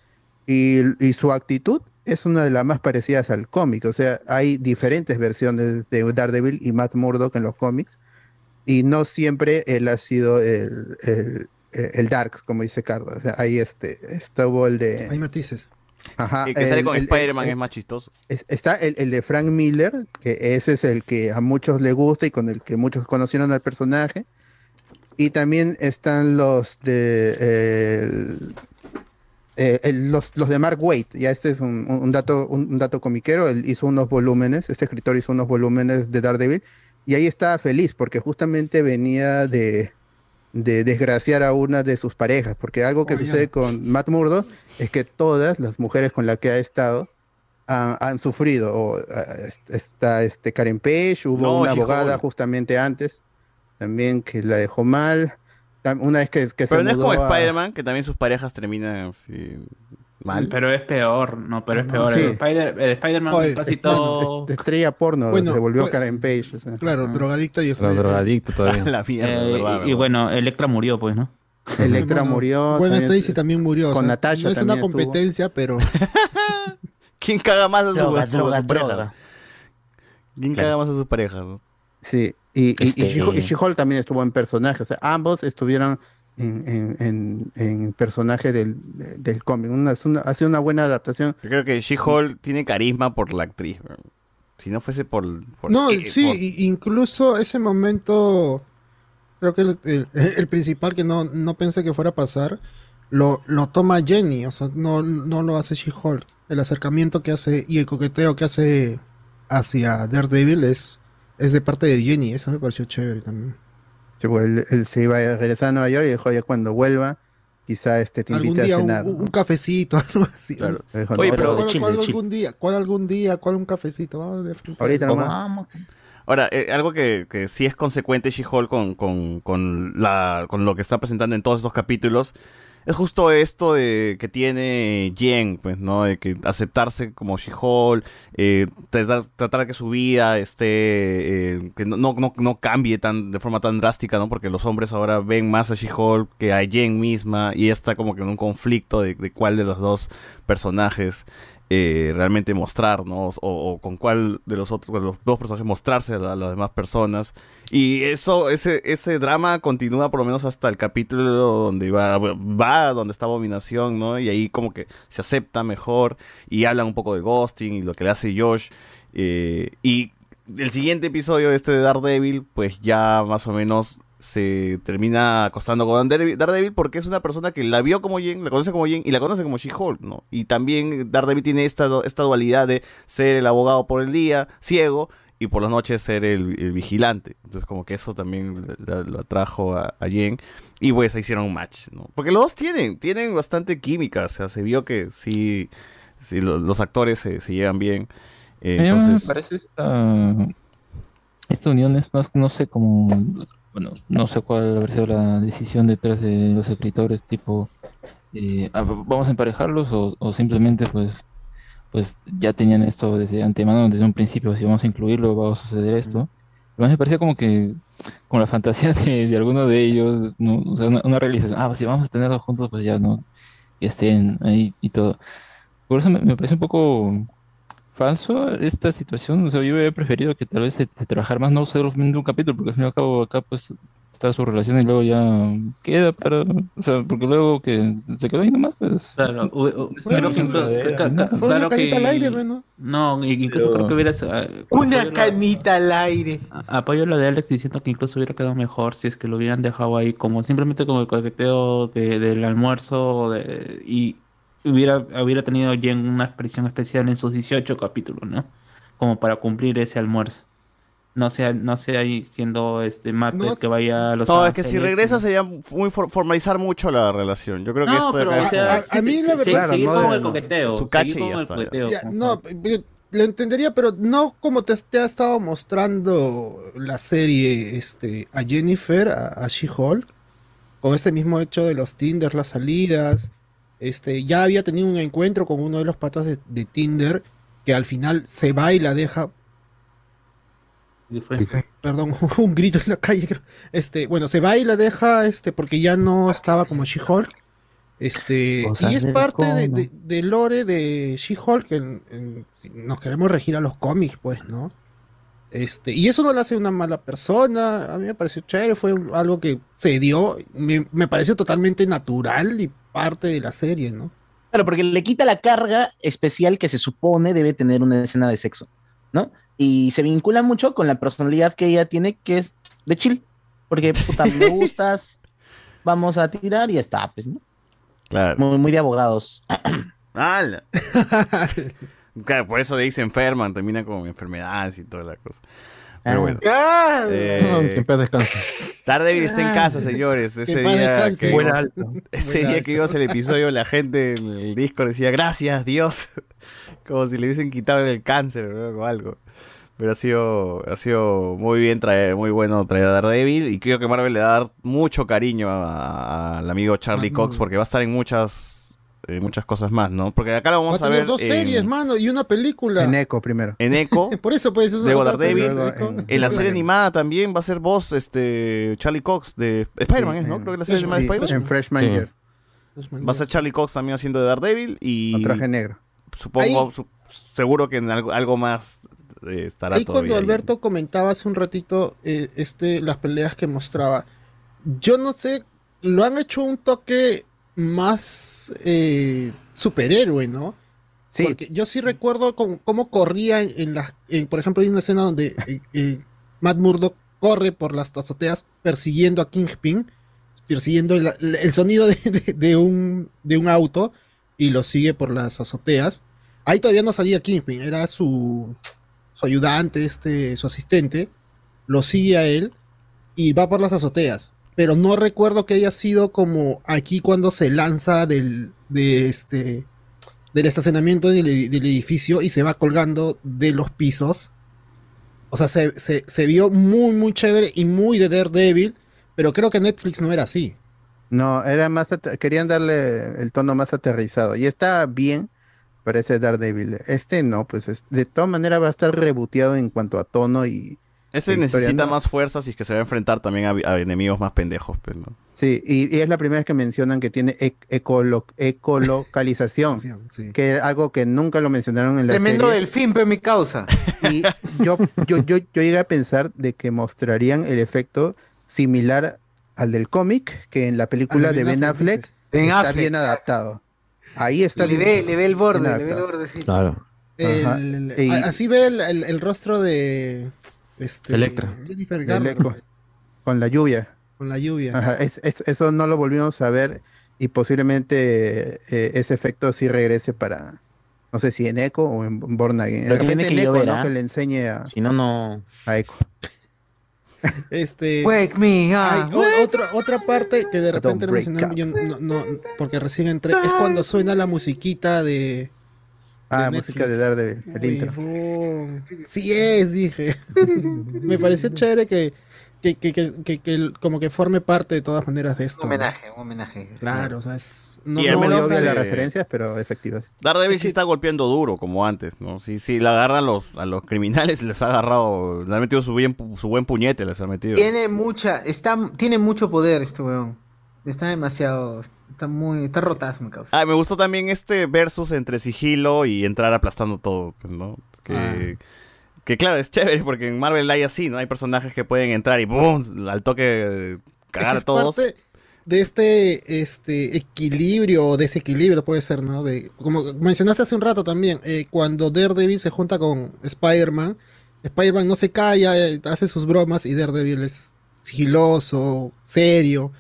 y, y su actitud es una de las más parecidas al cómic o sea hay diferentes versiones de Daredevil y Matt Murdock en los cómics y no siempre él ha sido el, el, el Darks como dice Carlos o sea, ahí este estuvo el de
Hay matices.
Ajá,
El eh, que sale con
el- el-
Spider-Man
el-
es más chistoso.
es- está el, el de Frank Miller, que ese es el que a muchos le gusta y con el que muchos conocieron al personaje. Y también están los de eh, el- eh, el- los, los de Mark Waid. Ya este es un, un- un dato, un, un dato comiquero. Él hizo unos volúmenes, este escritor hizo unos volúmenes de Daredevil. Y ahí estaba feliz porque justamente venía de, de desgraciar a una de sus parejas. Porque algo que
Oh, ya.
sucede con Matt Murdo es que todas las mujeres con las que ha estado han, han sufrido. O, ah, est- está este Karen Page, hubo
No,
una
sí,
abogada
joder.
justamente antes también que la dejó mal. Tam- Una vez que, que
Pero
se
no es
mudó
como
a-
Spider-Man, que también sus parejas terminan así mal.
Pero es peor, no, pero es
No,
peor.
sí.
El Spider- el Spider-Man
Oye,
casi
est- bueno,
todo.
est- estrella porno,
Bueno,
se volvió
pues-
Karen Page. o sea.
Claro, drogadicta y
Pero
estrella.
drogadicto todavía.
Eh, y- Y bueno, Electra murió, pues, ¿no?
Electra
Bueno,
murió.
Gwen
también
Stacy también murió. o
con
sea,
Natasha
No es
también
una
estuvo.
competencia, pero.
¿Quién caga más a su,
Droga,
a su- a su
droga,
pareja?
droga.
¿Quién
Claro.
caga más a sus parejas? no?
Sí, y, y- y
Este-
She-Hulk- y She-Hulk también estuvo en personaje. O sea, ambos estuvieron en, en, en- en personaje del, del cómic. Una, es una- ha sido una buena adaptación.
Yo creo que She-Hulk tiene carisma por la actriz. bro. Si no fuese por. por-
No,
eh,
sí,
por-
i- incluso ese momento, creo que el, el- el principal que no, no pensé que fuera a pasar, lo, lo toma Jenny, o sea, no, no lo hace She-Hulk. El acercamiento que hace y el coqueteo que hace hacia Daredevil es, es de parte de Jenny, eso me pareció chévere también.
Sí, pues, él, él se iba a regresar a Nueva York y dijo, ya cuando vuelva, quizá este, te
Algún
invite a
día un,
cenar.
un cafecito, algo así.
Claro.
¿no?
Dijo, Oye, no, pero-
¿Cuál,
de Chile,
cuál
de Chile.
algún día? ¿Cuál algún día? ¿Cuál un cafecito? Vamos de frente.
Ahorita nomás.
Ahora, eh, algo que, que sí es consecuente She-Hulk con, con, con la, con lo que está presentando en todos estos capítulos es justo esto de que tiene Jen, pues, ¿no? De que aceptarse como She-Hulk, eh, tratar, tratar que su vida esté, eh, que no, no, no- no cambie tan, de forma tan drástica, ¿no? Porque los hombres ahora ven más a She-Hulk que a Jen misma y ella está como que en un conflicto de, de cuál de los dos personajes eh, realmente mostrarnos o, o con cuál de los otros con los dos personajes mostrarse a, la- a las demás personas y eso ese ese drama continúa por lo menos hasta el capítulo donde va va donde está abominación no y ahí como que se acepta mejor y hablan un poco de ghosting y lo que le hace Josh eh, y el siguiente episodio de este de Daredevil pues ya más o menos se termina acostando con Daredevil, Daredevil porque es una persona que la vio como Jen, la conoce como Jen y la conoce como She-Hulk, ¿no? Y también Daredevil tiene esta, do- esta dualidad de ser el abogado por el día, ciego, y por las noches ser el, el vigilante. Entonces como que eso también la- la- lo atrajo a, a Jen y pues se hicieron un match, ¿no? Porque los dos tienen, tienen bastante química, o sea, se vio que sí, sí, lo- los actores se, se llevan bien. Eh,
A mí
entonces,
me parece esta, esta unión es más, no sé, como, bueno, no sé cuál habrá sido la decisión detrás de los escritores, tipo, eh, ah, vamos a emparejarlos o, o simplemente pues, pues ya tenían esto desde antemano, desde un principio, si vamos a incluirlo va a suceder esto. Pero más me parecía como que, con la fantasía de, de alguno de ellos, ¿no? O sea, una, una realización, ah, si vamos a tenerlos juntos, pues ya, ¿no? Que estén ahí y todo. Por eso me, me parece un poco falso esta situación. O sea, yo hubiera preferido que tal vez se, se trabajar más, no solamente un capítulo, porque al fin y al cabo acá pues está su relación y luego ya queda para. O sea, porque luego que se quedó ahí nomás, pues.
Claro, u- u- creo que inclu- ca- ca-
Fue una
claro que-
carita al aire, pues, ¿no?
No, i- incluso
Pero-
creo que hubieras. ah,
Una canita al aire.
Apoyo lo de Alex diciendo que incluso hubiera quedado mejor si es que lo hubieran dejado ahí, como simplemente como el coqueteo de- del almuerzo de- y hubiera, hubiera tenido Jen una expresión especial en sus 18 capítulos, ¿no? Como para cumplir ese almuerzo. No sea, no sea ahí siendo este Matt el que vaya a los
no, es que si
Ángeles y-
regresa sería muy for- formalizar mucho la relación. Yo creo que
No,
esto de
pero,
acá
o
es
sea,
como-
A- a mí la verdad-
seguir
no
con
de-
el
coqueteo,
Su
seguir
cache y
con
ya
el
está.
coqueteo.
Ya,
como
no, eh, lo entendería, pero no como te, te ha estado mostrando la serie este, a Jennifer, a, a She-Hulk, con este mismo hecho de los Tinder, las salidas. Este, ya había tenido un encuentro con uno de los patas de, de Tinder, que al final se va y la deja
y fue-
perdón, un grito en la calle. creo. Este, bueno, se va y la deja, este, porque ya no estaba como She-Hulk. Este,
Cosas
y es
del
parte de,
cono.
de- de lore de She-Hulk. en- en- si nos queremos regir a los cómics, pues, ¿no? Este, y eso no la hace una mala persona. A mí me pareció chévere, fue un- algo que se dio. Me, me pareció totalmente natural y parte de la serie, ¿no?
Claro, porque le quita la carga especial que se supone debe tener una escena de sexo, ¿no? Y se vincula mucho con la personalidad que ella tiene, que es de chill. Porque, puta, me gustas, vamos a tirar y ya está, pues, ¿no?
Claro.
Muy, muy de abogados.
¡Hala! Claro, por eso de ahí se enferman, terminan con enfermedades y toda la cosa. Pero bueno.
Ah.
Eh,
Que en paz descanse.
Daredevil está en casa, señores.
Que
Ese
en paz
día,
descanse.
que
Buen
vimos,
alto.
ese
Buen
día
alto.
que vimos el episodio, la gente en el Discord decía, gracias Dios. Como si le hubiesen quitado el cáncer ¿no? o algo. Pero ha sido, ha sido muy bien traer, muy bueno traer a Daredevil. Y creo que Marvel le va a dar mucho cariño a- a- al amigo Charlie Cox porque va a estar en muchas, en muchas cosas más, ¿no? Porque acá lo
Va a
vamos a,
tener
ver. eh,
dos
en-
series, mano, y una película.
En
Eco primero.
En Echo.
Por eso, pues, es
Luego
otra
Daredevil.
serie.
Luego en, la serie animada también va a ser voz este, Charlie Cox de Spider-Man, ¿es, ¿no? Creo que la serie
Sí,
animada de Spider-Man.
en Freshman Year.
Va a ser Charlie Cox también haciendo de Daredevil y.
Con traje negro.
Supongo,
Ahí-
su- seguro que en algo, algo más eh, estará
Ahí
todavía.
cuando
ahí.
Alberto comentaba hace un ratito eh, este, las peleas que mostraba, yo no sé, lo han hecho un toque más eh, superhéroe, ¿no? Sí. Porque yo sí recuerdo con- cómo corría en, en las, en, por ejemplo, hay una escena donde eh, eh, Matt Murdock corre por las azoteas persiguiendo a Kingpin, persiguiendo el, el sonido de, de- de un, de un auto y lo sigue por las azoteas. Ahí todavía no salía Kingpin, era su, su ayudante, este, su asistente, lo sigue a él y va por las azoteas. Pero no recuerdo que haya sido como aquí cuando se lanza del, de este, del estacionamiento del, edi- del edificio y se va colgando de los pisos. O sea, se, se- se vio muy, muy chévere y muy de Daredevil, pero creo que Netflix no era así.
No, era más ate- querían darle el tono más aterrizado. Y está bien para ese Daredevil. Este no, pues es- de todas maneras va a estar reboteado en cuanto a tono y
Este
e historia,
necesita
¿no?
más fuerzas y es que se va a enfrentar también a, a enemigos más pendejos. Pues, ¿no?
Sí, y, y es la primera vez que mencionan que tiene e- ecolo- ecolocalización, que es algo que nunca lo mencionaron en la
Tremendo
serie.
delfín, pero mi causa.
Y yo, yo, yo, yo llegué a pensar de que mostrarían el efecto similar al del cómic, que en la película
Al de
de
Ben
Ben
Affleck,
Affleck
Ben
está
Affleck.
bien adaptado. Ahí está
Le
bien-
ve, Eh, le ve el borde,
bien
le ve el
adaptado.
borde, sí.
Claro.
Ajá.
El-
Y-
a- así ve el, el- el rostro de este,
Electra.
Jennifer
del
Garner
eco, con la lluvia.
con la lluvia.
Ajá, es- es- eso no lo volvimos a ver y posiblemente eh, ese efecto sí regrese para, No sé si en Echo o en Born Again.
Pero
De repente
tiene que
en Echo,
llover,
¿no?
¿ah?
Que le enseñe a,
Si no, no.
a Echo.
Este,
Wake me
hay
up.
o- otra, otra parte que de repente no
break
mencioné, yo no- no- porque recién entré,
Ah.
es cuando suena la musiquita de...
Ah, música de Daredevil, el intro.
Huevón. Sí es, dije. Me pareció chévere que, que, que, que, que- que el- como que forme parte de todas maneras de esto.
Un homenaje, un homenaje.
Claro, o sea, es...
Y al menos,
obvia
eh,
pero efectivas.
Daredevil sí está golpeando duro, como antes, ¿no? Sí, sí, le agarra a los, a los criminales, les ha agarrado, le ha metido su, bien, pu- su buen puñete, les ha metido.
Tiene mucha, está, tiene mucho poder este weón. Está demasiado, está muy, está rotazo, mi causa.
Ah, me gustó también este versus entre sigilo y entrar aplastando todo, pues, ¿no? Que, que claro, es chévere porque en Marvel hay así, ¿no? Hay personajes que pueden entrar y ¡boom! al toque eh, cagar a
es
todos.
parte de este, este equilibrio o desequilibrio puede ser, ¿no? De, como mencionaste hace un rato también, eh, cuando Daredevil se junta con Spider-Man, Spider-Man no se calla, eh, hace sus bromas y Daredevil es sigiloso, serio,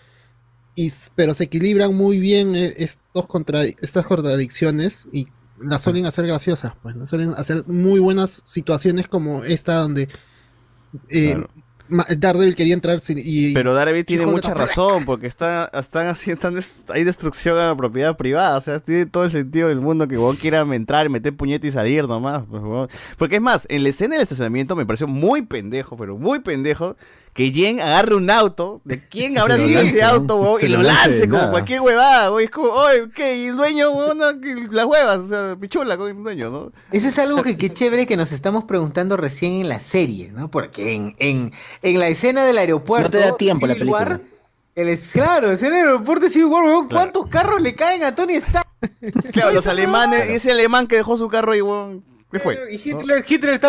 y, s- pero se equilibran muy bien eh, estos contra, estas contradicciones y las suelen hacer graciosas, pues, ¿no? suelen hacer muy buenas situaciones como esta donde... eh, ma- Daredevil quería entrar sin, y
Pero Daredevil tiene
Hijo de
mucha
la-
razón porque está, están así, están des- hay destrucción a la propiedad privada. O sea, tiene todo el sentido del mundo que vos quiera entrar, meter puñete y salir nomás. pues, huevón. Porque es más, en la escena del estacionamiento me pareció muy pendejo, pero muy pendejo, que Jen agarre un auto. ¿De quién habrá
lo
sido
lance,
ese
¿no?
auto, huevón?
Se
Y
lo
lo
lance de
lance como
nada.
cualquier huevada, güey. Es como, oye, ¿qué? Y el dueño, huevón, que las huevas, o sea, pichula con el dueño, ¿no?
Eso es algo que, que chévere que nos estamos preguntando recién en la serie, ¿no? Porque en, en, en la escena del aeropuerto.
No te da tiempo la
Civil
película.
War, el es- claro, la escena del aeropuerto de Civil War, weón, ¿cuántos carros le caen a Tony Stark?
Claro, los alemanes, ese alemán que dejó su carro ahí, huevón, ¿qué fue?
Y Hitler, Hitler está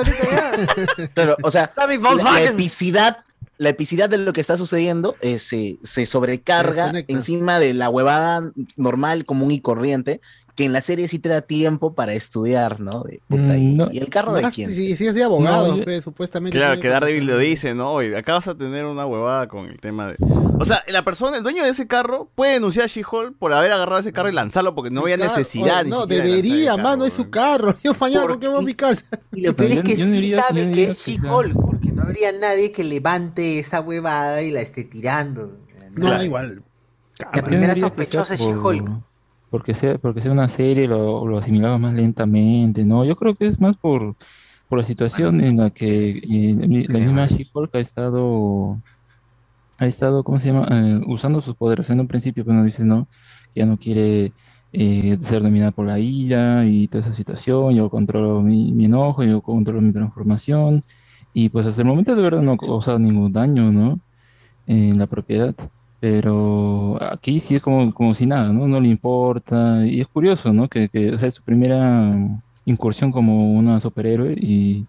ahorita ya.
Claro, o sea,
Dame
la, la
Volkswagen.
epicidad, la epicidad de lo que está sucediendo eh, se, se sobrecarga
Desconecta.
encima de la huevada normal, común y corriente, que en la serie sí te da tiempo para estudiar, ¿no? De puta, y,
Mm,
y el carro de
Más
quién.
Si, si es de abogado,
No, yo-
pues, supuestamente.
Claro,
tiene
que Daredevil lo dice, ¿no? Oye, acá vas a tener una huevada con el tema de... O sea, la persona, el dueño de ese carro, puede denunciar a She-Hulk por haber agarrado ese carro y lanzarlo porque no había
Mm. Claro,
necesidad.
oye,
ni
no,
siquiera de lanzar
debería,
el carro.
mano, es su carro. Yo mañana con qué voy a mi casa.
Y lo peor es que sí sabe que es She-Hulk, porque no habría nadie que levante esa huevada y la esté tirando.
No, igual.
La
Yo
primera
diría
sospechosa es
quizás por-
She-Hulk.
Porque sea, porque sea una serie lo, lo asimilaba más lentamente, ¿no? Yo creo que es más por, por la situación en la que eh, mi- la misma She-Hulk ha estado, ha estado, ¿cómo se llama? Eh, usando sus poderes. En un principio, bueno, dice, ¿no? Que ya no quiere eh, ser dominada por la ira y toda esa situación. Yo controlo mi, mi enojo, yo controlo mi transformación. Y pues hasta el momento de verdad no ha causado ningún daño, ¿no? en la propiedad. Pero aquí sí es como, como si nada, ¿no? No le importa. Y es curioso, ¿no? Que, que, o sea, es su primera incursión como una superhéroe y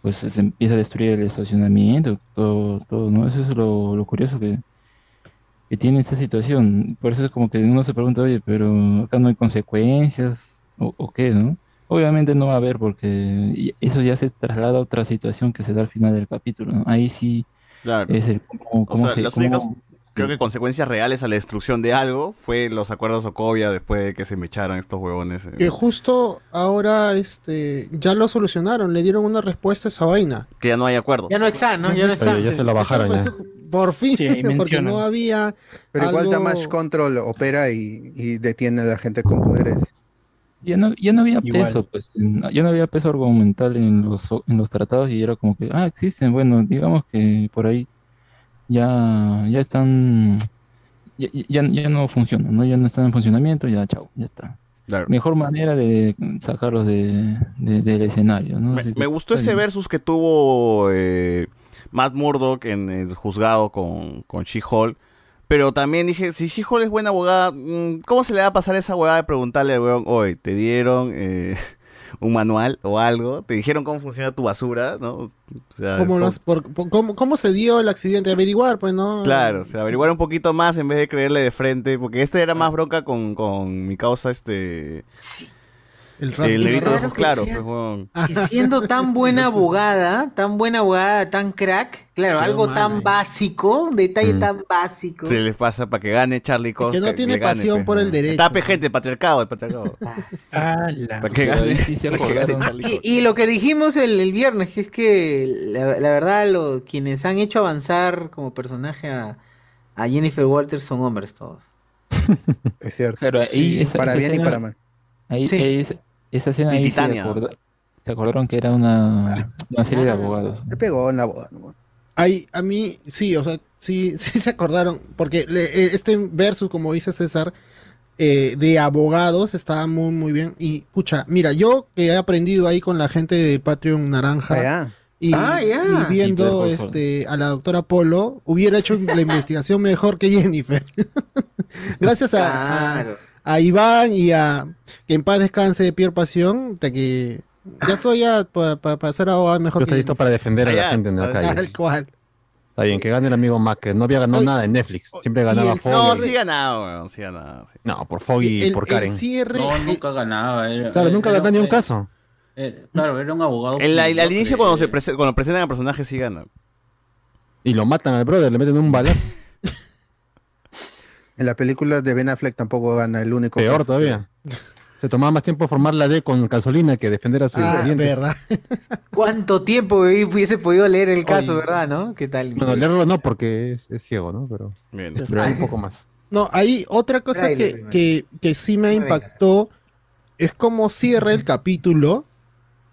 pues se empieza a destruir el estacionamiento, todo, todo, ¿no? Eso es lo, lo curioso que, que tiene esta situación. Por eso es como que uno se pregunta, oye, pero acá no hay consecuencias o, o qué, ¿no? Obviamente no va a haber porque y- eso ya se traslada a otra situación que se da al final del capítulo, ¿no? Ahí sí
Claro.
es el cómo,
O
cómo
sea,
se-
las
cómo-
únicas, creo que consecuencias reales a la destrucción de algo fue los acuerdos Sokovia después de que se me echaron estos huevones. eh.
Que justo ahora este ya lo solucionaron, le dieron una respuesta a esa vaina.
Que ya no hay acuerdo.
Ya no está, ¿no? Ya no está.
Oye, ya se la bajaron, ya.
¿eh?
Por fin,
Sí, ahí
porque
mencionan.
no había.
Pero igual
algo-
Damage Control opera y, y detiene a la gente con poderes.
Ya no, ya no había
Igual.
peso, pues, en- ya no había peso argumental en los, en los tratados y era como que, ah, existen, bueno, digamos que por ahí Ah, ya, ya están, ya, ya, ya no funcionan, ¿no? Ya no están en funcionamiento, ya chao, ya está. Mejor manera de sacarlos de, de- del escenario, ¿no? Así que
Me gustó
está
ese
bien.
versus que tuvo eh, Matt Murdock en el juzgado con, con She-Hulk. Pero también dije, si She-Hulk es buena abogada, mm, ¿cómo se le va a pasar esa abogada de preguntarle al weón, hoy te dieron eh, un manual o algo? ¿Te dijeron cómo funciona tu basura? ¿No? O sea,
¿Cómo,
¿cómo-
los- por- por- cómo- cómo se dio el accidente? Averiguar, pues no.
Claro, o sea, averiguar un poquito más en vez
Ah.
de creerle de frente, porque este era más bronca con, con mi causa, este...
El
El negrito de
raro
ojos
que
claros,
sea.
pues, weón.
Que siendo tan buena abogada, tan buena abogada, tan crack, claro,
Quedó
algo
mal
tan básico, un detalle
Mm.
tan básico.
Se les pasa para que gane Charlie Costa.
no tiene
le gane,
pasión
pues,
por el
weón.
derecho.
Tape gente, patriarcado, el patriarcado.
Ah,
para que gane, para que gane Charlie
Y,
Costa.
y lo que dijimos el, el viernes, que es que la, la verdad, lo, quienes han hecho avanzar como personaje a, a Jennifer Walters son hombres todos.
Es cierto.
Claro, ahí
Sí,
esa-
para
esa
bien y
escena-
para mal.
Ahí,
Sí.
ahí es- esa escena
Y
ahí se,
Titania.
acorda- se acordaron que era una, una serie de abogados.
Te pegó en la boda. ¿no?
Ahí, a mí, sí, o sea, sí, sí se acordaron, porque le- eh, este versus, como dice César, eh, de abogados estaba muy, muy bien. Y, pucha, mira, yo que he aprendido ahí con la gente de Patreon Naranja Y,
Ah, ya.
y viendo
Y Pedro
este, a la doctora Polo, hubiera hecho la investigación mejor que Jennifer. Gracias a, a- a Iván y a que en paz descanse de Pierre Pasión, de que ya estoy ya para ser abogado mejor
Yo
que
estoy listo para defender
Ah,
a la gente en la calle.
Tal cual.
Está bien, que gane el amigo Mac, que no había ganado
Oye,
nada en Netflix. Siempre ganaba Foggy.
No, sí ganaba, weón, sí ganaba. sí.
No, por Foggy y por Karen.
No,
eh,
nunca ganaba. Era,
Claro, nunca
era-
ganó ni un
eh,
caso.
eh, claro, era un abogado.
En la-
mediocre.
al inicio, cuando, se prese- cuando presentan al personaje, sí gana.
Y lo matan al brother, le meten un balazo.
En la película de Ben Affleck tampoco gana el único.
Peor todavía. Se tomaba más tiempo formar la D con gasolina que defender a sus clientes.
¿Cuánto tiempo hubiese podido leer el caso, verdad, no? ¿Qué tal?
Bueno, leerlo no, porque es, es ciego, ¿no? Pero, pero un poco más.
No, ahí otra cosa
Tráiler
que,
primero.
que, que sí me impactó es cómo cierra el capítulo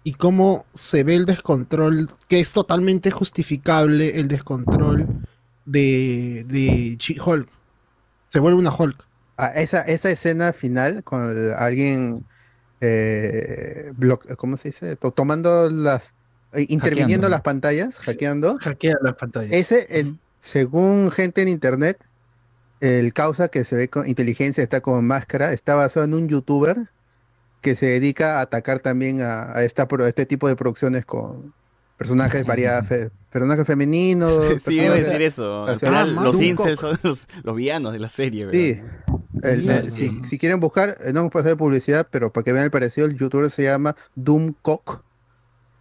y cómo se ve el descontrol, que es totalmente justificable el descontrol de, de She-Hulk. Se vuelve una Hulk.
Ah, esa, esa escena final con el- alguien, eh, bloque- ¿cómo se dice? To- tomando las, eh, interviniendo
Hackeando.
las pantallas, hackeando.
Hackea las pantallas.
Ese, el- según gente en internet, el causa que se ve con inteligencia está con máscara, está basado en un youtuber que se dedica a atacar también a, a esta pro- este tipo de producciones con personajes variadas, fe- personajes femeninos.
Sí, iba a
personajes-
decir eso. Al
hacia-
final,
Ah,
los
Doom
incels
Cock.
son los, los villanos de la serie, ¿verdad?
Sí. El-
Ya,
eh,
ya.
si, si quieren buscar, eh, no vamos a hacer publicidad, pero para que vean el parecido, el youtuber se llama Doomcock.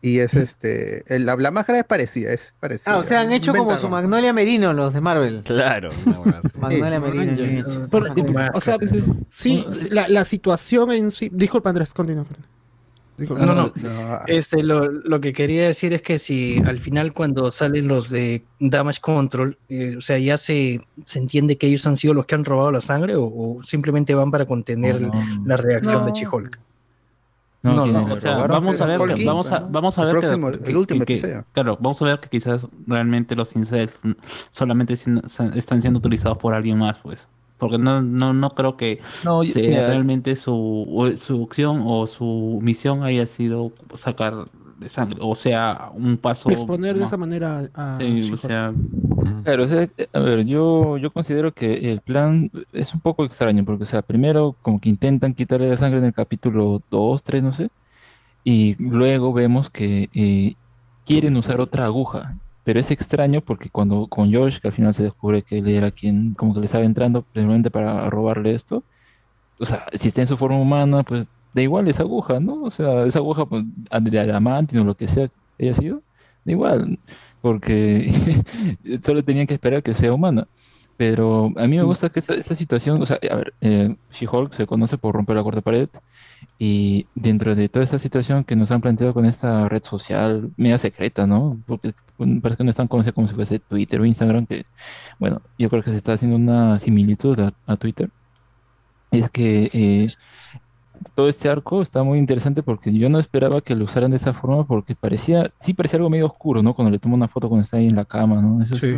Y es este. el- la, la máscara es parecida, es parecida.
Ah, o sea, han hecho como su
Pentágono.
Magnolia Merino los de Marvel.
Claro.
Magnolia Merino.
Por- o sea, sí, la, la situación en sí. Disculpa, Andrés, continúa. perdón. Disculpa.
No, no. Este, lo, lo que quería decir es que si al final cuando salen los de Damage Control, eh, o sea, ya se, se entiende que ellos han sido los que han robado la sangre o, o simplemente van para contener la reacción de
No.
Chihulk.
No,
No,
sí,
no,
o
pero
sea,
robaron
vamos a
el
ver, que- pues.
Hulk,
vamos a,
¿no?
vamos a
El
ver que-
próximo- el
que-
último
que-
episodio.
claro, vamos a ver que quizás realmente los incels solamente sin- se- están siendo utilizados por alguien más, pues, porque no, no, no creo que
No, yo-
sea
mira.
realmente su, o- su opción o su misión haya sido sacar de sangre, o sea, un paso
Exponer de
más-
esa manera a. a
Sí, o
She-Hulk.
sea,
Claro, o sea, eh, a ver, yo, yo considero que el plan es un poco extraño, porque, o sea, primero como que intentan quitarle la sangre en el capítulo 2, 3, no sé, y luego vemos que eh, quieren usar otra aguja, pero es extraño porque cuando con Josh, que al final se descubre que él era quien como que le estaba entrando precisamente para robarle esto, o sea, si está en su forma humana, pues da igual esa aguja, ¿no? O sea, esa aguja pues, de adamantino o lo que sea que haya sido, da igual, porque solo tenían que esperar que sea humana. Pero a mí me gusta que esta, esta situación, o sea, a ver, eh, She-Hulk se conoce por romper la cuarta pared y dentro de toda esta situación que nos han planteado con esta red social media secreta, ¿no? Porque mm, parece que no es tan conocida como si fuese Twitter o Instagram, que, bueno, yo creo que se está haciendo una similitud a- a Twitter es que eh, todo este arco está muy interesante porque yo no esperaba que lo usaran de esa forma porque parecía, sí parecía algo medio oscuro, ¿no? Cuando le toman una foto cuando está ahí en la cama, ¿no? Eso es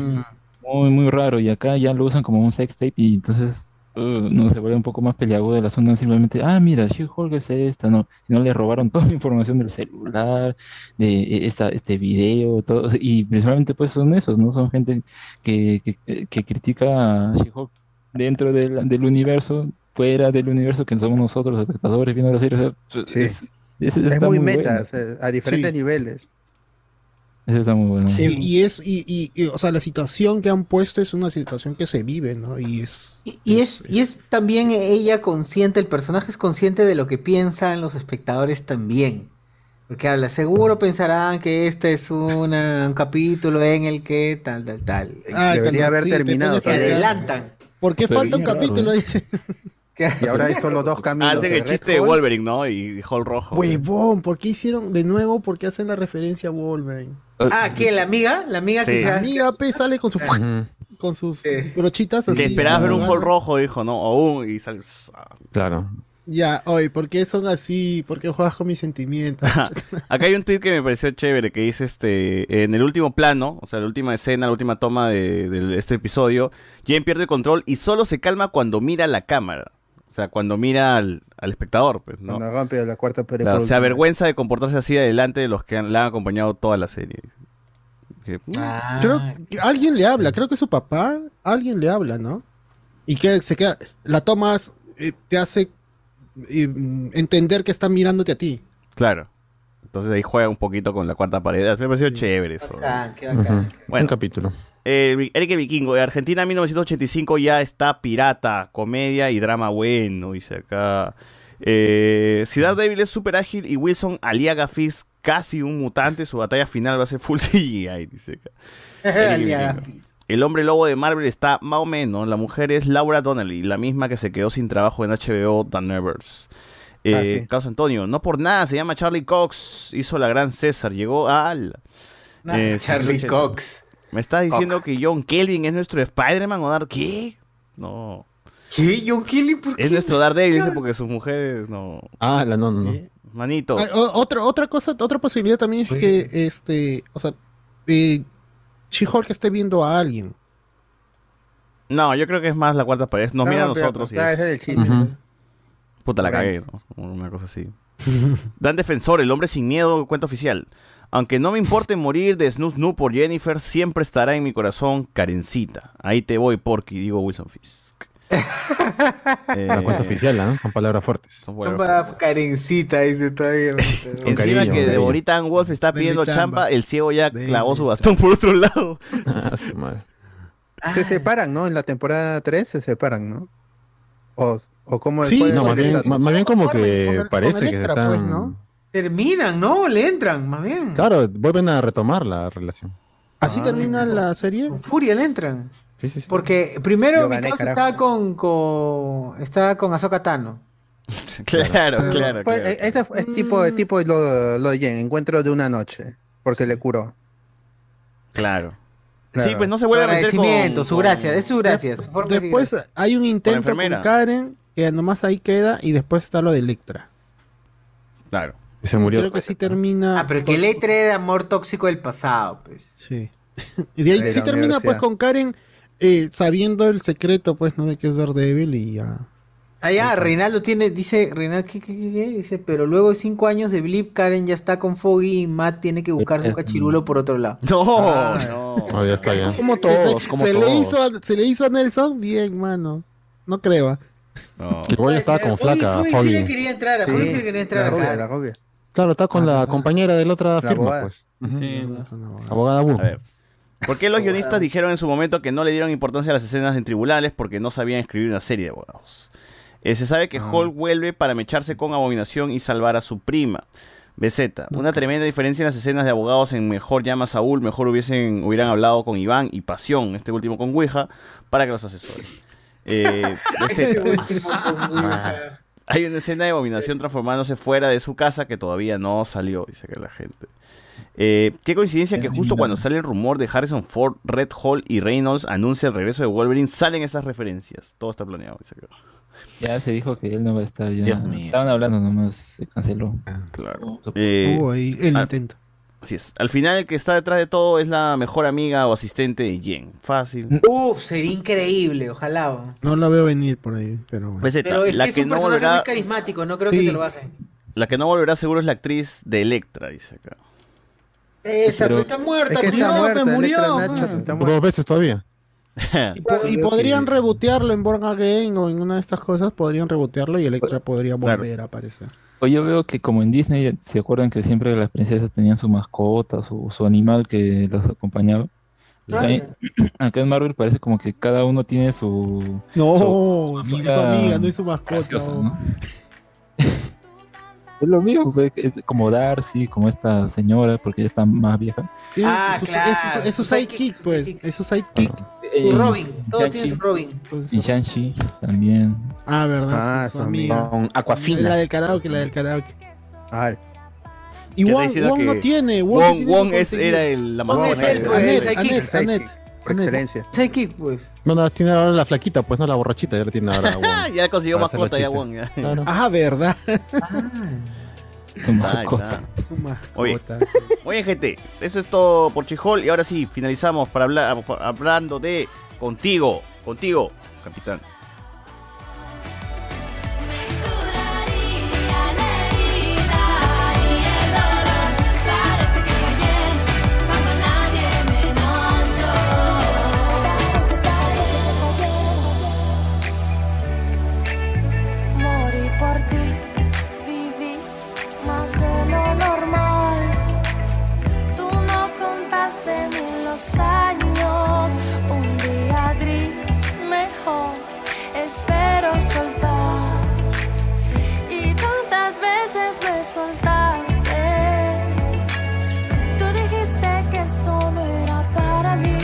muy, muy raro y acá ya lo usan como un sex tape y entonces, uh, no, se vuelve un poco más peleagudo de la zona, simplemente, ah, mira, She-Hulk es esta, ¿no? Si no le robaron toda la información del celular, de eh, esta, este video, todo, y principalmente pues son esos, ¿no? Son gente que, que, que critica a She-Hulk dentro del, del universo, fuera del universo que somos nosotros los espectadores viendo la serie. o sea, pues, es,
Es
está
muy
bueno.
meta, o sea, a diferentes
Sí.
niveles.
Ese está muy bueno.
Y, y es, y, y- y, o sea, la situación que han puesto es una situación que se vive, ¿no? Y es.
Y es, y es también ella consciente, el personaje es consciente de lo que piensan los espectadores también. Porque habla, seguro pensarán que este es una- un capítulo en el que tal, tal, tal.
Ah, cuando- sí, te tienes
Se
que adelantar.
adelantan.
¿Por qué falta un capítulo? Dice.
Y ahora hay solo dos
Ah,
caminos.
Hacen el
Red
chiste de
Hulk-
Wolverine, ¿no? Y Hall Rojo.
Huevón, ¿por qué hicieron de nuevo? ¿Por qué hacen la referencia a Wolverine?
Ah, ¿quién? ¿La amiga? ¿La amiga
Sí.
que se
La
hace?
amiga P sale con su con sus brochitas así.
Que esperabas ver un
jugando.
Hall Rojo, dijo, no, aún. Y sales.
Claro.
Ya, oye, ¿por qué son así? ¿Por qué juegas con mis sentimientos?
Ah.
Acá hay un tweet que me pareció chévere que dice este en el último plano, o sea, la última escena, la última toma de, de este episodio, Jane pierde el control y solo se calma cuando mira la cámara. O sea, cuando mira al, al espectador, pues, ¿no?
Cuando rompe la cuarta pared
Claro,
por
se
última vez.
avergüenza de comportarse así adelante de los que han- la han acompañado toda la serie. Que- uh,
Creo que alguien le habla, creo que su papá, alguien le habla, ¿no? Y que se queda, la tomas, eh, te hace eh, entender que están mirándote a ti.
Claro. Entonces ahí juega un poquito con la cuarta pared. Me pareció chévere eso.
Ah,
Bueno.
Un capítulo.
Eh, Eric el Vikingo, de Argentina 1985 ya está pirata, comedia y drama bueno, dice acá. Eh, Ciudad Débil es súper ágil y Wilson Aliaga Fizz casi un mutante, su batalla final va a ser full CGI, dice acá. Eric el
Aliaga
Vikingo. El hombre lobo de Marvel está más o menos, la mujer es Laura Donnelly, la misma que se quedó sin trabajo en HBO Thunderbirds. Eh,
Ah, sí.
Carlos Antonio, no por nada, se llama Charlie Cox, hizo la gran César, llegó a... Eh,
Nah, Charlie Cox.
¿Me estás diciendo que John Kelvin es nuestro Spider-Man o Dar... ¿Qué? No.
¿Qué? ¿John Kelvin por
qué? Es nuestro Daredevil, dice, porque sus mujeres no...
Ah, la no, no.
Manito.
Ah, o- otra, otra cosa, otra posibilidad también es que este, o sea, eh, She-Hulk esté viendo a alguien.
No, yo creo que es más la cuarta pared. Nos
No,
mira a
pero-
nosotros. y-
ah, ese es el chiste. Ujú.
Puta, la cagué. ¿no? Una cosa así. Dan Defensor, el hombre sin miedo, cuenta oficial. Aunque no me importe morir de Snoo Snoo por Jennifer, siempre estará en mi corazón Karencita. Ahí te voy, Porky, digo Wilson Fisk.
Eh, La cuenta oficial, ¿no? Son palabras fuertes.
Son
Para Karencita, dice todavía.
Encima que
cariño, cariño.
Deborita Ann Wolf está
Ven mi
pidiendo
chamba.
champa, el ciego ya
Ven
clavó
mi
su bastón por otro lado.
Ah, su madre.
Ah.
Se separan, ¿no? En la temporada 3 se separan, ¿no? O, o cómo
Sí,
cuál es
no,
Pues, el
más bien,
estatus.
más- más bien como que parece que
Electra, pues,
están...
¿no? Terminan, ¿no? Le entran, más bien.
Claro, vuelven a retomar la relación. Ah,
¿Así
Ah,
termina la serie?
Furia le entran.
Sí, sí, sí.
Porque primero
Yo
mi
gané,
causa
carajo.
estaba con, con estaba con Ahsoka Tano.
Claro,
Pero
claro,
fue-
Pues,
claro.
eh, Ese fue- es tipo,
Mm.
es tipo lo, lo de Jen, encuentro de una noche, porque le curó.
Claro.
Claro.
Sí, pues no se vuelve a meter
Agradecimiento,
con...
su gracia, es su gracia. su forma de
Después
seguir.
hay un intento
Con
con,
la enfermera.
Karen, que nomás ahí queda, y después está lo de Electra.
Claro.
Se murió.
Creo que sí termina.
Ah, pero que Letra era amor tóxico del pasado, pues.
Sí. Y de ahí
De la
sí termina
universidad.
pues con Karen eh, sabiendo el secreto, pues, ¿no? De que es Daredevil y ya.
Ah, ya,
pues.
Reinaldo tiene, dice, Reinaldo, ¿qué, qué, qué, qué? Dice, pero luego de cinco años de blip, Karen ya está con Foggy y Matt tiene que buscar su cachirulo por otro lado.
No,
No, ya está, ya.
Que se, se Le hizo a, se le hizo a Nelson, bien, mano. No creo. ah.
Igual estaba con flaca, Holly.
entrar, a Foggy sí le quería entrar a Karen.
Claro, está con la compañera de la otra firma,
abogada.
pues. Abogada Burr.
¿Por qué los guionistas dijeron en su momento que no le dieron importancia a las escenas en tribunales porque no sabían escribir una serie de abogados? Eh, se sabe que Hulk vuelve para mecharse con Abominación y salvar a su prima. BZ, una tremenda diferencia en las escenas de abogados en Mejor llama a Saúl, mejor hubiesen, hubieran hablado con Iván y Pasión, este último con Ouija, para que los asesoren. Eh, BZ. Hay una escena de abominación transformándose fuera de su casa que todavía no salió, dice que la gente. Eh, qué coincidencia que justo cuando sale el rumor de Harrison Ford, Red Hall y Reynolds anuncia el regreso de Wolverine, salen esas referencias. Todo está planeado, dice que.
Ya se dijo que él no va a estar ya. Estaban hablando nomás, se canceló.
Claro. Eh,
Hubo ahí el
al-
intento.
Así es. Al final el que está detrás de todo es la mejor amiga o asistente de Jen. Fácil.
Uf, sería increíble, ojalá. bo.
No la veo venir por ahí, pero bueno.
Pues,
Pero es
la
que es
que
un
no
personaje
volverá-
muy carismático, no creo que
Sí.
se lo bajen.
La que no volverá seguro es la actriz de Electra, dice acá.
Esa,
Pero-
pues está muerta,
Es que está
cuidado,
muerta,
me
Electra
murió. ah.
Nacho,
bo.
está
Dos veces todavía.
Po- Y podrían rebotearlo en Born Again o en una de estas cosas, podrían rebotearlo y Electra podría volver
Claro.
a aparecer.
O Pues yo veo que como en Disney, ¿se acuerdan que siempre las princesas tenían su mascota, su, su animal que los acompañaba?
Ah.
Acá en, acá en Marvel parece como que cada uno tiene su...
Oh,
No, su,
amiga
su Oh,
Ah.
amiga, no es su mascota.
graciosa, ¿no? Es lo mismo, pues, es como Darcy, como esta señora, porque ella está más vieja.
Sí, Eh, es, su, es su- es su sidekick, pues. Es su sidekick.
Eh, Robin, todo
todos
tiene su
Robin.
Y Shang-Chi también.
Ah, verdad.
Ah,
su,
su
amiga.
amiga. Con Aquafina.
La del karaoke, la del karaoke. Y
Ah,
Que está
Wong,
diciendo
Wong
que
no tiene. Wong,
Wong-
sí
Wong
tiene su
es-
contenido.
era el- la
Wong
mamá
es
de-
él,
de-
pues,
de-
Annette,
de-
Annette,
de-
Annette.
Por excelencia.
Sidekick, pues.
No, no, tiene ahora la flaquita, pues no la borrachita, ya la tiene ahora.
Ah, ya consiguió
Para hacer los
mascota ya,
chistes.
Wong. ya.
Claro. Ah.
Ah, verdad.
Su
Ahí
mascota.
está. Oye, muy bien, gente. Eso es todo por Chihol. Y ahora sí, finalizamos para hablar, por- hablando de contigo. Contigo, capitán.
Morí por ti, viví más de lo normal. Tú no contaste ni los años. Un día gris mejor, espero soltar. Y tantas veces me soltaste. Tú dijiste que esto no era para mí,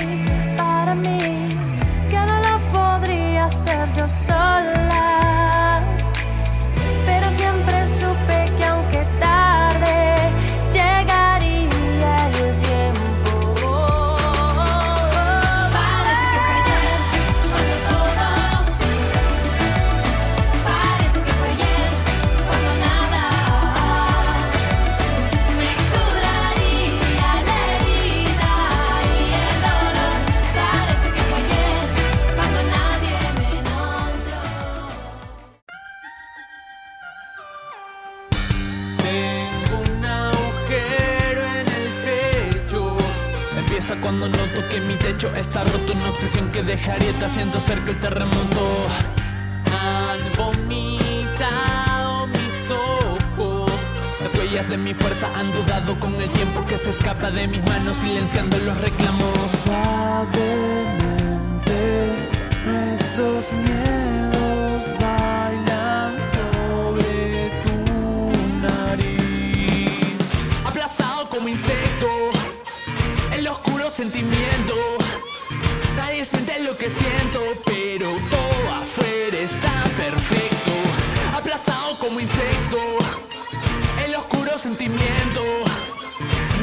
para mí que no lo podría hacer yo sola. Pero siempre supe que aunque tarde llegaría el tiempo. Parece que fue ayer cuando todo. Parece que fue ayer cuando nada. Me curaría la herida y el dolor. Parece que fue ayer cuando nadie me notó.
Tengo un agujero en el pecho. Empieza cuando noto que mi techo está roto. Una obsesión que dejaría haciendo cerca el terremoto. Han vomitado oh, mis ojos. Las huellas de mi fuerza han dudado con el tiempo que se escapa de mis manos, silenciando los reclamos.
Nuestros miedos bailan sobre tu nariz.
aplastado como insecto. El oscuro sentimiento, nadie siente lo que siento, pero todo afuera está perfecto. Aplastado como insecto, el oscuro sentimiento,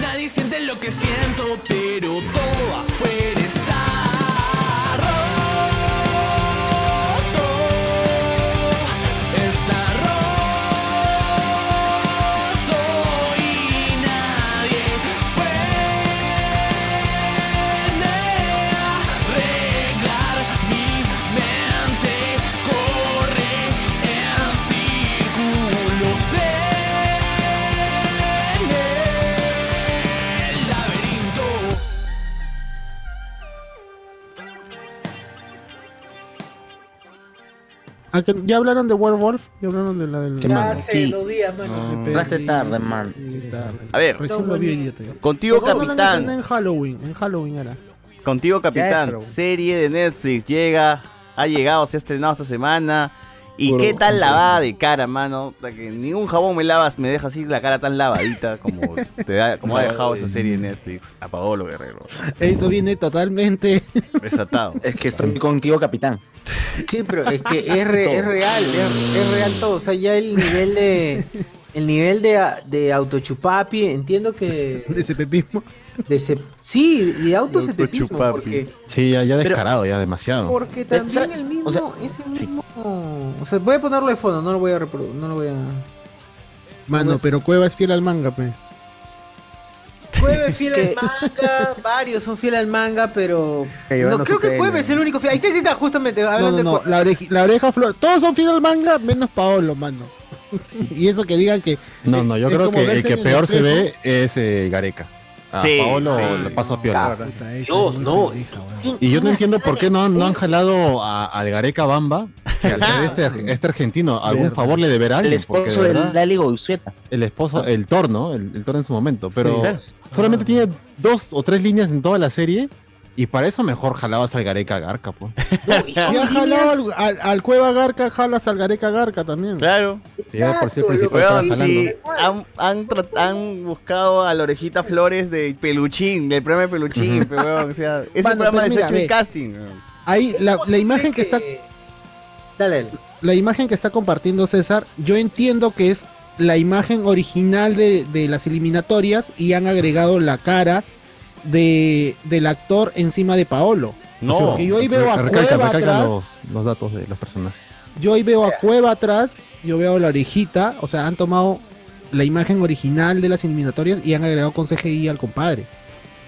nadie siente lo que siento, pero todo afuera está roto. Está roto y nadie arreglar mi mente corre en círculos en el laberinto
Ah, que- ¿Ya hablaron de Werewolf? ¿Ya hablaron de la del.?
Qué mal. Sí.
mano.
Hablaste tarde, man.
A ver,
Recién lo vi, idiota.
contigo,
No, no, no, no,
capitán.
En Halloween, en Halloween era.
Contigo Capitán,
Jethro.
serie de Netflix, llega, ha llegado, se ha estrenado esta semana. ¿Y
Puro
qué tal
hombre.
lavada de cara, mano? Puta, Que ningún jabón me lavas, me deja así la cara tan lavadita como, te ha, como ha dejado esa serie de Netflix a Paolo Guerrero.
Eso viene totalmente.
Desatado.
Es que estoy contigo, capitán.
Sí, pero es que
Ah,
es, re- es real, es, es real todo. O sea, ya el nivel de. El nivel de, de autochupapi, entiendo que. De
cepepismo.
De cep- sí, y de autocepepismo.
Chupapi.
Porque,
Sí, ya, ya descarado, ya demasiado.
porque también el mismo. es el mismo. O sea, voy a ponerlo de fondo, no lo voy a reproducir. No lo voy a.
Mano, pero Cueva es fiel al manga, pe.
Cueve es fiel al manga, varios son fiel al manga, pero.
Que
No,
llevan a su
creo que
tele.
Cueve es el único fiel. Ahí está, ahí está, justamente.
No,
Hablando
no,
de
no. La, oreji- la oreja flor. Todos son fiel al manga, menos Paolo, mano. y eso que digan que.
No, no, yo
Es
creo
como
que el
verse
que
en el
peor se ve
espejo.
es eh, Gareca. A
Sí,
Paolo
sí.
le paso piola.
Claro.
Yo no. Y yo no entiendo por qué no, no han jalado a, al Gareca Bamba, que al ser este, este argentino algún
Verdad.
favor le deberá. a
El
alguien, porque
esposo
de
de
verdad-
Lali Goizueta.
el esposo, el torno, el, el torno en su momento, pero
Sí, claro.
solamente tiene dos o tres líneas en toda la serie y para eso mejor jalabas al Gareca Garca, pues.
Si has jalado al, al- al Cueva Garca, jalas al Gareca Garca también.
Claro.
Sí, ya por sí el principal
Weón,
estaba jalando.
sí, han, han, trat- han buscado a la orejita Flores de Peluchín, del programa de Peluchín,
Ujú.
pero weón, o sea, ese
Mano,
programa
pero
es
mira,
hecho un
ve.
casting.
Ahí, la, la imagen que está. Dale. La imagen que está compartiendo César, yo entiendo que es la imagen original de, de las eliminatorias y han agregado la cara de, del actor encima de Paolo. Porque yo ahí veo a
Recalcan,
Cueva
recalcan
atrás.
los, los datos de los personajes.
Yo ahí veo a Cueva atrás, yo veo la orejita, o sea, han tomado la imagen original de las eliminatorias y han agregado con CGI al compadre.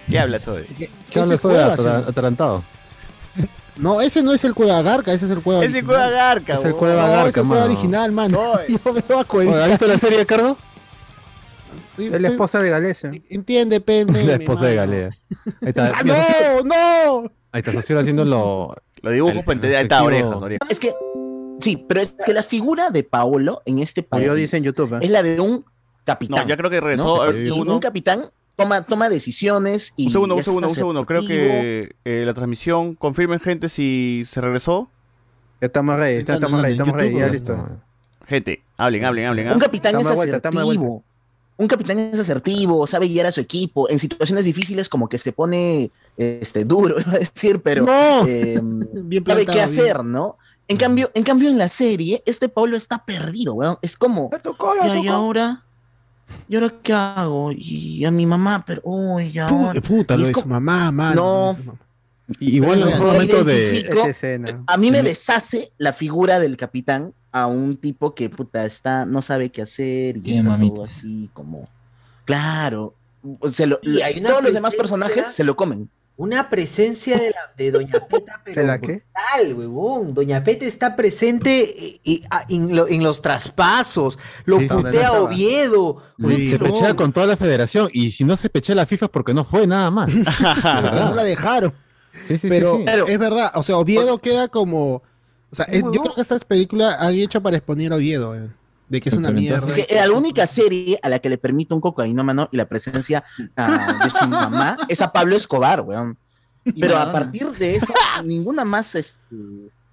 ¿Qué hablas hoy?
¿Qué
ese
hablas hoy,
Cueva,
atra-
sí.
atarantado?
No, ese no es el Cueva Garca, ese es el Cueva
Ese Cueva Garca,
Es el
weón.
Cueva
No,
Garca,
ese Cueva
mano.
original, mano. Yo veo a Cueva.
Oye, ¿Has visto la serie, Cardo?
Es la esposa de Galesa. Entiende, PM.
La esposa de Galea. Ahí está.
¡Ah,
mira, Socio-
no! ¡No!
Ahí está Socio haciendo lo.
Lo dibujo para entender. Ahí está, orejas, orejas.
Es que, sí, pero es que la figura de Paolo en este país
dice en YouTube, ¿eh?
es la de un capitán.
No, yo creo que regresó, a ver, un
Y
segundo.
un capitán toma, toma decisiones y.
Un segundo,
y
un
es
segundo, un segundo. Creo
asertivo.
que eh, la transmisión, confirmen gente si se regresó.
Estamos ready, ya estamos ready, estamos ready, ya listo.
Gente, hablen, hablen, hablen. ¿ah?
Un capitán es
Estamos de vuelta,
asertivo.
estamos de vuelta.
un capitán es asertivo, sabe guiar a su equipo. En situaciones difíciles, como que se pone este, duro, iba a decir, pero eh, sabe
plantado,
qué hacer,
bien.
¿no? En cambio, en cambio, en la serie, este Pablo está perdido, weón. Es como.
la
"Ya, ¿Y
tocó".
ahora? ¿Y ahora qué hago? Y a mi mamá, pero. Uy, ya. ahora".
Puta,
Ah. Y
lo
es
de su
como-
mamá, mano.
No.
lo de su mamá.
Igual en
Pero
un
yo
momento
identifico-
de.
A mí me deshace la figura del capitán a un tipo que, puta, está, no sabe qué hacer y
Bien,
está
mamita.
todo así como. Claro. o- se lo-
Y hay una
todos los demás
presencia-
personajes se lo comen.
Una presencia de, la- de Doña Peta, pero
¿Se la qué?
brutal, huevón. Doña Peta está presente eh, eh, ah, en, lo- en los traspasos. Lo
Sí, sí, sí.
putea Oviedo.
Uy, se
huevón.
pechea con toda la federación y si no se pechea la FIFA es porque no fue nada más. De
No la
verdad.
dejaron.
Sí, sí,
pero
sí, sí.
es verdad, o sea, Oviedo queda como. O sea, es- yo creo que esta película han hecho para exponer a Oviedo, eh, de que es una mierda.
Es que eh, era la única serie a la que le permite un cocainómano y la presencia ah, de su mamá es a Pablo Escobar, weón. Pero a
Maradona.
partir de esa, ninguna más este,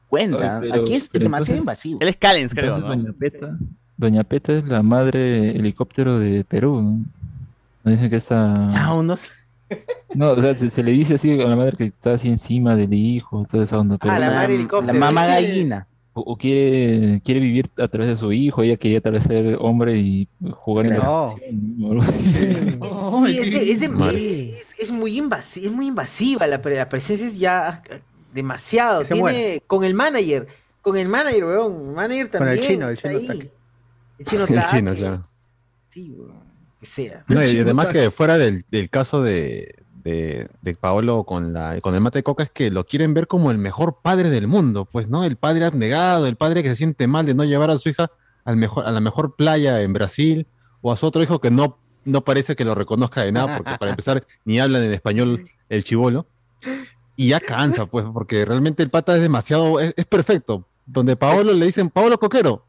cuenta.
Oye, pero-
Aquí es
pero
demasiado
entonces-
invasivo.
Él es Callens, creo,
Entonces,
¿no?
Doña Peta, Doña Peta es la madre helicóptero de Perú. ¿no? Nos dicen que
Ah,
está.
Aún no
No, o sea, se, se le dice así a la madre que está así encima del hijo, toda esa onda. Pero
Ah, la madre
La
helicóptero.
mamá
Es que-
gallina.
O, o quiere, quiere vivir a través de su hijo, ella quería tal vez ser hombre y jugar en la
No.
selección, ¿no? Algo así.
Sí, es, de- es de-
Madre.
es- es muy invasiva, es muy invasiva la, pre- la presencia es ya ah, demasiado.
Que se
Tiene-
muera.
con el manager, con el manager, weón, el manager
Con el
también.
chino, el
está
chino
ahí.
Taque.
El chino
El
Taque,
chino, claro.
sí, weón, que sea.
No, y además que fuera del, del caso de, de, de Paolo con, la, con el mate de coca es que lo quieren ver como el mejor padre del mundo, pues, ¿no? El padre abnegado, el padre que se siente mal de no llevar a su hija al mejor, a la mejor playa en Brasil o a su otro hijo que no, no parece que lo reconozca de nada, porque para empezar ni hablan en español el chivolo. Y ya cansa, pues, porque realmente el pata es demasiado, es, es perfecto. Donde Paolo le dicen, Paolo Coquero,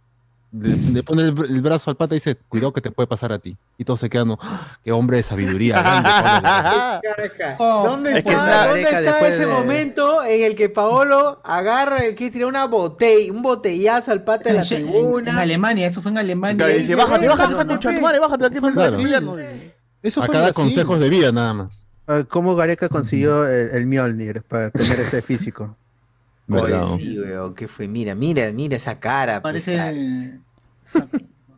le, le pone el, br- el brazo al pata y dice, cuidado que te puede pasar a ti. Y todos se quedan, "Ah, qué hombre de sabiduría. grande, Paolo".
Caraca.
Oh,
¿Dónde
es
está,
que está-
dónde está
después
ese
de-
momento en el que Paolo agarra el que tira una botella, un botellazo al pata de la
En- en-
tribuna?
en Alemania, eso fue en Alemania.
Claro, y dice, "Bájate, bájate, bájate,
concha
tu madre, bájate, aquí
Claro. brasileño".
Eso
Acá
fue
da
Brasil.
consejos de vida nada más.
Ah, ¿Cómo Gareca consiguió el, el Mjolnir para tener ese físico?
Oye,
¿Verdad?
Pues sí, weón, ¿qué fue? Mira, mira, mira esa cara. pues,
Parece.
cara.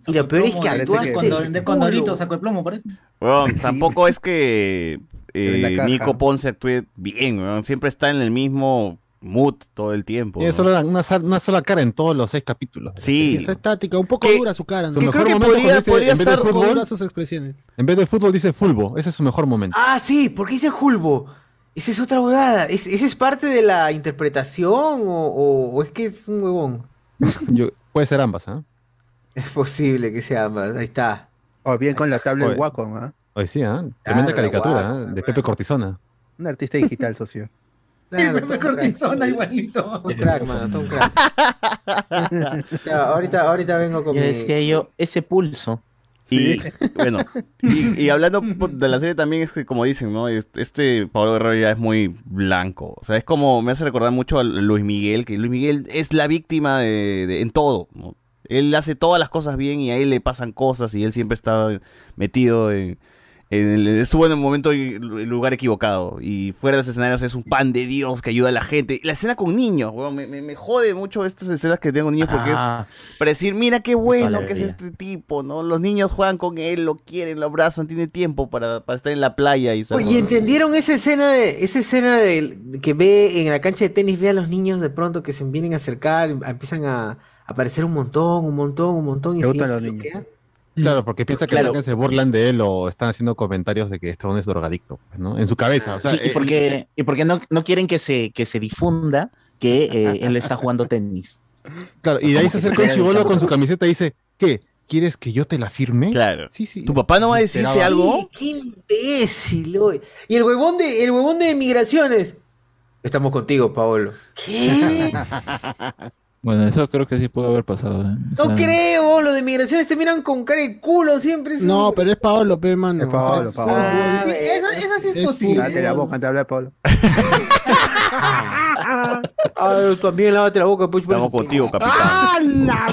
Y lo peor es que
Parece
actuaste.
que- Condor- Eh,
culo.
de Condorito, saco de plomo, parece.
Weón, tampoco es que eh,
la caja.
Nico Ponce actúe bien, weón. Siempre está en el mismo mood todo el tiempo.
Tiene
¿no?
solo una, sal- una sola cara en todos los seis capítulos.
Sí.
Está estática, un poco dura su cara.
Su mejor momento cuando dice, en vez de
un poco
fútbol,
dura sus expresiones.
En vez de fútbol dice fulbo, ese es su mejor momento.
Ah, sí, ¿por qué dice Julbo? Esa es otra huevada. ¿Es- ¿Esa es parte de la interpretación o, o- o es que es un huevón?
Yo- puede ser ambas, ¿ah?
Es posible que sea ambas. Ahí está.
O bien con la tabla de
Oye.
Wacom, ¿ah?
Oye, sí, ¿ah? Tremenda
Claro,
caricatura
guau,
¿ah? de Pepe Cortisona.
Un artista digital, socio.
Pepe Cortisona igualito.
Un crack, mano, todo un crack. Ya, ahorita, ahorita vengo con
Yo
mi-
decía yo, ese pulso.
Y bueno, y, y hablando po- de la serie también es que como dicen, ¿no? Este Pablo Guerrero ya es muy blanco. O sea, es como me hace recordar mucho a Luis Miguel, que Luis Miguel es la víctima de, de- en todo, ¿no? Él hace todas las cosas bien y a él le pasan cosas y él siempre está metido en, en el, estuvo en el momento y el lugar equivocado. Y fuera de los escenarios es un pan de Dios que ayuda a la gente. La escena con niños, weón, me, me- me jode mucho estas escenas que tengo niños porque
Ah.
es para decir, mira qué bueno que es
alegría.
este este tipo, ¿no? Los niños juegan con él, lo quieren, lo abrazan, tiene tiempo para, para estar en la playa y estar
Oye,
con-
¿entendieron esa escena de esa escena del que ve en la cancha de tenis, ve a los niños de pronto que se vienen a acercar, empiezan a aparecer un montón, un montón, un montón y
Me
se
gustan los
se
niños.
queda?
Mm.
Claro, porque piensa que
Claro.
alguien se burlan de él o están haciendo comentarios de que este hombre es drogadicto, pues, ¿no? En su cabeza. O sea, eh,
sí, y
él-
porque, y porque no, no quieren que se, que se difunda que eh, él está jugando tenis.
Claro, y de ahí se acerca un chivolo con su camiseta y dice, ¿qué? ¿Quieres que yo te la firme?
Claro.
Sí, sí.
¿Tu papá no va a decirte
Esperaba-
algo?
¡Qué imbécil! oye! Y el huevón de el huevón de migraciones. Estamos contigo, Paolo. ¿Qué?
Bueno, eso creo que sí pudo haber pasado. ¿eh? O
No
sea,
creo, los de migraciones te miran con cara de culo siempre.
No, pero es Paolo, pe, mano. Es
Paolo, Paolo.
Ah,
Sí, eso, eso sí es, posible.
Date la boca, te habla Pablo.
Ah, también lávate la boca, pues.
Estamos contigo, capitán.
¡Ah,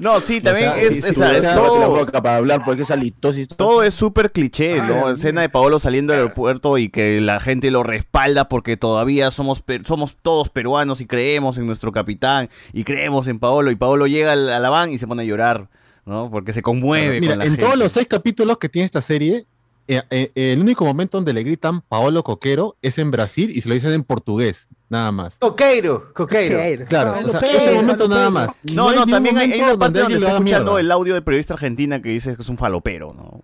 No, sí, también
O sea,
es,
sí, sí,
o sea,
sí,
es
sí,
todo,
la boca para hablar porque esa litosis.
todo es súper cliché, ¿no? Escena de Paolo saliendo del aeropuerto y que la gente lo respalda porque todavía somos per- somos todos peruanos y creemos en nuestro capitán y creemos en Paolo. Y Paolo llega al- a la van y se pone a llorar, ¿no? Porque se conmueve
Mira,
con la
en
gente.
todos los seis capítulos que tiene esta serie, eh, eh, eh, el único momento donde le gritan Paolo Coquero es en Brasil y se lo dicen en portugués, nada más.
Coqueiro, coqueiro. Ah,
Claro, o sea, ese momento nada más.
Eh, No, no,
hay
también hay,
ningún
hay una
momento
parte donde
alguien le
está
haga
escuchando
mierda.
el audio del periodista argentina que dice que es un falopero, ¿no?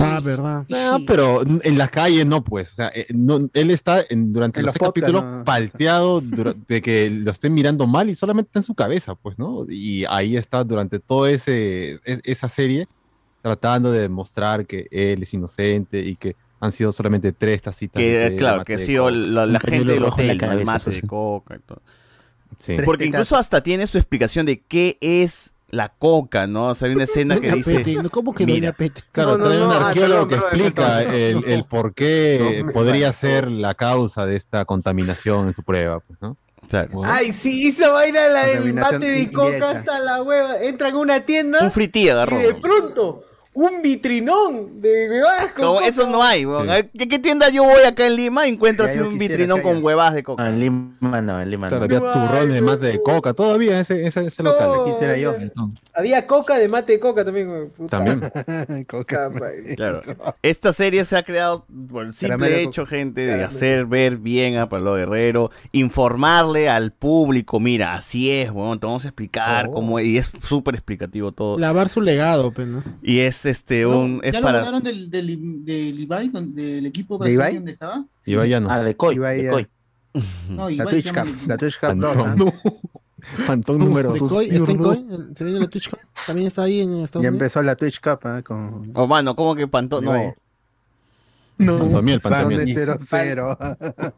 Ah, verdad.
No, pero en la calle no, pues. O sea, eh, no, él está en- durante
En los
los seis
podcasts,
capítulos
no.
palteado dura- de que lo estén mirando mal y solamente está en su cabeza, pues, ¿no? Y ahí está durante toda ese, es- esa serie tratando de demostrar que él es inocente y que han sido solamente tres tacitas.
Que,
de- de
claro,
mate
que ha
de
sido
coca.
la, la
Un
gente
pañuelo
del
rojo
hotel,
en la
¿no? el
cabeza,
mate
sí.
de coca. y todo.
Sí. Este
Porque incluso hasta tiene su explicación de qué es la coca, ¿no? O sea, hay una escena que
Doña
dice...
Pete, ¿no? ¿Cómo que
mira,
Doña Pete?
Claro, trae un arqueólogo que explica el, el por qué
No, me
podría ser la causa de esta contaminación en su prueba, pues, ¿no?
Claro.
Ay, sí, esa vaina la del
Contaminación
mate de
indirecta.
coca hasta la hueva. Entran a una tienda.
Un frití agarró.
Y de pronto, un vitrinón de huevadas con
No,
coca.
eso no hay, weón. A ver, ¿qué, qué tienda yo voy acá en Lima y encuentro
Ya,
así
yo
un
quisiera
vitrinón
que
con huevas de coca?
Ah, en Lima no, en Lima
Claro,
no.
había turrones de mate de coca, todavía ese, ese, ese local.
No, Quisiera yo. Había coca de mate de coca también. güey, puta.
También.
Puta madre.
Claro. Esta serie se ha creado por el simple
Caramelo
hecho, gente, de
Caramelo.
hacer ver bien a Pablo Guerrero, informarle al público, mira, así es, bueno, te vamos a explicar
Oh.
cómo es, y es súper explicativo todo.
Lavar su legado, pe, ¿no?
Y es este
No,
un es
¿Ya lo
para
hablaron del, del, del Ibai, don- del equipo
¿De Ibai?
brasileño donde estaba?
Ibai Llanos.
Ah, de Coy.
Ibai
de
ya.
Coy.
No,
La
Ibai
Twitch
se
Cup,
llama-
la Twitch Cup 2.
Pantón.
¿no?
Pantón número
¿De
dos.
Koi? ¿Está en
Diurno.
Koi? ¿El- ¿Se viene la Twitch Cup? También está ahí en Estados
Ya
Unidos.
empezó la Twitch Cup ¿eh? con
Oh, mano, ¿cómo que Pantón? No.
Ibai.
Pantomiel,
Pantomiel.
Pantomiel.
Cero, cero.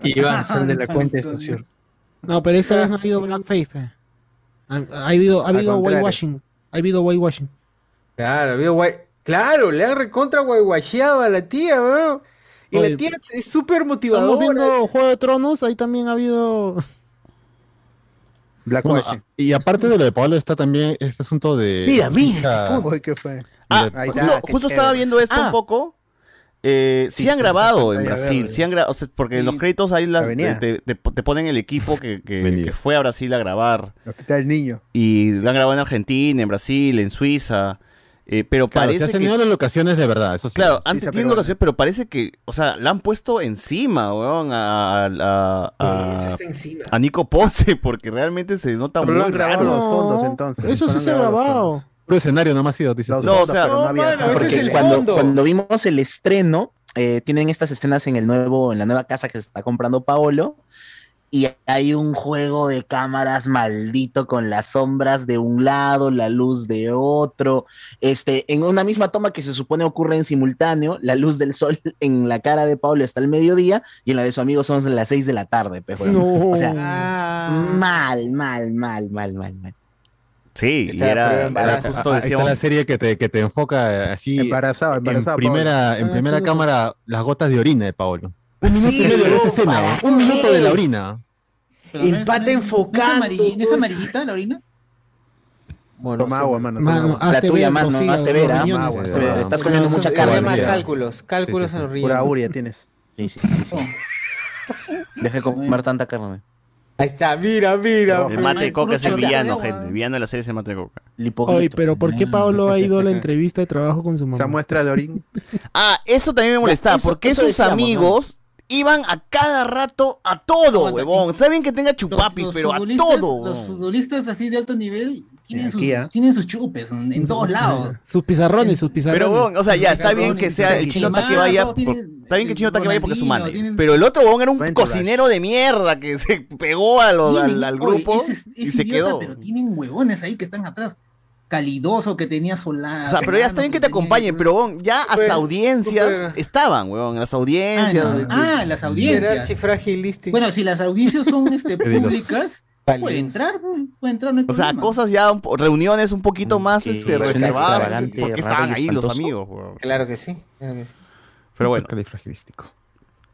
Iván, sal de la cuenta de estación.
No, pero esta vez no ha habido blackface, pe. Ha, ha habido, ha
Al
habido
contrario.
whitewashing. Ha habido whitewashing.
Claro, había guay- claro, le han recontra guayguacheado a la tía, weón. Y
Oye,
la tía es súper
Estamos
motivadora.
viendo Juego de Tronos, ahí también ha habido...
Black
Bueno,
Wash.
a- y aparte de lo de Pablo está también este asunto de... Ah,
Uy, ¿qué fue?
Ah,
Ahí está,
justo,
qué
justo
chévere.
estaba viendo esto
Ah,
un poco. Eh, sí,
Sí,
han
sí,
grabado
sí,
en
sí,
Brasil,
sí,
sí han grabado, o sea, porque en los créditos ahí la-
venía.
te, te- te ponen el equipo que, que- que fue a Brasil a grabar.
Está el niño.
Y lo han grabado en Argentina, en Brasil, en Suiza. eh, pero
Claro, se
parece
han
que.
tenido las locaciones de verdad, eso sí.
Claro, han
Suiza,
tenido
Perú.
locaciones, pero parece que. O sea, la han puesto encima, weón, a. a, a, a-
Eso está encima.
a Nico Ponce, porque realmente se nota
Pero
muy
lo han grabado
raro.
los fondos entonces.
Eso sí
Fueron
se ha
grabados los
grabado.
Puro escenario nomás ha sido, dice.
Los
No,
fondos,
o sea,
pero no había nada.
Porque
Porque
cuando,
cuando-
cuando vimos el estreno, eh, tienen estas escenas en el nuevo, en la nueva casa que se está comprando Paolo. y hay un juego de cámaras maldito con las sombras de un lado, la luz de otro, este, en una misma toma que se supone ocurre en simultáneo, la luz del sol en la cara de Pablo está al mediodía y en la de su amigo son las 6 de la tarde, pe, weón.
No.
O sea, mal, mal, mal, mal, mal, mal.
Sí,
Esta era prueba
Ahí
de
está
embarazo,
la-
justo
ahí está
decíamos-
la serie que te, que te enfoca eh, así.
Embarazado,
En
embarazado,
primera,
Paolo.
en
Ah,
primera
sí, sí.
cámara, las gotas de orina de Paolo. Un minuto y medio de esa escena.
¿para
¿no? Un minuto
qué?
de la orina.
El pata enfocado.
¿No es amarillita la orina?
Toma agua, mano. toma
Mano,
agua.
hazte La tuya, ver, mano, confía, hazte ver, los ah, riñones. hazte ver, estás
Pura-
comiendo mucha
pura
carne.
urea.
Problemas, cálculos, cálculos en los riñones.
Pura aurea tienes.
Sí, sí, sí. Deja de comer tanta carne.
Ahí está, mira, mira.
El mate de coca es el
Ahí está.
villano, gente. El villano de la serie es el mate de coca.
Oye, pero ¿por qué Pablo ha ido a la entrevista de trabajo con su mamá?
muestra de orín.
Ah, eso también me molestaba, porque
eso
esos
decíamos, ¿no?
amigos iban a cada rato a todo, huevón. Está bien que tenga chupapis, pero a
futbolistas-
todo.
Los
huevón.
futbolistas así de alto nivel tienen, sus,
Aquí, ¿ah?
tienen sus chupes en, en todos lados.
Sus pizarrones, sus pizarrones.
Pero, huevón, o sea, ya, está bien que sea el chino que vaya. por- Está bien que el chino que vaya porque es su manager. Pero el otro, huevón, era un cocinero de mierda que se pegó a los- al, al
Oye,
grupo
ese es-
y
es
se
idiota,
quedó.
Pero tienen huevones ahí que están atrás. Calidoso que tenía solar.
O sea, pero ya está bien que te acompañen, pero huevón, ya hasta
Súper,
audiencias
súper.
estaban, huevón, las audiencias.
Ah, no.
de-
Ah, las audiencias. Bueno, si las audiencias son este,
Pedidos.
públicas, puede entrar, pues, puede entrar, no hay
O sea,
problema.
cosas ya, un po- reuniones un poquito más este,
suena
reservadas.
extravagante,
Porque
raro
estaban
y
ahí los
espantoso.
amigos, huevón.
Claro que sí. claro que sí.
Pero bueno.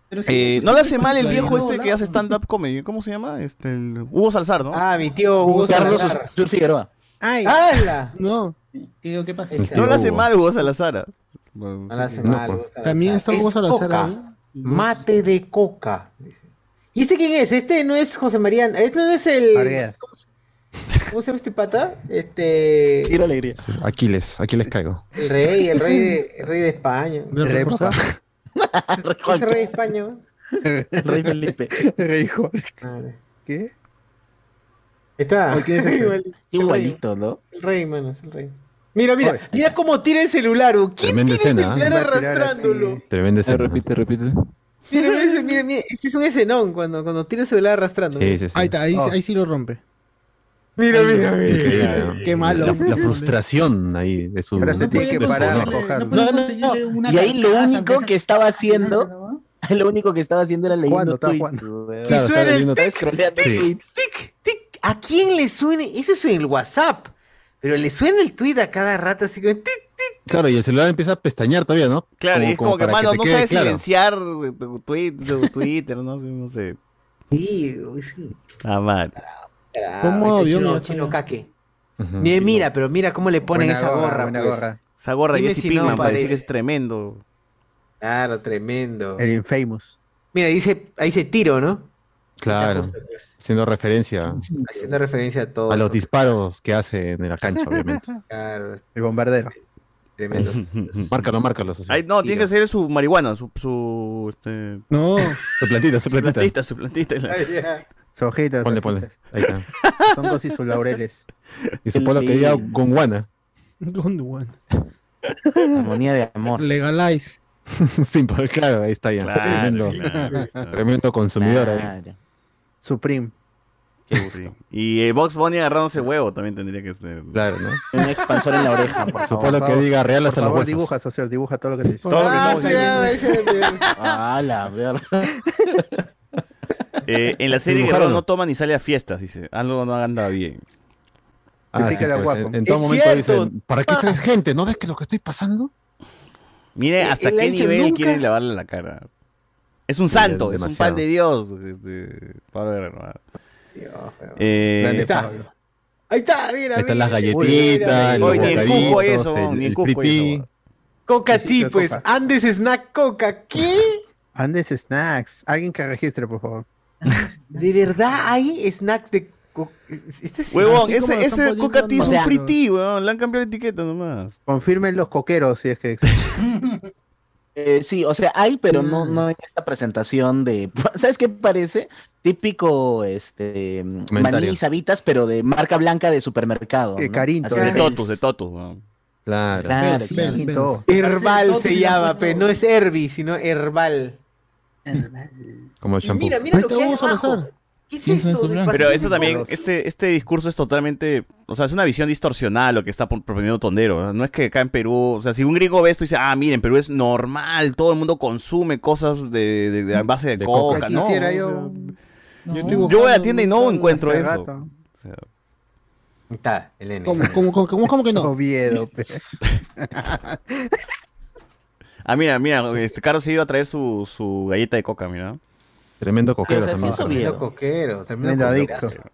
Pero sí,
Eh,
sí,
no le
sí,
hace mal el
ahí
viejo
no
este que
hablaba.
hace stand-up comedy. ¿Cómo se llama? Este, el Hugo Salzar, ¿no?
Ah, mi tío
Hugo
Hugo
Carlos
Salazar.
Sur Figueroa.
¡Ay!
¡Hala!
No.
Tío, ¿qué pasa?
No le hace mal Hugo Salazar. No pues.
le hace mal, Hugo Salazar.
También está Hugo
Es
Salazar
coca.
ahí.
Mate de coca. dice. ¿Y este quién es? Este no es José María. Este no es el.
Arguedas.
¿Cómo se- cómo se llama este pata? Este.
Ciro
Alegría.
Aquí les, aquí les caigo.
El rey, el rey de, el rey de España.
El rey Juan.
¿Qué es el rey de España? güey?
El rey Felipe. El rey Juan. ¿Qué?
Está.
Ay, ¿qué es ese?
Igual-
Igualito, ¿no?
El rey, mano, es el rey. Mira, mira, mira cómo tira el celular. güey. ¿Quién
Tremenda
tira el
escena, ¿eh?
celular
Va a tirar
arrastrándolo?
Tremenda escena.
Repite, repite.
Mira, mira, ese, mira, mira, ese es un escenón cuando, cuando tira el celular arrastrando. mira.
Ahí está, ahí, ahí sí lo rompe.
Mira, mira,
Increíble, ¿no?
Qué malo.
La, la frustración ahí de su.
Pero se tiene que
de su
parar a
honor.
recoger.
No, no, no. Y ahí lo único que estaba haciendo, lo único que estaba haciendo era leyendo
Jugando, estaba
tweets.
jugando.
weón.
Y suena el
Estaba
tic,
scrolleando
tic,
tweets.
tic, tic. ¿A quién le suena? Eso es en el WhatsApp. Pero le suena el tweet a cada rato así como... tic.
Claro, y el celular empieza a pestañear todavía, ¿no?
Claro, y es como, que,
para
mano,
te
no
quede
sabes
claro.
silenciar güey, tu tweet- tu Twitter, no sé, no sé.
Sí, güey, sí.
Ah, mal.
Carajo,
¿Cómo
este
avión,
chino,
no?
chino caque. Mm, Mira, mira, pero mira cómo le ponen
Buena
esa
gorra,
gorra.
buena
pues.
gorra. Esa gorra de
Dime
Jesse
si
Pinkman para
pare-
decir que es tremendo.
Claro, tremendo.
El infamous.
Mira, dice, ahí dice tiro, ¿no?
Claro. Haciendo referencia
Haciendo referencia a todo.
a los disparos que hace en la cancha, obviamente.
Claro,
El bombardero.
tremendo.
márcalo, márcalo. socio.
Ay, no, tiene
Tiro.
que ser su marihuana, su. su este...
No.
Su plantita, su
Su
plantita.
plantita, su plantita.
Su hojita.
Ponle, ponle. Ahí está.
Son dos y sus laureles.
Y su polo que diga Gonguana.
¿Dónde, weón?
Armonía de amor.
Legalize.
Simple, claro, ahí está ya.
Claro,
tremendo,
claro, claro.
tremendo consumidor
Ah, eh.
eh. ahí.
Supreme.
Sí. Y eh, Box Bunny agarrándose huevo también tendría que ser.
Claro, ¿no?
Un expansor en la oreja, por
Su
favor.
polo que diga real
Por
hasta los
favor,
huesos.
dibuja, socio, dibuja todo lo que te dice.
Todo lo que Ah, estamos sí, diciendo.
Ah, ese-
Ah, la verga.
Eh, en la serie
¿Dibujaron?
Guerrero no toma ni sale a fiestas, dice. Algo no anda bien.
Ah, sí,
Explícale a
pues,
Guaco.
en, en todo
Es
momento
cierto. Ah.
dicen, ¿para qué traes gente? ¿No ves que lo que estoy pasando?
Mire hasta
él ha
qué
dicho
nivel
nunca.
quieren lavarle la cara. Es un
Sí,
santo, es un
demasiado.
pan de Dios. este, Pablo Guerrero. Eh,
Grande
ahí está.
Pablo.
Ahí está, mira.
Ahí están las
mira, mira,
galletitas,
mira.
los
Oye, ni en Cusco
bocaditos,
hay eso,
el-
ni en
el
Cusco hay
frití.
eso.
Coca
Sí, sí,
Tea,
la
pues.
coca.
Andes Snack Coca. ¿Qué?
Andes Snacks. Alguien que registre, por favor.
¿De verdad hay snacks de coca? Este es-
Huevón,
así como
ese,
lo están
ese
poniendo
Coca Tea
en
es un
los-
free tea, weón. Le han cambiado la etiqueta nomás.
Confirmen los coqueros si es que
Eh, sí, o sea, hay, pero no, no en esta presentación de. ¿Sabes qué parece? Típico este maní y sabitas, pero de marca blanca de supermercado.
De
¿no?
Carinto.
Así
De
Hell's.
Totus, de Totus, weón.
Claro.
Claro,
Vels,
claro.
Vels, Vels.
Herbal se llama, pero no es Herbi, sino Herbal.
Como el
Y
shampoo.
mira, mira lo que hay abajo.
¿Qué es
Pienso en
esto? del
su
Pues
blanco.
Pero eso
Pacífico?
también, este, este discurso es totalmente, o sea, es una visión distorsionada lo que está pro- proponiendo Tondero. ¿no? No es que acá en Perú, o sea, si un gringo ve esto y dice, ah, miren, Perú es normal, todo el mundo consume cosas de, de- de- a base de, coca,
Ya
¿no?
quisiera
O sea,
yo.
yo voy a la tienda y no encuentro eso. O sea,
Está, el N.
¿Cómo, cómo, cómo, cómo- cómo que no?
Oviedo,
Ah, mira, mira, este Carlos se iba a traer su, su galleta de coca, mira.
Tremendo
Pero,
coquero
o sea, sí
también.
es
Carlos.
Oviedo. coquero, tremendo
Tremendo
coquero.
adicto.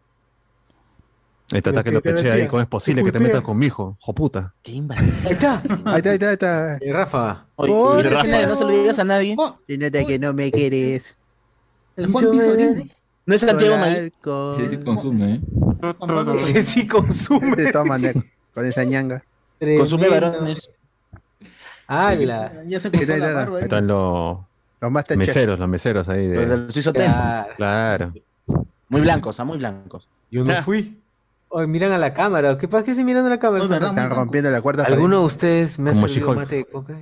Este ataque
Lo
lo
que te
peché
decía,
ahí. ¿Cómo es posible que te
culpea.
metas con mi hijo? Joputa.
Qué invasivo.
Ahí está, ahí está, ahí está.
Eh,
Y Rafa.
Oye,
Oh,
y Rafa.
Rafa.
No se lo digas a nadie.
Y nota que no me querés.
El Juan
eh,
Pizorín.
No es Santiago
Con
May.
alcohol.
Sí, sí consume, ¿eh?
Ese sí consume.
De todas maneras, con esa ñanga.
Consume varones.
¡Hala!
Ya se
Ahí
cortó
está, ahí
la
está.
¿eh?
barba. ¿eh? ahí.
Están los
Los más
meseros, los meseros ahí. De...
Los del Suizo Hotel.
Claro.
Claro.
Muy blancos, ah, muy blancos.
Yo no fui. Oye, miran a la cámara. ¿Qué pasa que se miran a la cámara?
Están rompiendo la cuarta pared.
¿Alguno de ustedes me ha
Como
servido
She-Hulk.
mate de coca?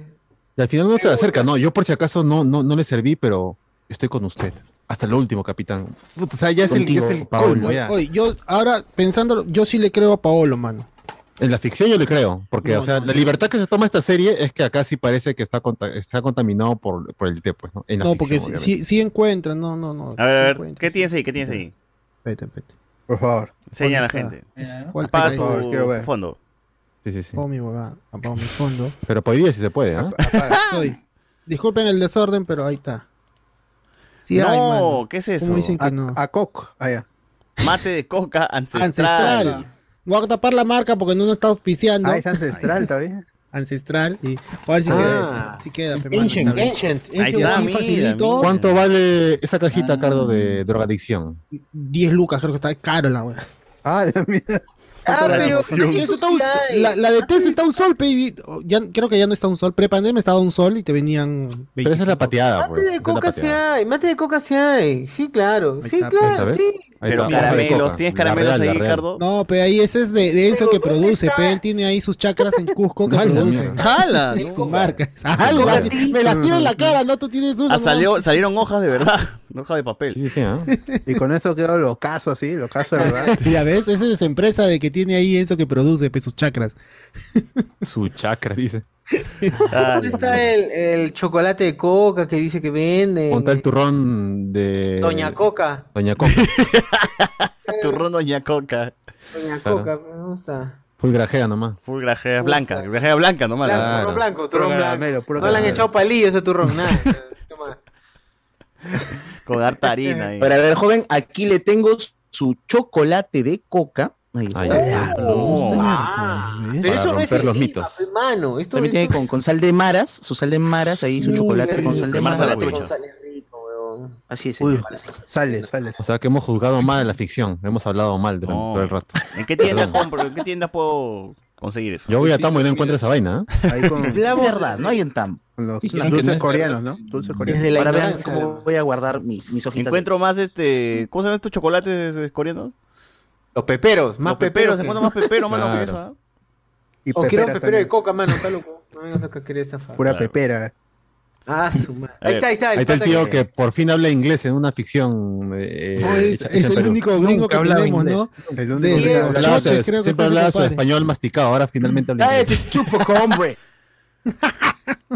Y al final no se le acerca, no. Yo por si acaso no, no, no le serví, pero estoy con usted. Hasta el último, capitán. Puta, o sea, ya es el, ya
Contigo,
es el
Paolo.
colmo, ya.
Oye, yo ahora pensándolo, yo sí le creo a Paolo, mano.
En la ficción yo le creo, porque
No,
o sea,
no,
la
no.
libertad que se toma esta serie es que acá sí parece que está, conta- está contaminado por, por el té, pues, ¿no? En la
No,
ficción,
porque sí,
obviamente.
sí, sí encuentra, no, no, no.
A ver, a ver,
sí encuentra.
¿qué tienes ahí? ¿Qué tienes ahí?
Vete, vete.
Por favor.
Enseña a la
¿Dónde
gente.
está? ¿Cuál-
Apaga
ahí,
tu,
por favor, quiero ver.
tu fondo.
Sí, sí, sí.
Apago mi huevada, apago mi fondo.
Pero por hoy día sí se puede, ¿ah?
Estoy. Disculpen el desorden, pero ahí está. Sí
no,
hay, mano.
¿qué es
¿Cómo
eso?
dicen que no?
A Coco, allá.
Mate de coca ancestral.
Ancestral. Voy a tapar la marca porque no nos está auspiciando.
Ah, es ancestral todavía.
Ancestral. Y a ver si
Ah.
queda. Si queda, pe, mano,
Ancient,
está bien.
ancient.
Ahí
Yo
está,
sí
mira,
facilito. Ah.
mira.
¿Cuánto vale esa cajita, Cardo, de drogadicción?
10 lucas, creo que está caro la wea.
Ah, la mierda.
Ah, pero eso está un- la, la de Tess está a un sol, baby. Oh, Ya, creo que ya no está a un sol. Prepandemia estaba a un sol y te venían.
Pero esa es la
Ah,
pateada,
Mate
pues. esa
de
es la
coca se
pateada.
hay, mate de coca se hay. Sí, claro.
Ahí
Sí,
está,
claro,
¿ves?
sí.
Ahí
Pero
está, hoja de
caramelos,
Ah,
coca.
¿tienes
La
caramelos
real, la
ahí,
real.
Cardo?
No, pero ahí ese es de, de Enzo que produce. Pe, él tiene ahí sus chacras en Cusco que
Ah,
Ay, la
producen.
mierda.
Ah,
¡Hala! Su marca. Algo,
Claro.
me las tiro en la cara, ¿no? Tú tienes una.
Ah,
¿no?
salió- salieron hojas de verdad, hojas de papel.
Sí, sí, ¿ah?
Y con eso quedó lo caso así, lo caso de verdad.
Ya ves, esa es de su empresa de que tiene ahí Enzo que produce pe, sus chacras.
Su chakra, dice.
¿Dónde está el, el chocolate de coca que dice que vende?
Ponta el turrón de...
Doña Coca.
Doña Coca.
Turrón doña coca.
Doña
Claro.
Coca, ¿dónde está?
Full grajea nomás.
Full grajea blanca, grajea blanca nomás.
Blanco,
la-
turrón
Claro.
blanco, turrón
Puro
blanco.
caramelo, puro
No le han
caramelo.
echado palillo a ese turrón, nada. Toma.
Con harta harina ahí.
Para ver, joven, aquí le tengo su chocolate de coca. Ahí está.
Ay, ay,
Oh,
No.
Pero eso no
romper
es el
los
IVA,
mitos.
pe, mano. Esto,
También tiene
esto-
con, con sal de maras, su sal de maras ahí, su chocolate con sal de
De maras
maras.
a la
Chocolate
trucha.
con sal- Así es.
Uy,
señor.
sale, sale.
O sea que hemos juzgado mal en la ficción. Hemos hablado mal durante
No.
todo el rato.
¿En qué tienda
Perdón.
compro? ¿En qué tienda puedo conseguir eso?
Yo voy a Tambo y no encuentro esa vaina. ¿eh?
Ahí con
Es verdad, no hay en tam.
con los
Sí,
dulces
que no es
coreanos, ¿no? Dulces coreanos.
Desde la
Ahora vean
ignorancia.
cómo voy a guardar mis, mis hojitas.
Encuentro más este. ¿Cómo se llaman estos chocolates eh, coreanos?
Los peperos, más
Los peperos, se
peperos. que-
encuentran más peperos, mano, que
Claro.
eso.
Y
¿ah? O quiero un
peperas
pepero de
también.
coca, mano, está loco. No vengas acá a querer estafar.
Pura
Claro.
pepera.
Ah, su madre.
A ver,
Ahí está, ahí está.
Ahí está el
pata
tío que por fin habla inglés en una ficción. eh,
No, es,
hecha-
es
hecha en
el
Perú.
único gringo
Nunca
que
hablaba
tenemos,
inglés.
¿no?
El
Sí,
único
sí,
gringo.
los
Hablaba su-
choches, creo que
siempre
está
hablaba
mi
su
compadre.
español masticado, ahora finalmente habla
¡Cállate,
inglés.
chupo, hombre!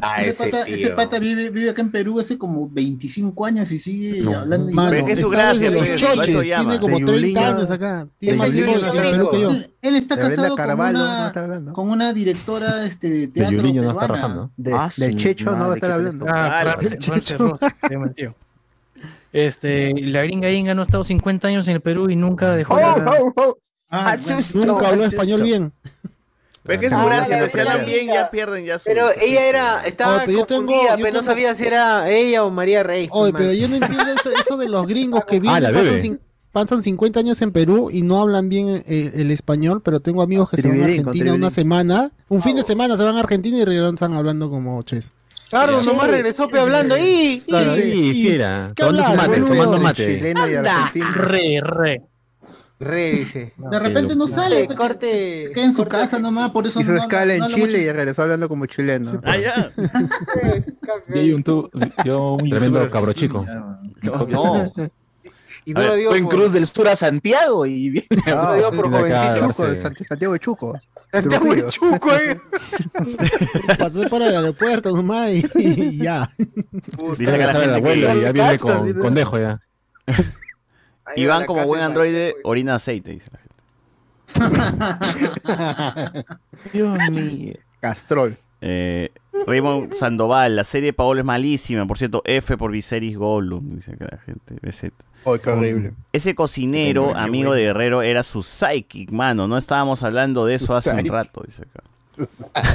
Ah,
Ese pata, ese pata vive, vive acá en Perú hace como 25 años y sigue hablando.
Mano,
Pero es que es su
está
gracia,
desde los
pe, a eso
choches,
llama.
tiene como
De
30
Yulín.
años acá.
De
Tiene más
Yulín,
tiempo en la
Yulín.
Perú que yo.
Él, él está
De Brenda
casado con
Carvalho, no
una,
está hablando.
con una directora este, de
De
teatro
Yuliño no está
peruana.
rajando.
De,
Ah,
del
su
Checho no va a
madre,
estar
qué
hablando.
Ah,
Ah,
el
Ramsey- Ramsey Ross, se llama el tío. Este, la gringa Inga no ha estado 50 años en el Perú y nunca dejó.
Oh,
Ah, bueno.
Nunca habló español bien.
Pero es que es
Ah,
su gracia,
la
pues, si
verdad,
hablan bien,
amiga.
ya pierden ya su.
Pero
su-
ella era, estaba
Ah, pero yo tengo-
confundida,
yo
pero
tengo-
no sabía si era ella o María Rey.
Oye,
mano.
pero yo no entiendo eso, eso de los gringos que
Ah,
viven,
la
pasan,
bebe.
cin- pasan 50 años en Perú y no hablan bien el, el español, pero tengo amigos que se van a
Tribilín, con
Argentina una
tribilín.
semana, un fin de semana se van a Argentina y regresan hablando como ches.
Claro,
Sí.
nomás regresó pe hablando. ¡Y! y-
Claro, y
y-
fiera,
¿qué
tomando su
hablas,
mate,
boludo?
tomando mate.
Chileno y argentino.
Re, re.
Re, dice.
De repente no
Corte,
sale, pues,
corte.
queda en su casa nomás, por eso
Hizo
no habla-
escala en
no habla
Chile
mucho.
y regresó hablando como chileno.
Ah, ya.
Yo, un tu- yo un
Tremendo
youtuber
cabro chico.
argentino, ya, man.
No.
Y
A
no
ver,
lo digo
fue en
por-
Cruz del Sur a Santiago y viene.
No, lo digo por
Ah, De
jovencito.
Chuco, de Sant- Santiago de Chuco.
Santiago de Chuco,
eh.
Pasé por el aeropuerto nomás y, y ya.
Dice que la
Estaba el
gente
abuelo
que-
y ya viene con con dejo ya.
Iván, como buen androide, orina aceite, dice la gente.
Dios mío.
Castrol.
Eh, Raymond Sandoval, la serie de Paolo es malísima. Por cierto, F por Viserys Gollum, dice acá la gente. BZ.
Ay, qué horrible.
Ese cocinero, amigo de Guerrero, era su psychic, mano. No estábamos hablando de eso
Su
hace
psychic.
un rato, dice acá.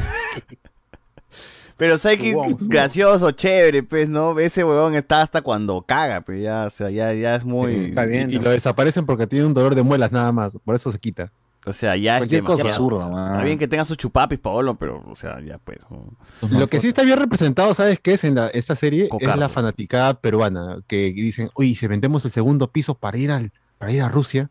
Pero psychic gracioso, chévere, pues, ¿no? Ese huevón está hasta cuando caga, pues ya, o sea, ya, ya es muy.
Y, y lo desaparecen porque tiene un dolor de muelas nada más, por eso se quita.
O sea, ya es
Cualquier cosa.
demasiado.
Absurdo, man.
Está bien que tenga sus chupapis, Paolo, pero, o sea, ya pues. ¿no?
Lo que sí está bien representado, ¿sabes qué es en la, esta serie? Es
Cocardo.
la fanaticada peruana, que dicen, uy, ¿y si vendemos el segundo piso para ir, al, para ir a Rusia,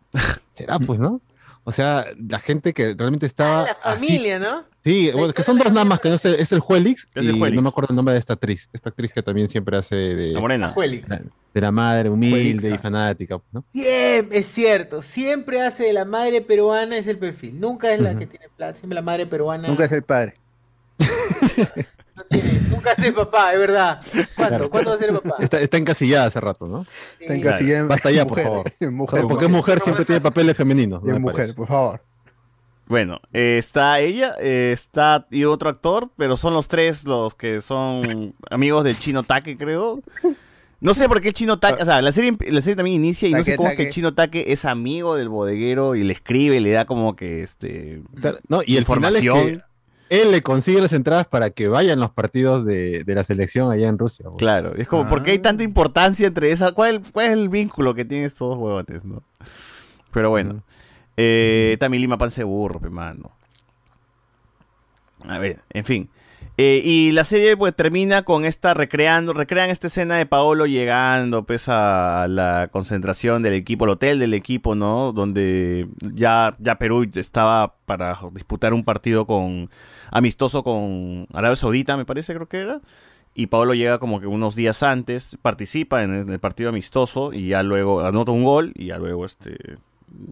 será pues, ¿no? O sea, la gente que realmente estaba...
Ah, La
así-
familia, ¿no?
Sí, bueno, que son dos nada más, que no sé, es el Juelix,
Es el
y
Juelix.
no me acuerdo el nombre de esta actriz, esta actriz que también siempre hace de...
La morena. La Juelix.
De la madre humilde
Juelixa.
y fanática, pues, ¿no?
Bien, es cierto. Siempre hace de la madre peruana es el perfil. Nunca es la que tiene plata. Siempre la madre peruana.
Nunca es el padre.
Nunca hace papá, es verdad. ¿Cuándo? ¿Cuándo va a ser papá?
Está, está encasillada hace rato, ¿no?
Está
encasillada en
Basta ya,
mujer,
por favor.
en mujer.
Porque es mujer siempre tiene papeles femeninos.
De mujer, por favor.
Bueno, eh, está ella, eh, está y otro actor, pero son los tres los que son amigos del Chino Take, creo. No sé por qué el Chino Take, o sea, la serie, la serie también inicia y no sé
Take,
cómo es que el
Take.
Chino Take es amigo del bodeguero y le escribe, y le da como que este
No, y el final es que él le consigue las entradas para que vayan los partidos de, de la selección allá en Rusia. güey.
Claro, es como, ¿por qué hay
Ah.
tanta importancia entre esa? ¿Cuál, cuál es el vínculo que tienen estos dos huevotes, no? Pero bueno. Eh, también Lima Pan se burro, pe, mano. A ver, en fin. Eh, y la serie pues termina con esta recreando, recrean esta escena de Paolo llegando pues a la concentración del equipo, al hotel del equipo, ¿no? Donde ya, ya Perú estaba para disputar un partido con amistoso con Arabia Saudita, me parece creo que era. Y Paolo llega como que unos días antes, participa en el, en el partido amistoso y ya luego anota un gol y ya luego este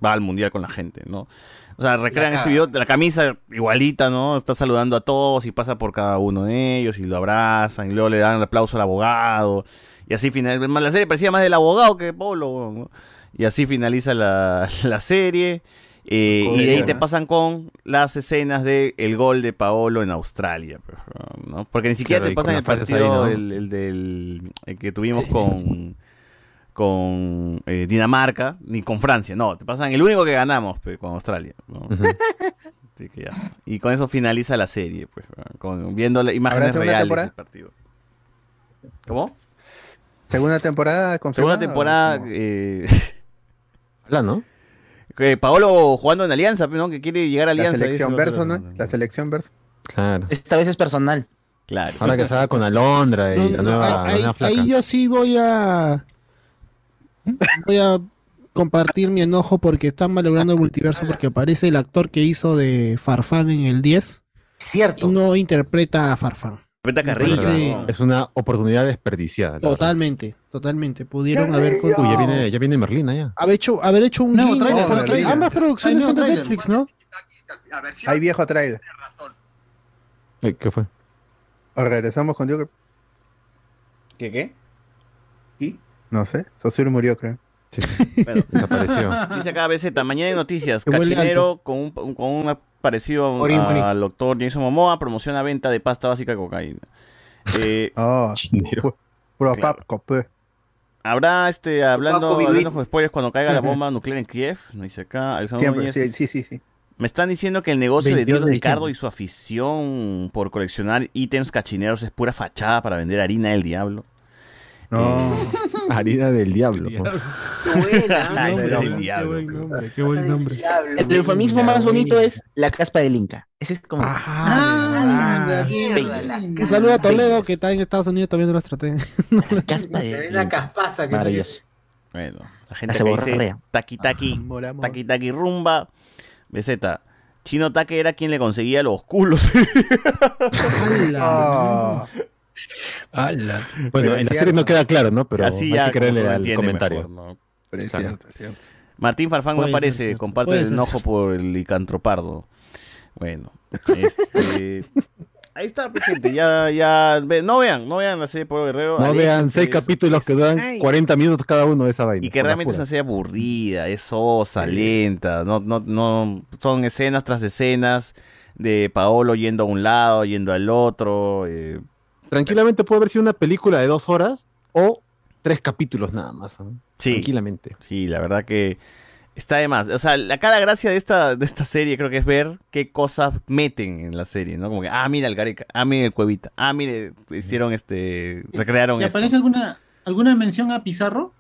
va al mundial con la gente, ¿no? O sea, recrean
La
este video, la camisa igualita, ¿no? Está saludando a todos y pasa por cada uno de ellos y lo abrazan y luego le dan el aplauso al abogado. Y así finaliza. La serie parecía más del abogado que de Polo. weón, ¿no? Y así finaliza la, la serie. eh, y de ahí te
Coreana.
pasan con las escenas del el gol de Paolo en Australia. pues, ¿no? Porque ni siquiera
Claro,
te
y con
pasan el
las frases ahí,
partido,
¿no?
el, el del el que tuvimos con, con eh, Dinamarca, ni con Francia. No, te pasan el único que ganamos pues, con Australia. ¿no? Así que ya. Y con eso finaliza la serie, pues, con, viendo las imágenes
segunda
reales
temporada?
del partido. ¿Cómo?
Segunda temporada confirmada.
Segunda temporada.
¿o no?
eh,
Habla, ¿no?
que Paolo jugando en Alianza, ¿no? Que quiere llegar a
La
Alianza.
selección
dice,
verso, ¿no? La selección verso.
Claro.
Esta vez es personal.
Claro.
Ahora que estaba con Alondra y la nueva, la
ahí,
nueva flaca.
ahí yo sí voy a. Voy a compartir mi enojo porque están malogrando el multiverso porque aparece el actor que hizo de Farfán en el 10.
Cierto.
No interpreta a Farfán.
Vete a Carrillo.
Sí.
¿no?
Es una oportunidad desperdiciada. la verdad.
Totalmente, totalmente. Pudieron haber, con-
Uy, ya viene, ya viene Merlina ya.
haber hecho, haber hecho un guiño,
tráiler,
porque
tráiler.
ambas producciones
Hay
son
nuevo
de
tráiler.
Netflix, ¿no?
Hay viejo trailer.
Eh, ¿Qué fue?
O regresamos con Diego.
¿Qué qué?
No sé. Sosur murió, creo.
Bueno.
Desapareció.
Dice acá BZ, mañana hay noticias.
Que huele
Cachinero con un, con un parecido a-
Morín, morín.
al doctor Jason Momoa promociona venta de pasta básica de cocaína. Eh,
Oh, puro pues.
Claro.
pap, copé.
Habrá este hablando,
Paco Viduit.
hablando con spoilers cuando caiga la bomba nuclear en Kiev, nos dice acá. Alexander
Siempre,
Núñez.
sí, sí, sí, sí.
Me están diciendo que el negocio de
22
Dios
de
Ricardo
diciembre.
y su afición por coleccionar ítems cachineros es pura fachada para vender harina del diablo. Eh,
No.
Harina del diablo.
Harina
nombre,
del
¿no? Qué
diablo.
buen nombre, qué buen nombre.
El eufemismo más bonito es la caspa del Inca. Ese es como.
Ah,
mierda,
la-
la
Un saludo a Toledo que está en Estados Unidos también lo traté.
caspa del
eh.
Es la caspaza que tiene.
Maravilloso.
Bueno, la
La
gente que
ceborrea.
dice taqui
Ah,
taqui, taqui taqui rumba, BZ. Chino Taque era quien le conseguía los culos.
Bueno,
Pero
en la
es
serie no
cierto.
queda claro, ¿no? Ah. Pero
Así
hay
ya
que creerle
uno lo
al
entiende
comentario.
mejor, ¿no?
Pero es
Claro.
cierto, es cierto.
Martín Farfán no
Puede ser
aparece,
cierto,
comparte
puede
el
ser
enojo por el licantropardo. Bueno, este, ahí está, pues, gente, ya, ya, ve- no vean, no vean la serie Pueblo Guerrero. este,
No vean seis capítulos que duran 40 minutos cada uno de esa vaina.
Y que realmente es una serie aburrida, es sosa, lenta, no, no, no, son escenas tras escenas de Paolo yendo a un lado, yendo al otro. eh,
Tranquilamente puede haber sido una película de dos horas o tres capítulos nada más. ¿no?
Sí.
Tranquilamente.
Sí, la verdad que está de más. O sea, la- acá la gracia de esta, de esta serie creo que es ver qué cosas meten en la serie, ¿no? Como que, ah, mira el Gareca, ah, mira el Cuevita, ah, mire, hicieron este, recrearon
¿Te
esto.
aparece alguna, alguna mención a Pizarro?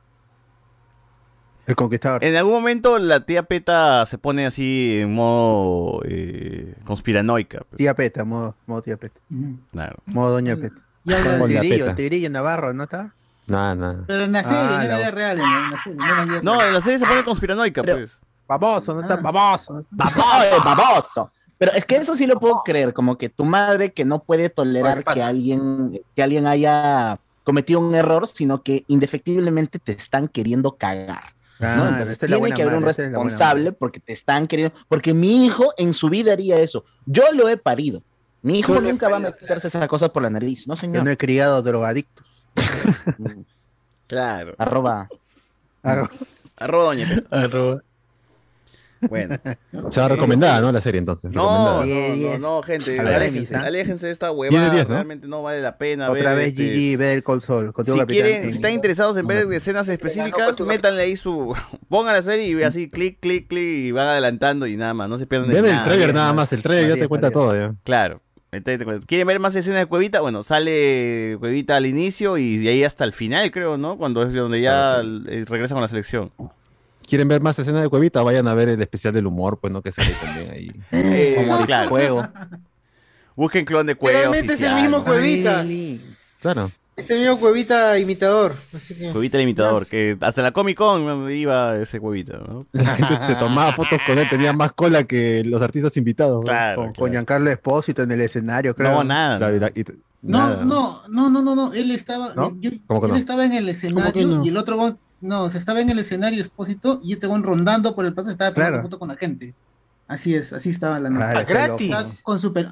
El conquistador.
En algún momento la tía Peta se pone así en modo eh, conspiranoica. pues.
Tía Peta, modo, modo tía Peta.
Mm.
Claro.
Modo doña Peta.
Y habla de-
Con
Con la
Tigrillo,
Peta.
Tigrillo Navarro, ¿no está?
Nada, nada.
Pero en la serie,
Ah,
no en
la-
la vida real. En la, en la serie, no en la vida
No,
real.
en la serie se pone conspiranoica, pues.
Baboso, no está
Ah.
baboso.
¡Baboso, baboso! Pero es que eso sí lo puedo creer, como que tu madre que no puede tolerar que alguien, que alguien haya cometido un error, sino que indefectiblemente te están queriendo cagar. ¿no?
Ah,
Entonces,
esa es la
tiene
buena
que haber un
madre, esa es la buena
responsable porque te están queriendo, porque mi hijo en su vida haría eso. Yo lo he parido. Mi hijo nunca va a meterse esas cosas por la nariz, no
Yo
señor.
no he criado drogadictos.
Claro.
Arroba.
Arroba.
Arroba doña Peta.
Arroba.
Bueno.
Se va recomendada, ¿no? La serie entonces.
No, no,
recomendada.
no, no, gente,
A la
aléjense,
premisa.
aléjense de esta
Diez
huevada,
de diez, ¿no?
realmente no vale la pena
Otra
ver,
vez
este,
Gigi ve el console. Contigo,
Si
capitán.
quieren,
En-
si están interesados en ver escenas específicas,
pues,
métanle ahí su. Pongan la serie y así clic, clic, clic y van adelantando y nada más. No se pierdan de
Vean el
nada.
trailer nada más. El trailer ya te cuenta todo. ya.
Claro. el trailer te cuenta. ¿Quieren ver más escenas de Cuevita? Bueno, sale Cuevita al inicio y de ahí hasta el final, creo, ¿no? Cuando es donde ya eh, regresa con la selección.
¿Quieren ver más escenas de Cuevita? Vayan a ver el especial del humor, pues no que sale también ahí.
Eh,
Como de
claro.
juego.
Busquen clon de Cueva.
Realmente es el
oficial,
mismo
¿no?
Cuevita.
Claro.
Es el mismo Cuevita imitador. Así que...
Cuevita el imitador, que hasta la Comic Con iba ese Cuevita, ¿no?
La gente te tomaba fotos con él, tenía más cola que los artistas invitados.
Claro,
Con-
Con Giancarlo Espósito en el escenario, creo.
No,
nada.
Claro, y la- y t-
No,
nada.
no, no, no, no, no, él estaba,
¿No?
yo-
¿Cómo que
él
no?
estaba en el
que
escenario
no?
y el otro gon- no, se estaba en el escenario expósito y este gon rondando por el paso estaba tomando
Claro.
foto con la gente. Así es, así estaba la
Ah,
nota.
está ¡Gratis! loco.
Con su pe-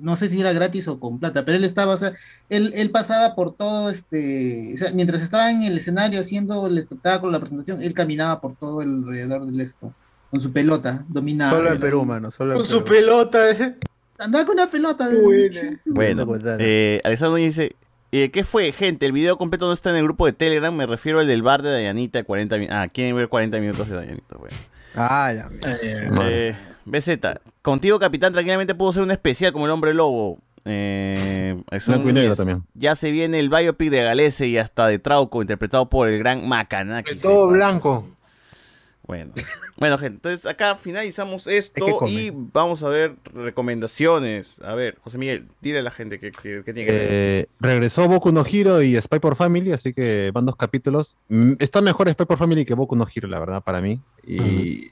no sé si era gratis o con plata, pero él estaba, o sea, él, él pasaba por todo este, o sea, mientras estaba en el escenario haciendo el espectáculo, la presentación, él caminaba por todo el alrededor del esto, con su pelota, dominaba.
Solo en Perú, mano. Solo en
Pues,
Con su
Perú.
pelota. ¿eh?
Andaba con una pelota.
Bueno, eh, Alexandro Núñez dice, eh, ¿qué fue, gente? El video completo no está en el grupo de Telegram, me refiero al del bar de Dayanita, 40 minutos. Ah, quieren ver 40 minutos de Dayanita, bueno.
Ah, la
Eh, BZ, contigo, capitán, tranquilamente pudo ser un especial como el hombre lobo. Eh, Alexandro
Blanco y negro
Núñez,
también.
Ya se viene el biopic de Galese y hasta de Trauco, interpretado por el gran Macanaki.
Todo blanco.
Bueno. Bueno, gente, entonces acá finalizamos esto
Es que come.
y vamos a ver recomendaciones. A ver, José Miguel, dile a la gente que, que- que tiene que ver.
Eh, regresó Boku no Hero y Spy por Family, así que van dos capítulos. Mm, Está mejor Spy por Family que Boku no Hero, la verdad, para mí. Y,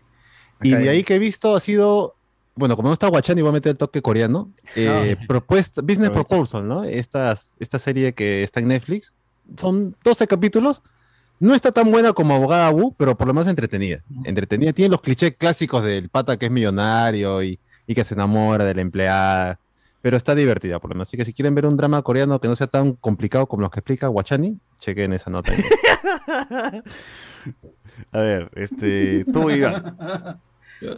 y de ahí que he vivisto ha sido, bueno, como no está Guachani, voy a meter el toque coreano. Eh, propuesta, Business Proposal, ¿no? Estas, esta serie que está en Netflix. Son 12 capítulos. No está tan buena como Abogada Wu, pero por lo menos entretenida. Entretenida. Tiene los clichés clásicos del pata que es millonario y, y que se enamora de la empleada. Pero está divertida, por lo menos. Así que si quieren ver un drama coreano que no sea tan complicado como los que explica Guachani, chequen esa nota.
A ver, este, tú, Iván.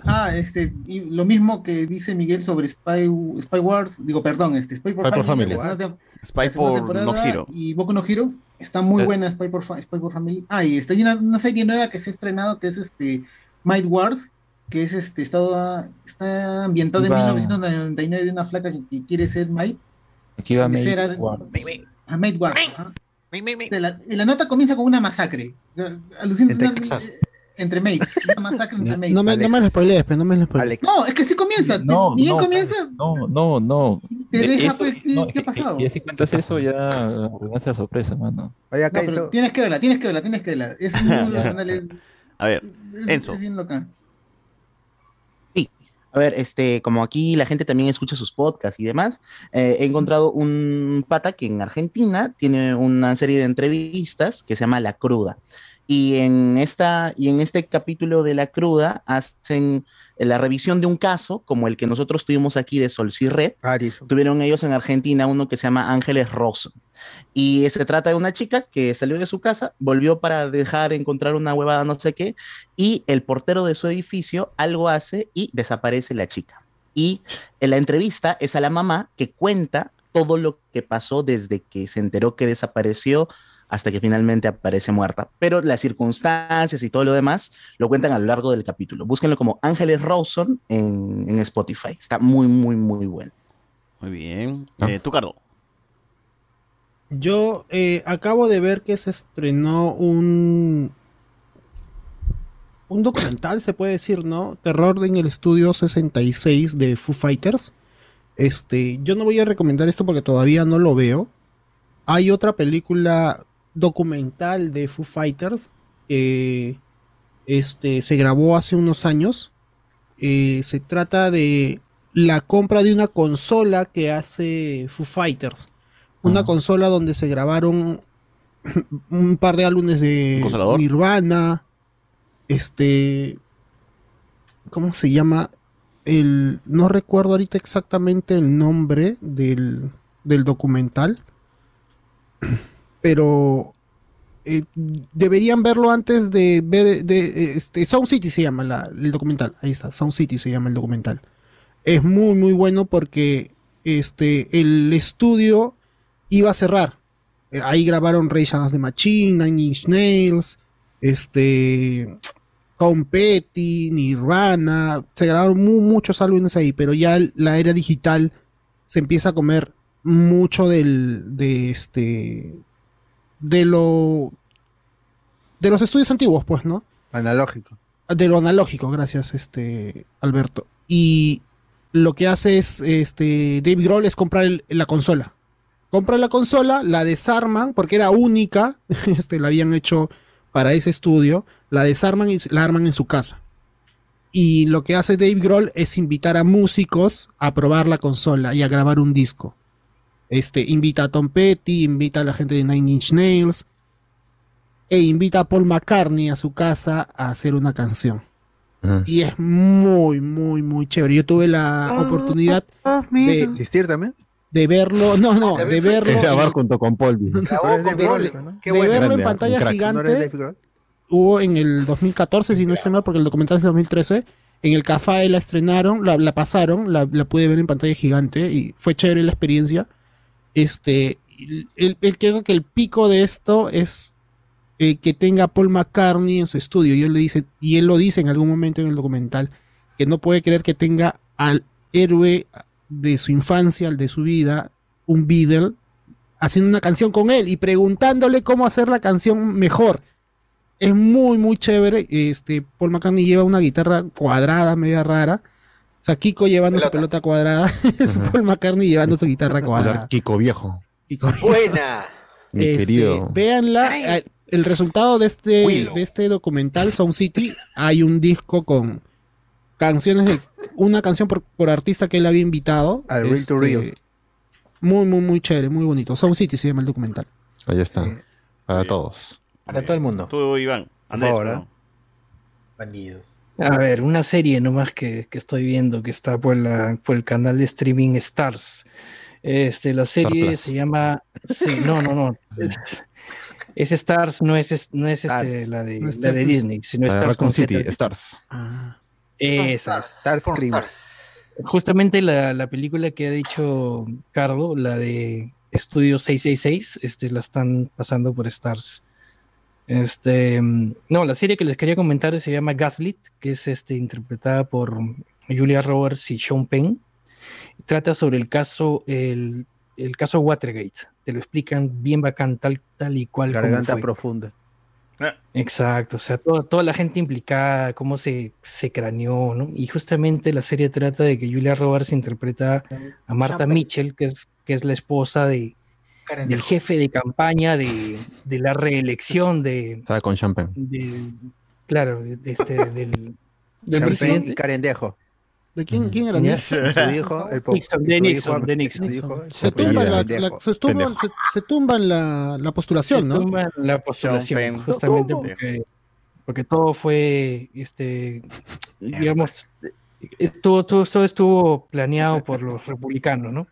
Ah, este, y lo mismo que dice Miguel sobre Spy, Spy Wars, digo, perdón, este, Spy por
Spy por
Family.
Family.
la segunda tem-
Spy
la segunda
por
temporada
No Hero.
Y Boku no Hero, está muy
Eh.
buena Spy por, Fa- Spy por Family. Ah, y está hay una, una serie nueva que se ha estrenado que es este, Might Wars, que es este, está, está ambientada en
Va.
1999 de una flaca que, que quiere ser Might.
Aquí va
Ese
Made
era-
Wars.
Ah, Might Wars. ajá. Este, La, y la nota comienza con una masacre. O sea, alucina- una- entre mates, una masacre entre mates.
No me, no me lo spoilees, pero no me lo spoilees.
No, es que sí comienza.
No,
Bien
no,
comienza.
No, no, no.
Te
De
deja,
hecho,
pues, ¿qué-
no,
qué
es que-
ha pasado?
Y así cuentas eso, ya arruinaste la sorpresa, mano.
Oye,
No, pero tienes que verla, tienes que verla, tienes que verla. Es muy original, es-
A ver,
es-
Enzo.
es bien loca.
A ver, este, como aquí la gente también escucha sus podcasts y demás, eh, he encontrado un pata que en Argentina tiene una serie de entrevistas que se llama La Cruda. Y en, esta, y en este capítulo de La Cruda hacen la revisión de un caso, como el que nosotros tuvimos aquí de Sol Red. Tuvieron ellos en Argentina uno que se llama Ángeles Rosso. Y se trata de una chica que salió de su casa, volvió para dejar encontrar una huevada no sé qué, y el portero de su edificio algo hace y desaparece la chica. Y en la entrevista es a la mamá que cuenta todo lo que pasó desde que se enteró que desapareció hasta que finalmente aparece muerta. Pero las circunstancias y todo lo demás lo cuentan a lo largo del capítulo. Búsquenlo como Ángeles Rawson en, en Spotify. Está muy, muy, muy bueno.
Muy bien. Eh, tú, Cardo.
Yo eh, acabo de ver que se estrenó un. Un documental, se puede decir, ¿no? Terror en el estudio 66 de Foo Fighters. Este, yo no voy a recomendar esto porque todavía no lo veo. Hay otra película documental de Foo Fighters eh, que este, se grabó hace unos años. Eh, se trata de la compra de una consola que hace Foo Fighters. Una consola donde se grabaron un par de álbumes de
¿Un consolador?
Nirvana. Este. ¿Cómo se llama? El, no recuerdo ahorita exactamente el nombre del, del documental. Pero eh, deberían verlo antes de ver. De, este, Sound City se llama la- el documental. Ahí está, Sound City se llama el documental. Es muy, muy bueno porque este, el estudio iba a cerrar. Eh, Ahí grabaron Rey Shadows de Machine, Nine Inch Nails, este, Tom Petty, Nirvana. Se grabaron mu- muchos álbumes ahí, pero ya el- la era digital se empieza a comer mucho del, de este, de lo, de los estudios antiguos, pues, ¿no?
Analógico.
de lo analógico, gracias, este Alberto. Y lo que hace es este Dave Grohl es comprar el- la consola. Compra la consola, la desarman porque era única, este la habían hecho para ese estudio, la desarman y la arman en su casa. Y lo que hace Dave Grohl es invitar a músicos a probar la consola y a grabar un disco. Este invita a Tom Petty, invita a la gente de Nine Inch Nails, e invita a Paul McCartney a su casa a hacer una canción. Y es muy, muy, muy chévere. Yo tuve la oportunidad de, de verlo, no, no, de verlo,
Es Ah, grabar
en,
junto con Poldi.
de verlo en
Grande, un
pantalla
crack.
gigante. Hubo en el 2014, si no estoy mal, porque el documental es de 2013. En el Café la estrenaron, la, la pasaron, la, la pude ver en pantalla gigante y fue chévere la experiencia. Este, el, el- el- creo que el pico de esto es eh, que tenga a Paul McCartney en su estudio. Y él, le dice, y él lo dice en algún momento en el documental, que no puede creer que tenga al héroe de su infancia, al de su vida, un Beatle, haciendo una canción con él y preguntándole cómo hacer la canción mejor. Es muy, muy chévere. Este, Paul McCartney lleva una guitarra cuadrada, media rara. O sea, Kiko llevando su pelota cuadrada. es Paul McCartney llevando su guitarra cuadrada.
Kiko viejo.
Kiko.
Buena.
Mi
Este,
querido.
Véanla. eh, El resultado de este, de este documental, Sound City, hay un disco con canciones de. Una canción por, por artista que él había invitado.
Al Real to
Este,
Real.
Muy, muy, muy chévere, muy bonito. Sound City se llama el documental.
Ahí está.
eh,
Para todos.
Para todo el mundo.
Tú, Iván. Andrés,
favor, ¿eh?
perdón.
A ver, una serie nomás que, que estoy viendo que está por, la, por el canal de streaming Stars. Este, la
Star
serie
Plus.
se llama. Sí, no, no, no. Es, es Stars, no es, es- no es este,
Stars.
la de,
No es
la
Star
de
Plus.
Disney, sino
La de
Stars
Raccoon
con
City,
Z.
Stars.
Esa, es.
Starscream.
Justamente la, la película que ha dicho Cardo, la de Estudio 666, este, la están pasando por Stars. Este, mm, no, la serie que les quería comentar se llama Gaslit, que es este, interpretada por Julia Roberts y Sean Penn. Trata sobre el caso, el, el caso Watergate. Te lo explican bien bacán, tal, tal y cual. como
Garganta
fue.
profunda.
Exacto, o sea, toda, toda la gente implicada, cómo se, se craneó, ¿no? Y justamente la serie trata de que Julia Roberts interpreta a Martha Mitchell, que es, que es la esposa de, del jefe de campaña de, de la reelección de,
Estaba con champagne.
de- claro, de- de este, del, del
Champagne y
presidente.
Carendejo.
¿De quién, quién era
Nixon? Su hijo, el po- Nixon, de su hijo, Nixon, de Nixon.
Nixon. Se tumba, la, la- se tumba, se, se tumba la, la postulación,
Se
¿no?
tumba la postulación, justamente porque, porque todo fue, este, digamos, estuvo, estuvo, todo estuvo planeado por los republicanos, ¿no?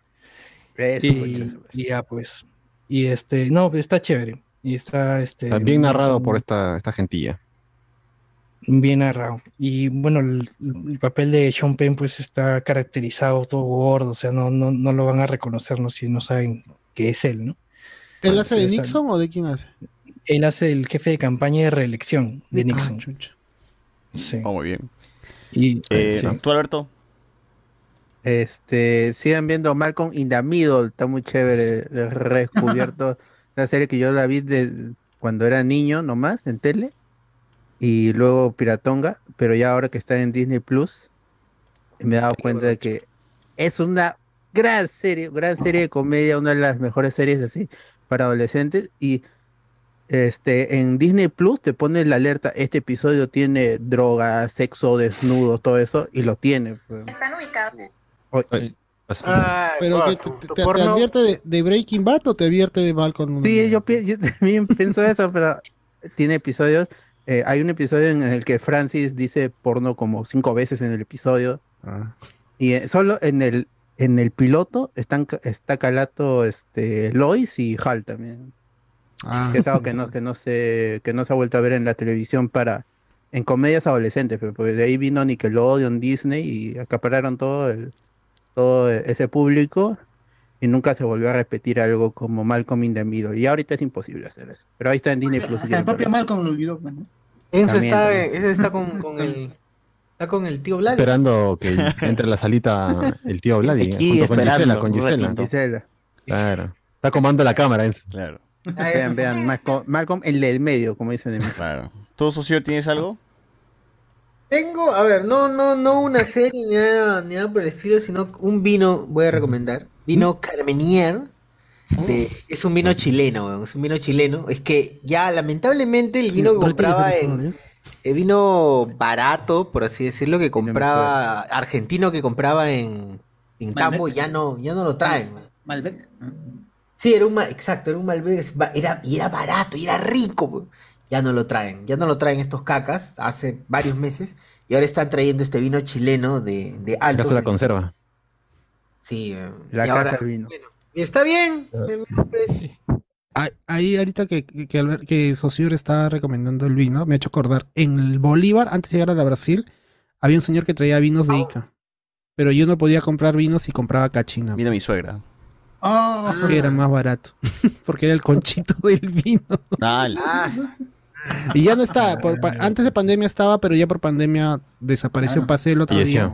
Eso,
y,
pues,
y ya, pues. Y este, no, pero está chévere. Y está, este,
Está bien narrado por esta, esta gentilla.
Bien narrado. Y bueno, el, el papel de Sean Penn pues está caracterizado todo gordo, o sea, no, no, no lo van a reconocer ¿no? si no saben que es él, ¿no?
¿Él hace de
Está-
Nixon o de quién hace?
Él hace el jefe de campaña de reelección
Ah,
de Nixon. Sí.
muy bien.
Y,
Eh,
sí.
¿Tú, Alberto?
Este, sigan viendo Malcolm in the Middle, está muy chévere, he redescubierto la serie que yo la vi de cuando era niño nomás en tele y luego Piratonga, pero ya ahora que está en Disney Plus me he dado cuenta de que es una gran serie, gran serie de comedia, una de las mejores series así para adolescentes y este, en Disney Plus te pone la alerta, este episodio tiene droga, sexo, desnudo, todo eso, y lo tiene.
Están ubicados.
O-
¿Pero que te, te- te advierte de, de Breaking Bad o te advierte de Balcon?
Sí, yo, pi- yo también pienso eso, pero tiene episodios. eh, hay un episodio en el que Francis dice porno como cinco veces en el episodio. Y eh, solo en el en el piloto están, ca- está Calato, este, Lois y Hal también. Que es algo que no, que no se, que no se ha vuelto a ver en la televisión para, en comedias adolescentes, pero porque de ahí vino Nickelodeon, Disney y acapararon todo el, todo ese público y nunca se volvió a repetir algo como Malcolm in the Middle. Y ahorita es imposible hacer eso. Pero ahí está en Disney Plus.
Hasta el propio Malcolm lo olvidó, pues, ¿no?
Enzo
También,
está,
también.
eh, ese está con, con el. Está con el tío Vlad.
Esperando que entre a la salita el tío Vladi.
Aquí
Junto con
esperando,
Gisela, con
un
Gisela.
ratito.
Gisela.
Claro. Está comando la cámara, Enzo.
Claro.
Vean, vean, Malcolm, Malcolm el del medio, como dicen en
Claro. ¿Tú, socio, tienes algo?
Tengo, a ver, no, no, no una serie ni nada, ni nada por el estilo, sino un vino, voy a recomendar. Vino Carmenier. de- es un vino chileno, weón, es un vino chileno. Es que ya, lamentablemente, el vino que compraba
¿eh?
en. El eh, vino barato, por así decirlo, que compraba. Argentino que compraba en. En Tambo, ya no, ya no lo traen. man.
Malbec.
Sí, era un. ma- Exacto, era un Malbec. es ba- Era, y era barato, y era rico. weón. Ya no lo traen. Ya no lo traen estos cacas hace varios meses. Y ahora están trayendo este vino chileno de, de alto.
Ya se la conserva.
Sí, eh,
La
y
caja
ahora-
de vino.
bueno, está bien. me- me parece.
Ah, Ahí ahorita que, que, que Albert- que Saussure está recomendando el vino, me ha hecho acordar, en el Bolívar, antes de llegar a la Brasil, había un señor que traía vinos de Ica. Pero yo no podía comprar vinos y compraba cachina.
Vino mi suegra.
Ah.
Que era más barato. Porque era el conchito del vino.
Dale.
Y ya no está. por- pa- antes de pandemia estaba, pero ya por pandemia desapareció.
Ah.
Pasé el otro
Falleció.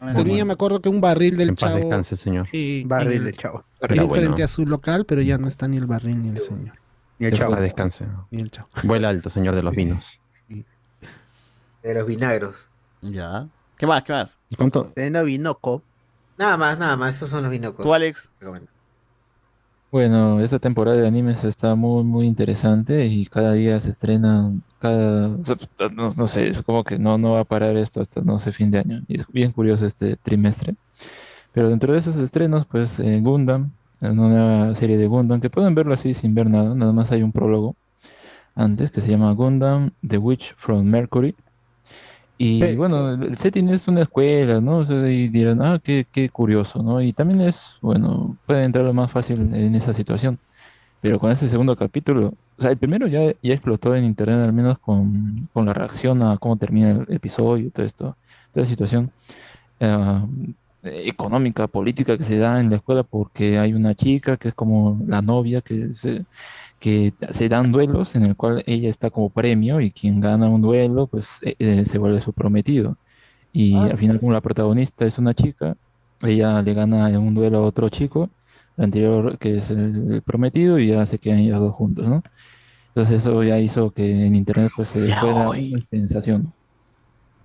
día. Tenía, me acuerdo que un barril del
En paz
chavo.
descanse, señor.
eh,
Barril
en-
del chavo.
Era
bien
bueno.
frente a su local, pero ya no está ni el barril ni el señor.
Ni el
En
chavo.
paz descanse.
Ni el chavo.
Vuela alto, señor de los vinos.
De los vinagros.
Ya. ¿Qué más? ¿Qué más? Eh,
¿Y cuánto?
Teniendo vinoco.
Nada más, nada más. Esos son los vinocos.
¿Tú, Alex?
Bueno, esta temporada de animes está muy, muy interesante y cada día se estrenan, cada, o sea, pues, no, no sé, es como que no, no va a parar esto hasta, no sé, fin de año. Y es bien curioso este trimestre. Pero dentro de esos estrenos, pues eh, Gundam, una nueva serie de Gundam, que pueden verlo así sin ver nada, nada más hay un prólogo antes que se llama Gundam, The Witch from Mercury. Y bueno, el el setting es una escuela, ¿no? O sea, y dirán, ah, qué, qué curioso, ¿no? Y también es, bueno, puede entrar más fácil en esa situación. Pero con este segundo capítulo, o sea, el primero ya, ya explotó en internet, al menos con, con la reacción a cómo termina el episodio, todo esto, toda la situación ah, económica, política que se da en la escuela, porque hay una chica que es como la novia que se, que se dan duelos en el cual ella está como premio y quien gana un duelo, pues eh, eh, se vuelve su prometido. Y al final, como la protagonista es una chica, ella le gana en un duelo a otro chico, el anterior que es el el prometido, y ya se quedan ellos dos juntos, ¿no? Entonces eso ya hizo que en internet pues se fuera una sensación.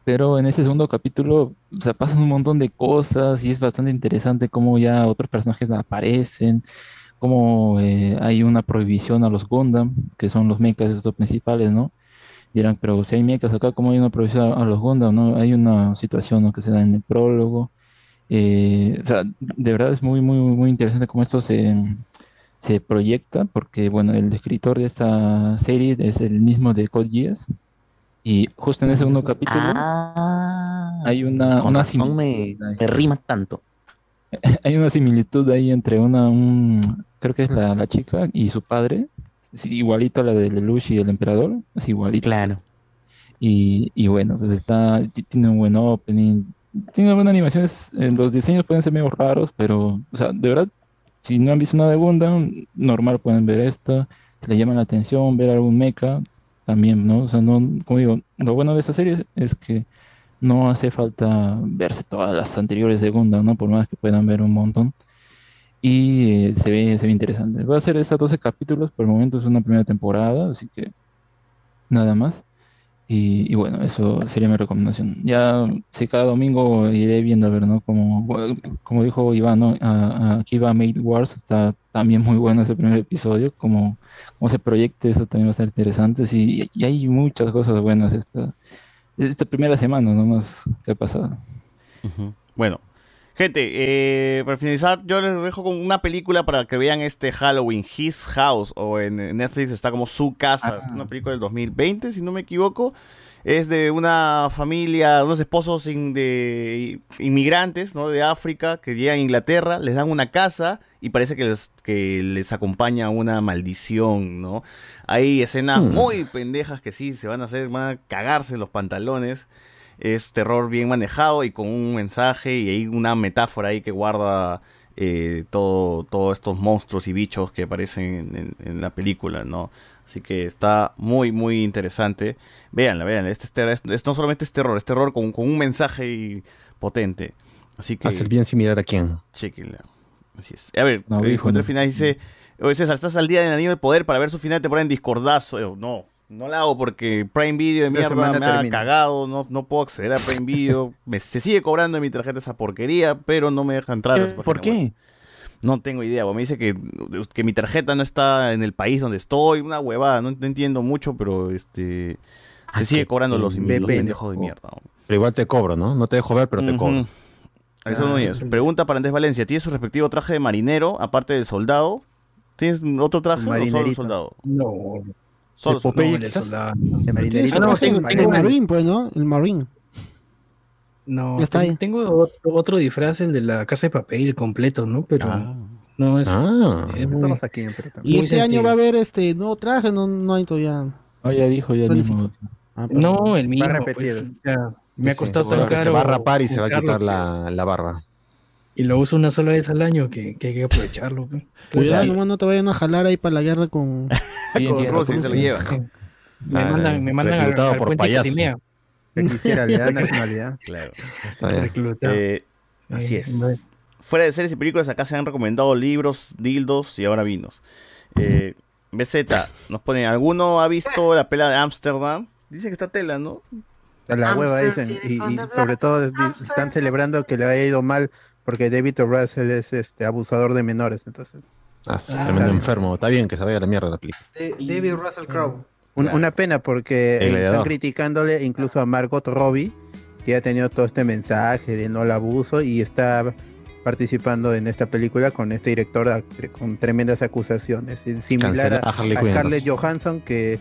Pero en ese segundo capítulo, o sea, pasan un montón de cosas y es bastante interesante cómo ya otros personajes aparecen, cómo eh, hay una prohibición a los Gundam, que son los mechas estos principales, ¿no? dirán, pero si hay mechas acá, ¿cómo hay una provisión a los Gundam? No? Hay una situación ¿no? que se da en el prólogo. Eh, o sea, de verdad es muy, muy, muy interesante cómo esto se, se proyecta, porque bueno, el escritor de esta serie es el mismo de Code Geass, y justo en ese segundo capítulo hay una,
Ah. con
una
razón
similitud
me-
ahí.
me rima tanto.
Hay una similitud ahí entre una, un- creo que es la, la chica y su padre, es igualito a la de Lelouch y el emperador, es igualito.
Claro.
Y, y bueno, pues está, ti- tiene un buen opening, tiene buena animación, es- eh, los diseños pueden ser medio raros, pero, o sea, de verdad, si no han visto nada de Gundam, normal pueden ver esta, si les llama la atención, ver algún mecha, también, ¿no? O sea, no, como digo, lo bueno de esta serie es que no hace falta verse todas las anteriores de Gundam, ¿no? Por más que puedan ver un montón. Y eh, se ve, se ve interesante. Va a ser estas 12 capítulos, por el momento es una primera temporada, así que nada más. Y, y bueno, eso sería mi recomendación. Ya, si cada domingo iré viendo, a ver, ¿no? Como, como dijo Iván, ¿no? A- a- Aquí va Made Wars, está también muy bueno ese primer episodio, como, como se proyecte, eso también va a estar interesante. Sí, y hay muchas cosas buenas esta, esta primera semana nomás que ha pasado.
Bueno, gente, eh, para finalizar, yo les dejo con una película para que vean este Halloween, His House, o en Netflix está como Su Casa. Es una película del 2020, si no me equivoco. Es de una familia, unos esposos in- de inmigrantes ¿no? de África que llegan a Inglaterra, les dan una casa y parece que les, que les acompaña una maldición, ¿no? Hay escenas
Hmm.
muy pendejas que sí se van a hacer, van a cagarse los pantalones es terror bien manejado y con un mensaje y hay una metáfora ahí que guarda eh, todo, todos estos monstruos y bichos que aparecen en, en la película, ¿no? Así que está muy, muy interesante. Véanla, véanla. Este es, ter- es- es- no solamente es terror, es terror con, con un mensaje y potente. Así que...
Va a ser bien similar a quién.
Chequenla. Así es. A ver,
No,
eh,
hijo,
encuentra el
no.
final dice, oye César, estás al día en Anillo de Poder para ver su final de temporada en Discordazo. Eh, no, no la hago porque Prime Video de
Esta
mierda
semana
me ha
termina.
cagado, no, no puedo acceder a Prime Video. me, se sigue cobrando en mi tarjeta esa porquería, pero no me deja entrar. a su
¿Por
página web.
qué?
No tengo idea, güey. me dice que, que mi tarjeta no está en el país donde estoy, una huevada, no, no entiendo mucho, pero este
Ah,
se sigue cobrando los, los pendejos de mierda. güey.
Pero igual te cobro, ¿no? No te dejo ver, pero te
Ujú.
cobro.
Alexander Núñez, Pregunta para Andrés Valencia. ¿Tiene su respectivo traje de marinero, aparte del soldado? ¿Tienes otro traje o solo el
Marinerito.
soldado?
No.
Solo
De Popeye,
soldado.
quizás.
De
marinerito.
Ah, no,
Traje de
tengo-
marino.
El Marine, pues, ¿no? El Marine.
No,
Ya está
ten-
ahí.
tengo otro, otro disfraz, el de la casa de papel completo, ¿no? Pero
Ah.
no es.
Ah.
es muy-
Y
muy
este año
sencillo.
va a haber este nuevo traje, no, no hay todavía.
No, ya dijo, ya mismo.
Ah,
No, el mismo.
Va a
pues,
repetir.
ya, me ha
Sí,
costado
seguro
tan
que
caro.
Se va a rapar y se va a
buscarlo,
quitar la, la barba.
Y lo uso una sola vez al año, que, que hay que aprovecharlo. pues.
Cuidado, nomás no te vayan a jalar ahí para la guerra con.
Con Rusia, se lo lleva. Me
Ah,
mandan, me mandan al-
reclutado
al
por
puente
payaso.
Chirimía.
Que quisiera, le da nacionalidad.
Claro.
Reclutado.
Eh, así es. Fuera de series y películas, acá se han recomendado libros, dildos y ahora vinos. Eh, BZ, nos pone, ¿alguno ha visto la pela de Ámsterdam? Dice que está tela, ¿no?
A la hueva
Amsterdam
dicen.
tiene
Y,
fan
y
de
sobre
Black.
todo di- están celebrando que le haya ido mal porque David O. Russell es este abusador de menores. Entonces,
Ah, sí,
Ah.
tremendo enfermo. Está bien que se vaya a la mierda la película.
De- Eh, David Russell Crowe.
un- una pena porque
El
eh, están
gladiador.
criticándole incluso a Margot Robbie, que ha tenido todo este mensaje de no al abuso y está participando en esta película con este director ac- con tremendas acusaciones. y Similar
Cancela
a,
a Harley
a
Quinn,
Scarlett Johansson, que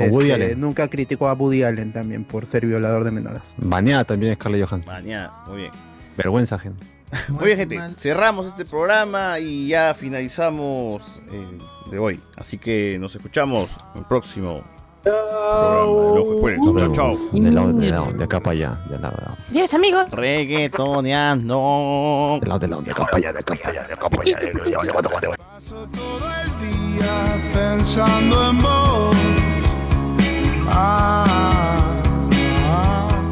O Woody
este,
Allen.
nunca criticó a Woody Allen también por ser violador de menores.
Baneada también Scarlett Johansson.
Bañada, muy bien.
Vergüenza, gente.
Muy bien, gente. Cerramos este programa y ya finalizamos el de hoy. Así que nos escuchamos en el próximo programa del Ojo de Público.
Nos
Chao,
vemos.
chao.
De lado, de lado, de acá para allá. De lado, de lado.
Yes, amigos. Reggaetoneando.
De lado, de lado, de acá para allá, de acá para allá, de acá para allá. de- de- de- de- de- de-
pensando en vos. Ah, ah.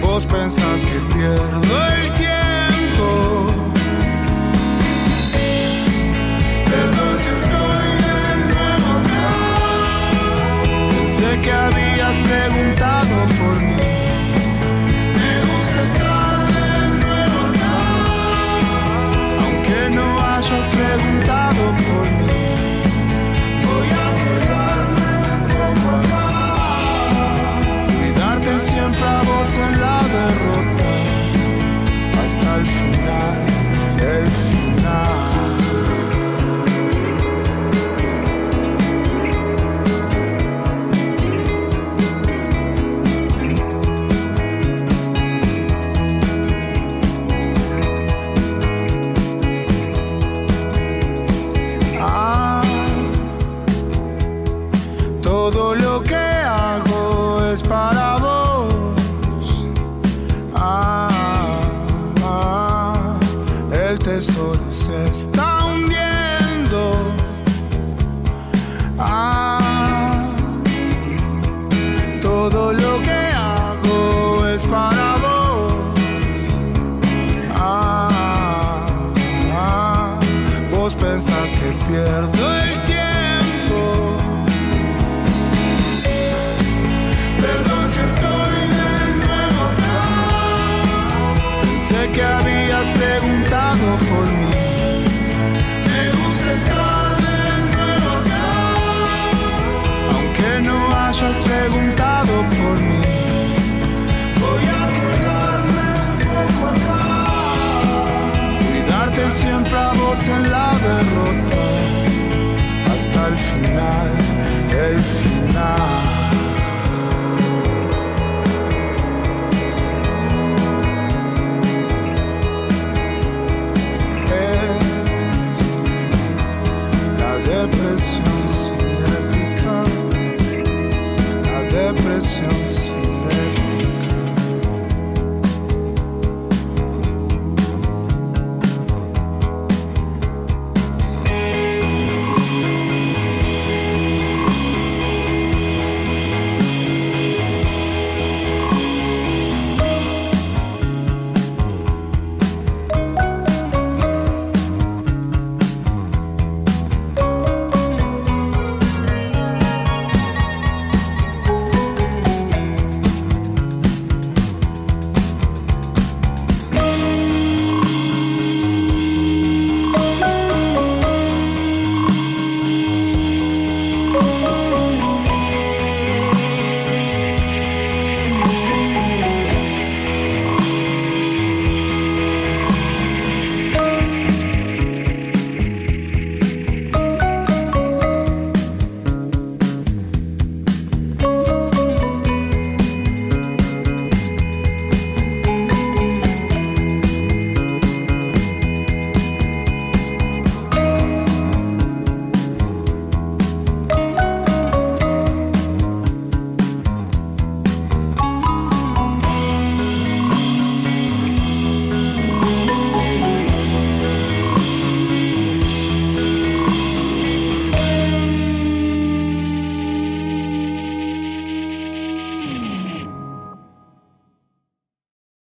vos pensás que pierdo el tiempo. Perdón si estoy de nuevo acá. Pensé que habías preguntado por mí. Me gusta estar de nuevo acá. Aunque no hayas preguntado por mí. Voy a quedarme un poco acá. Ah. Ah, Ah, Ah, pierdo el tiempo. Perdón si estoy de nuevo acá. Pensé que habías preguntado por mí. Me gusta estar de nuevo acá. Aunque no hayas preguntado por mí. Voy a quedarme un poco acá. Cuidarte siempre a vos en la derrota. Hasta el final, el final. es la depresión cinética, la depresión cinética.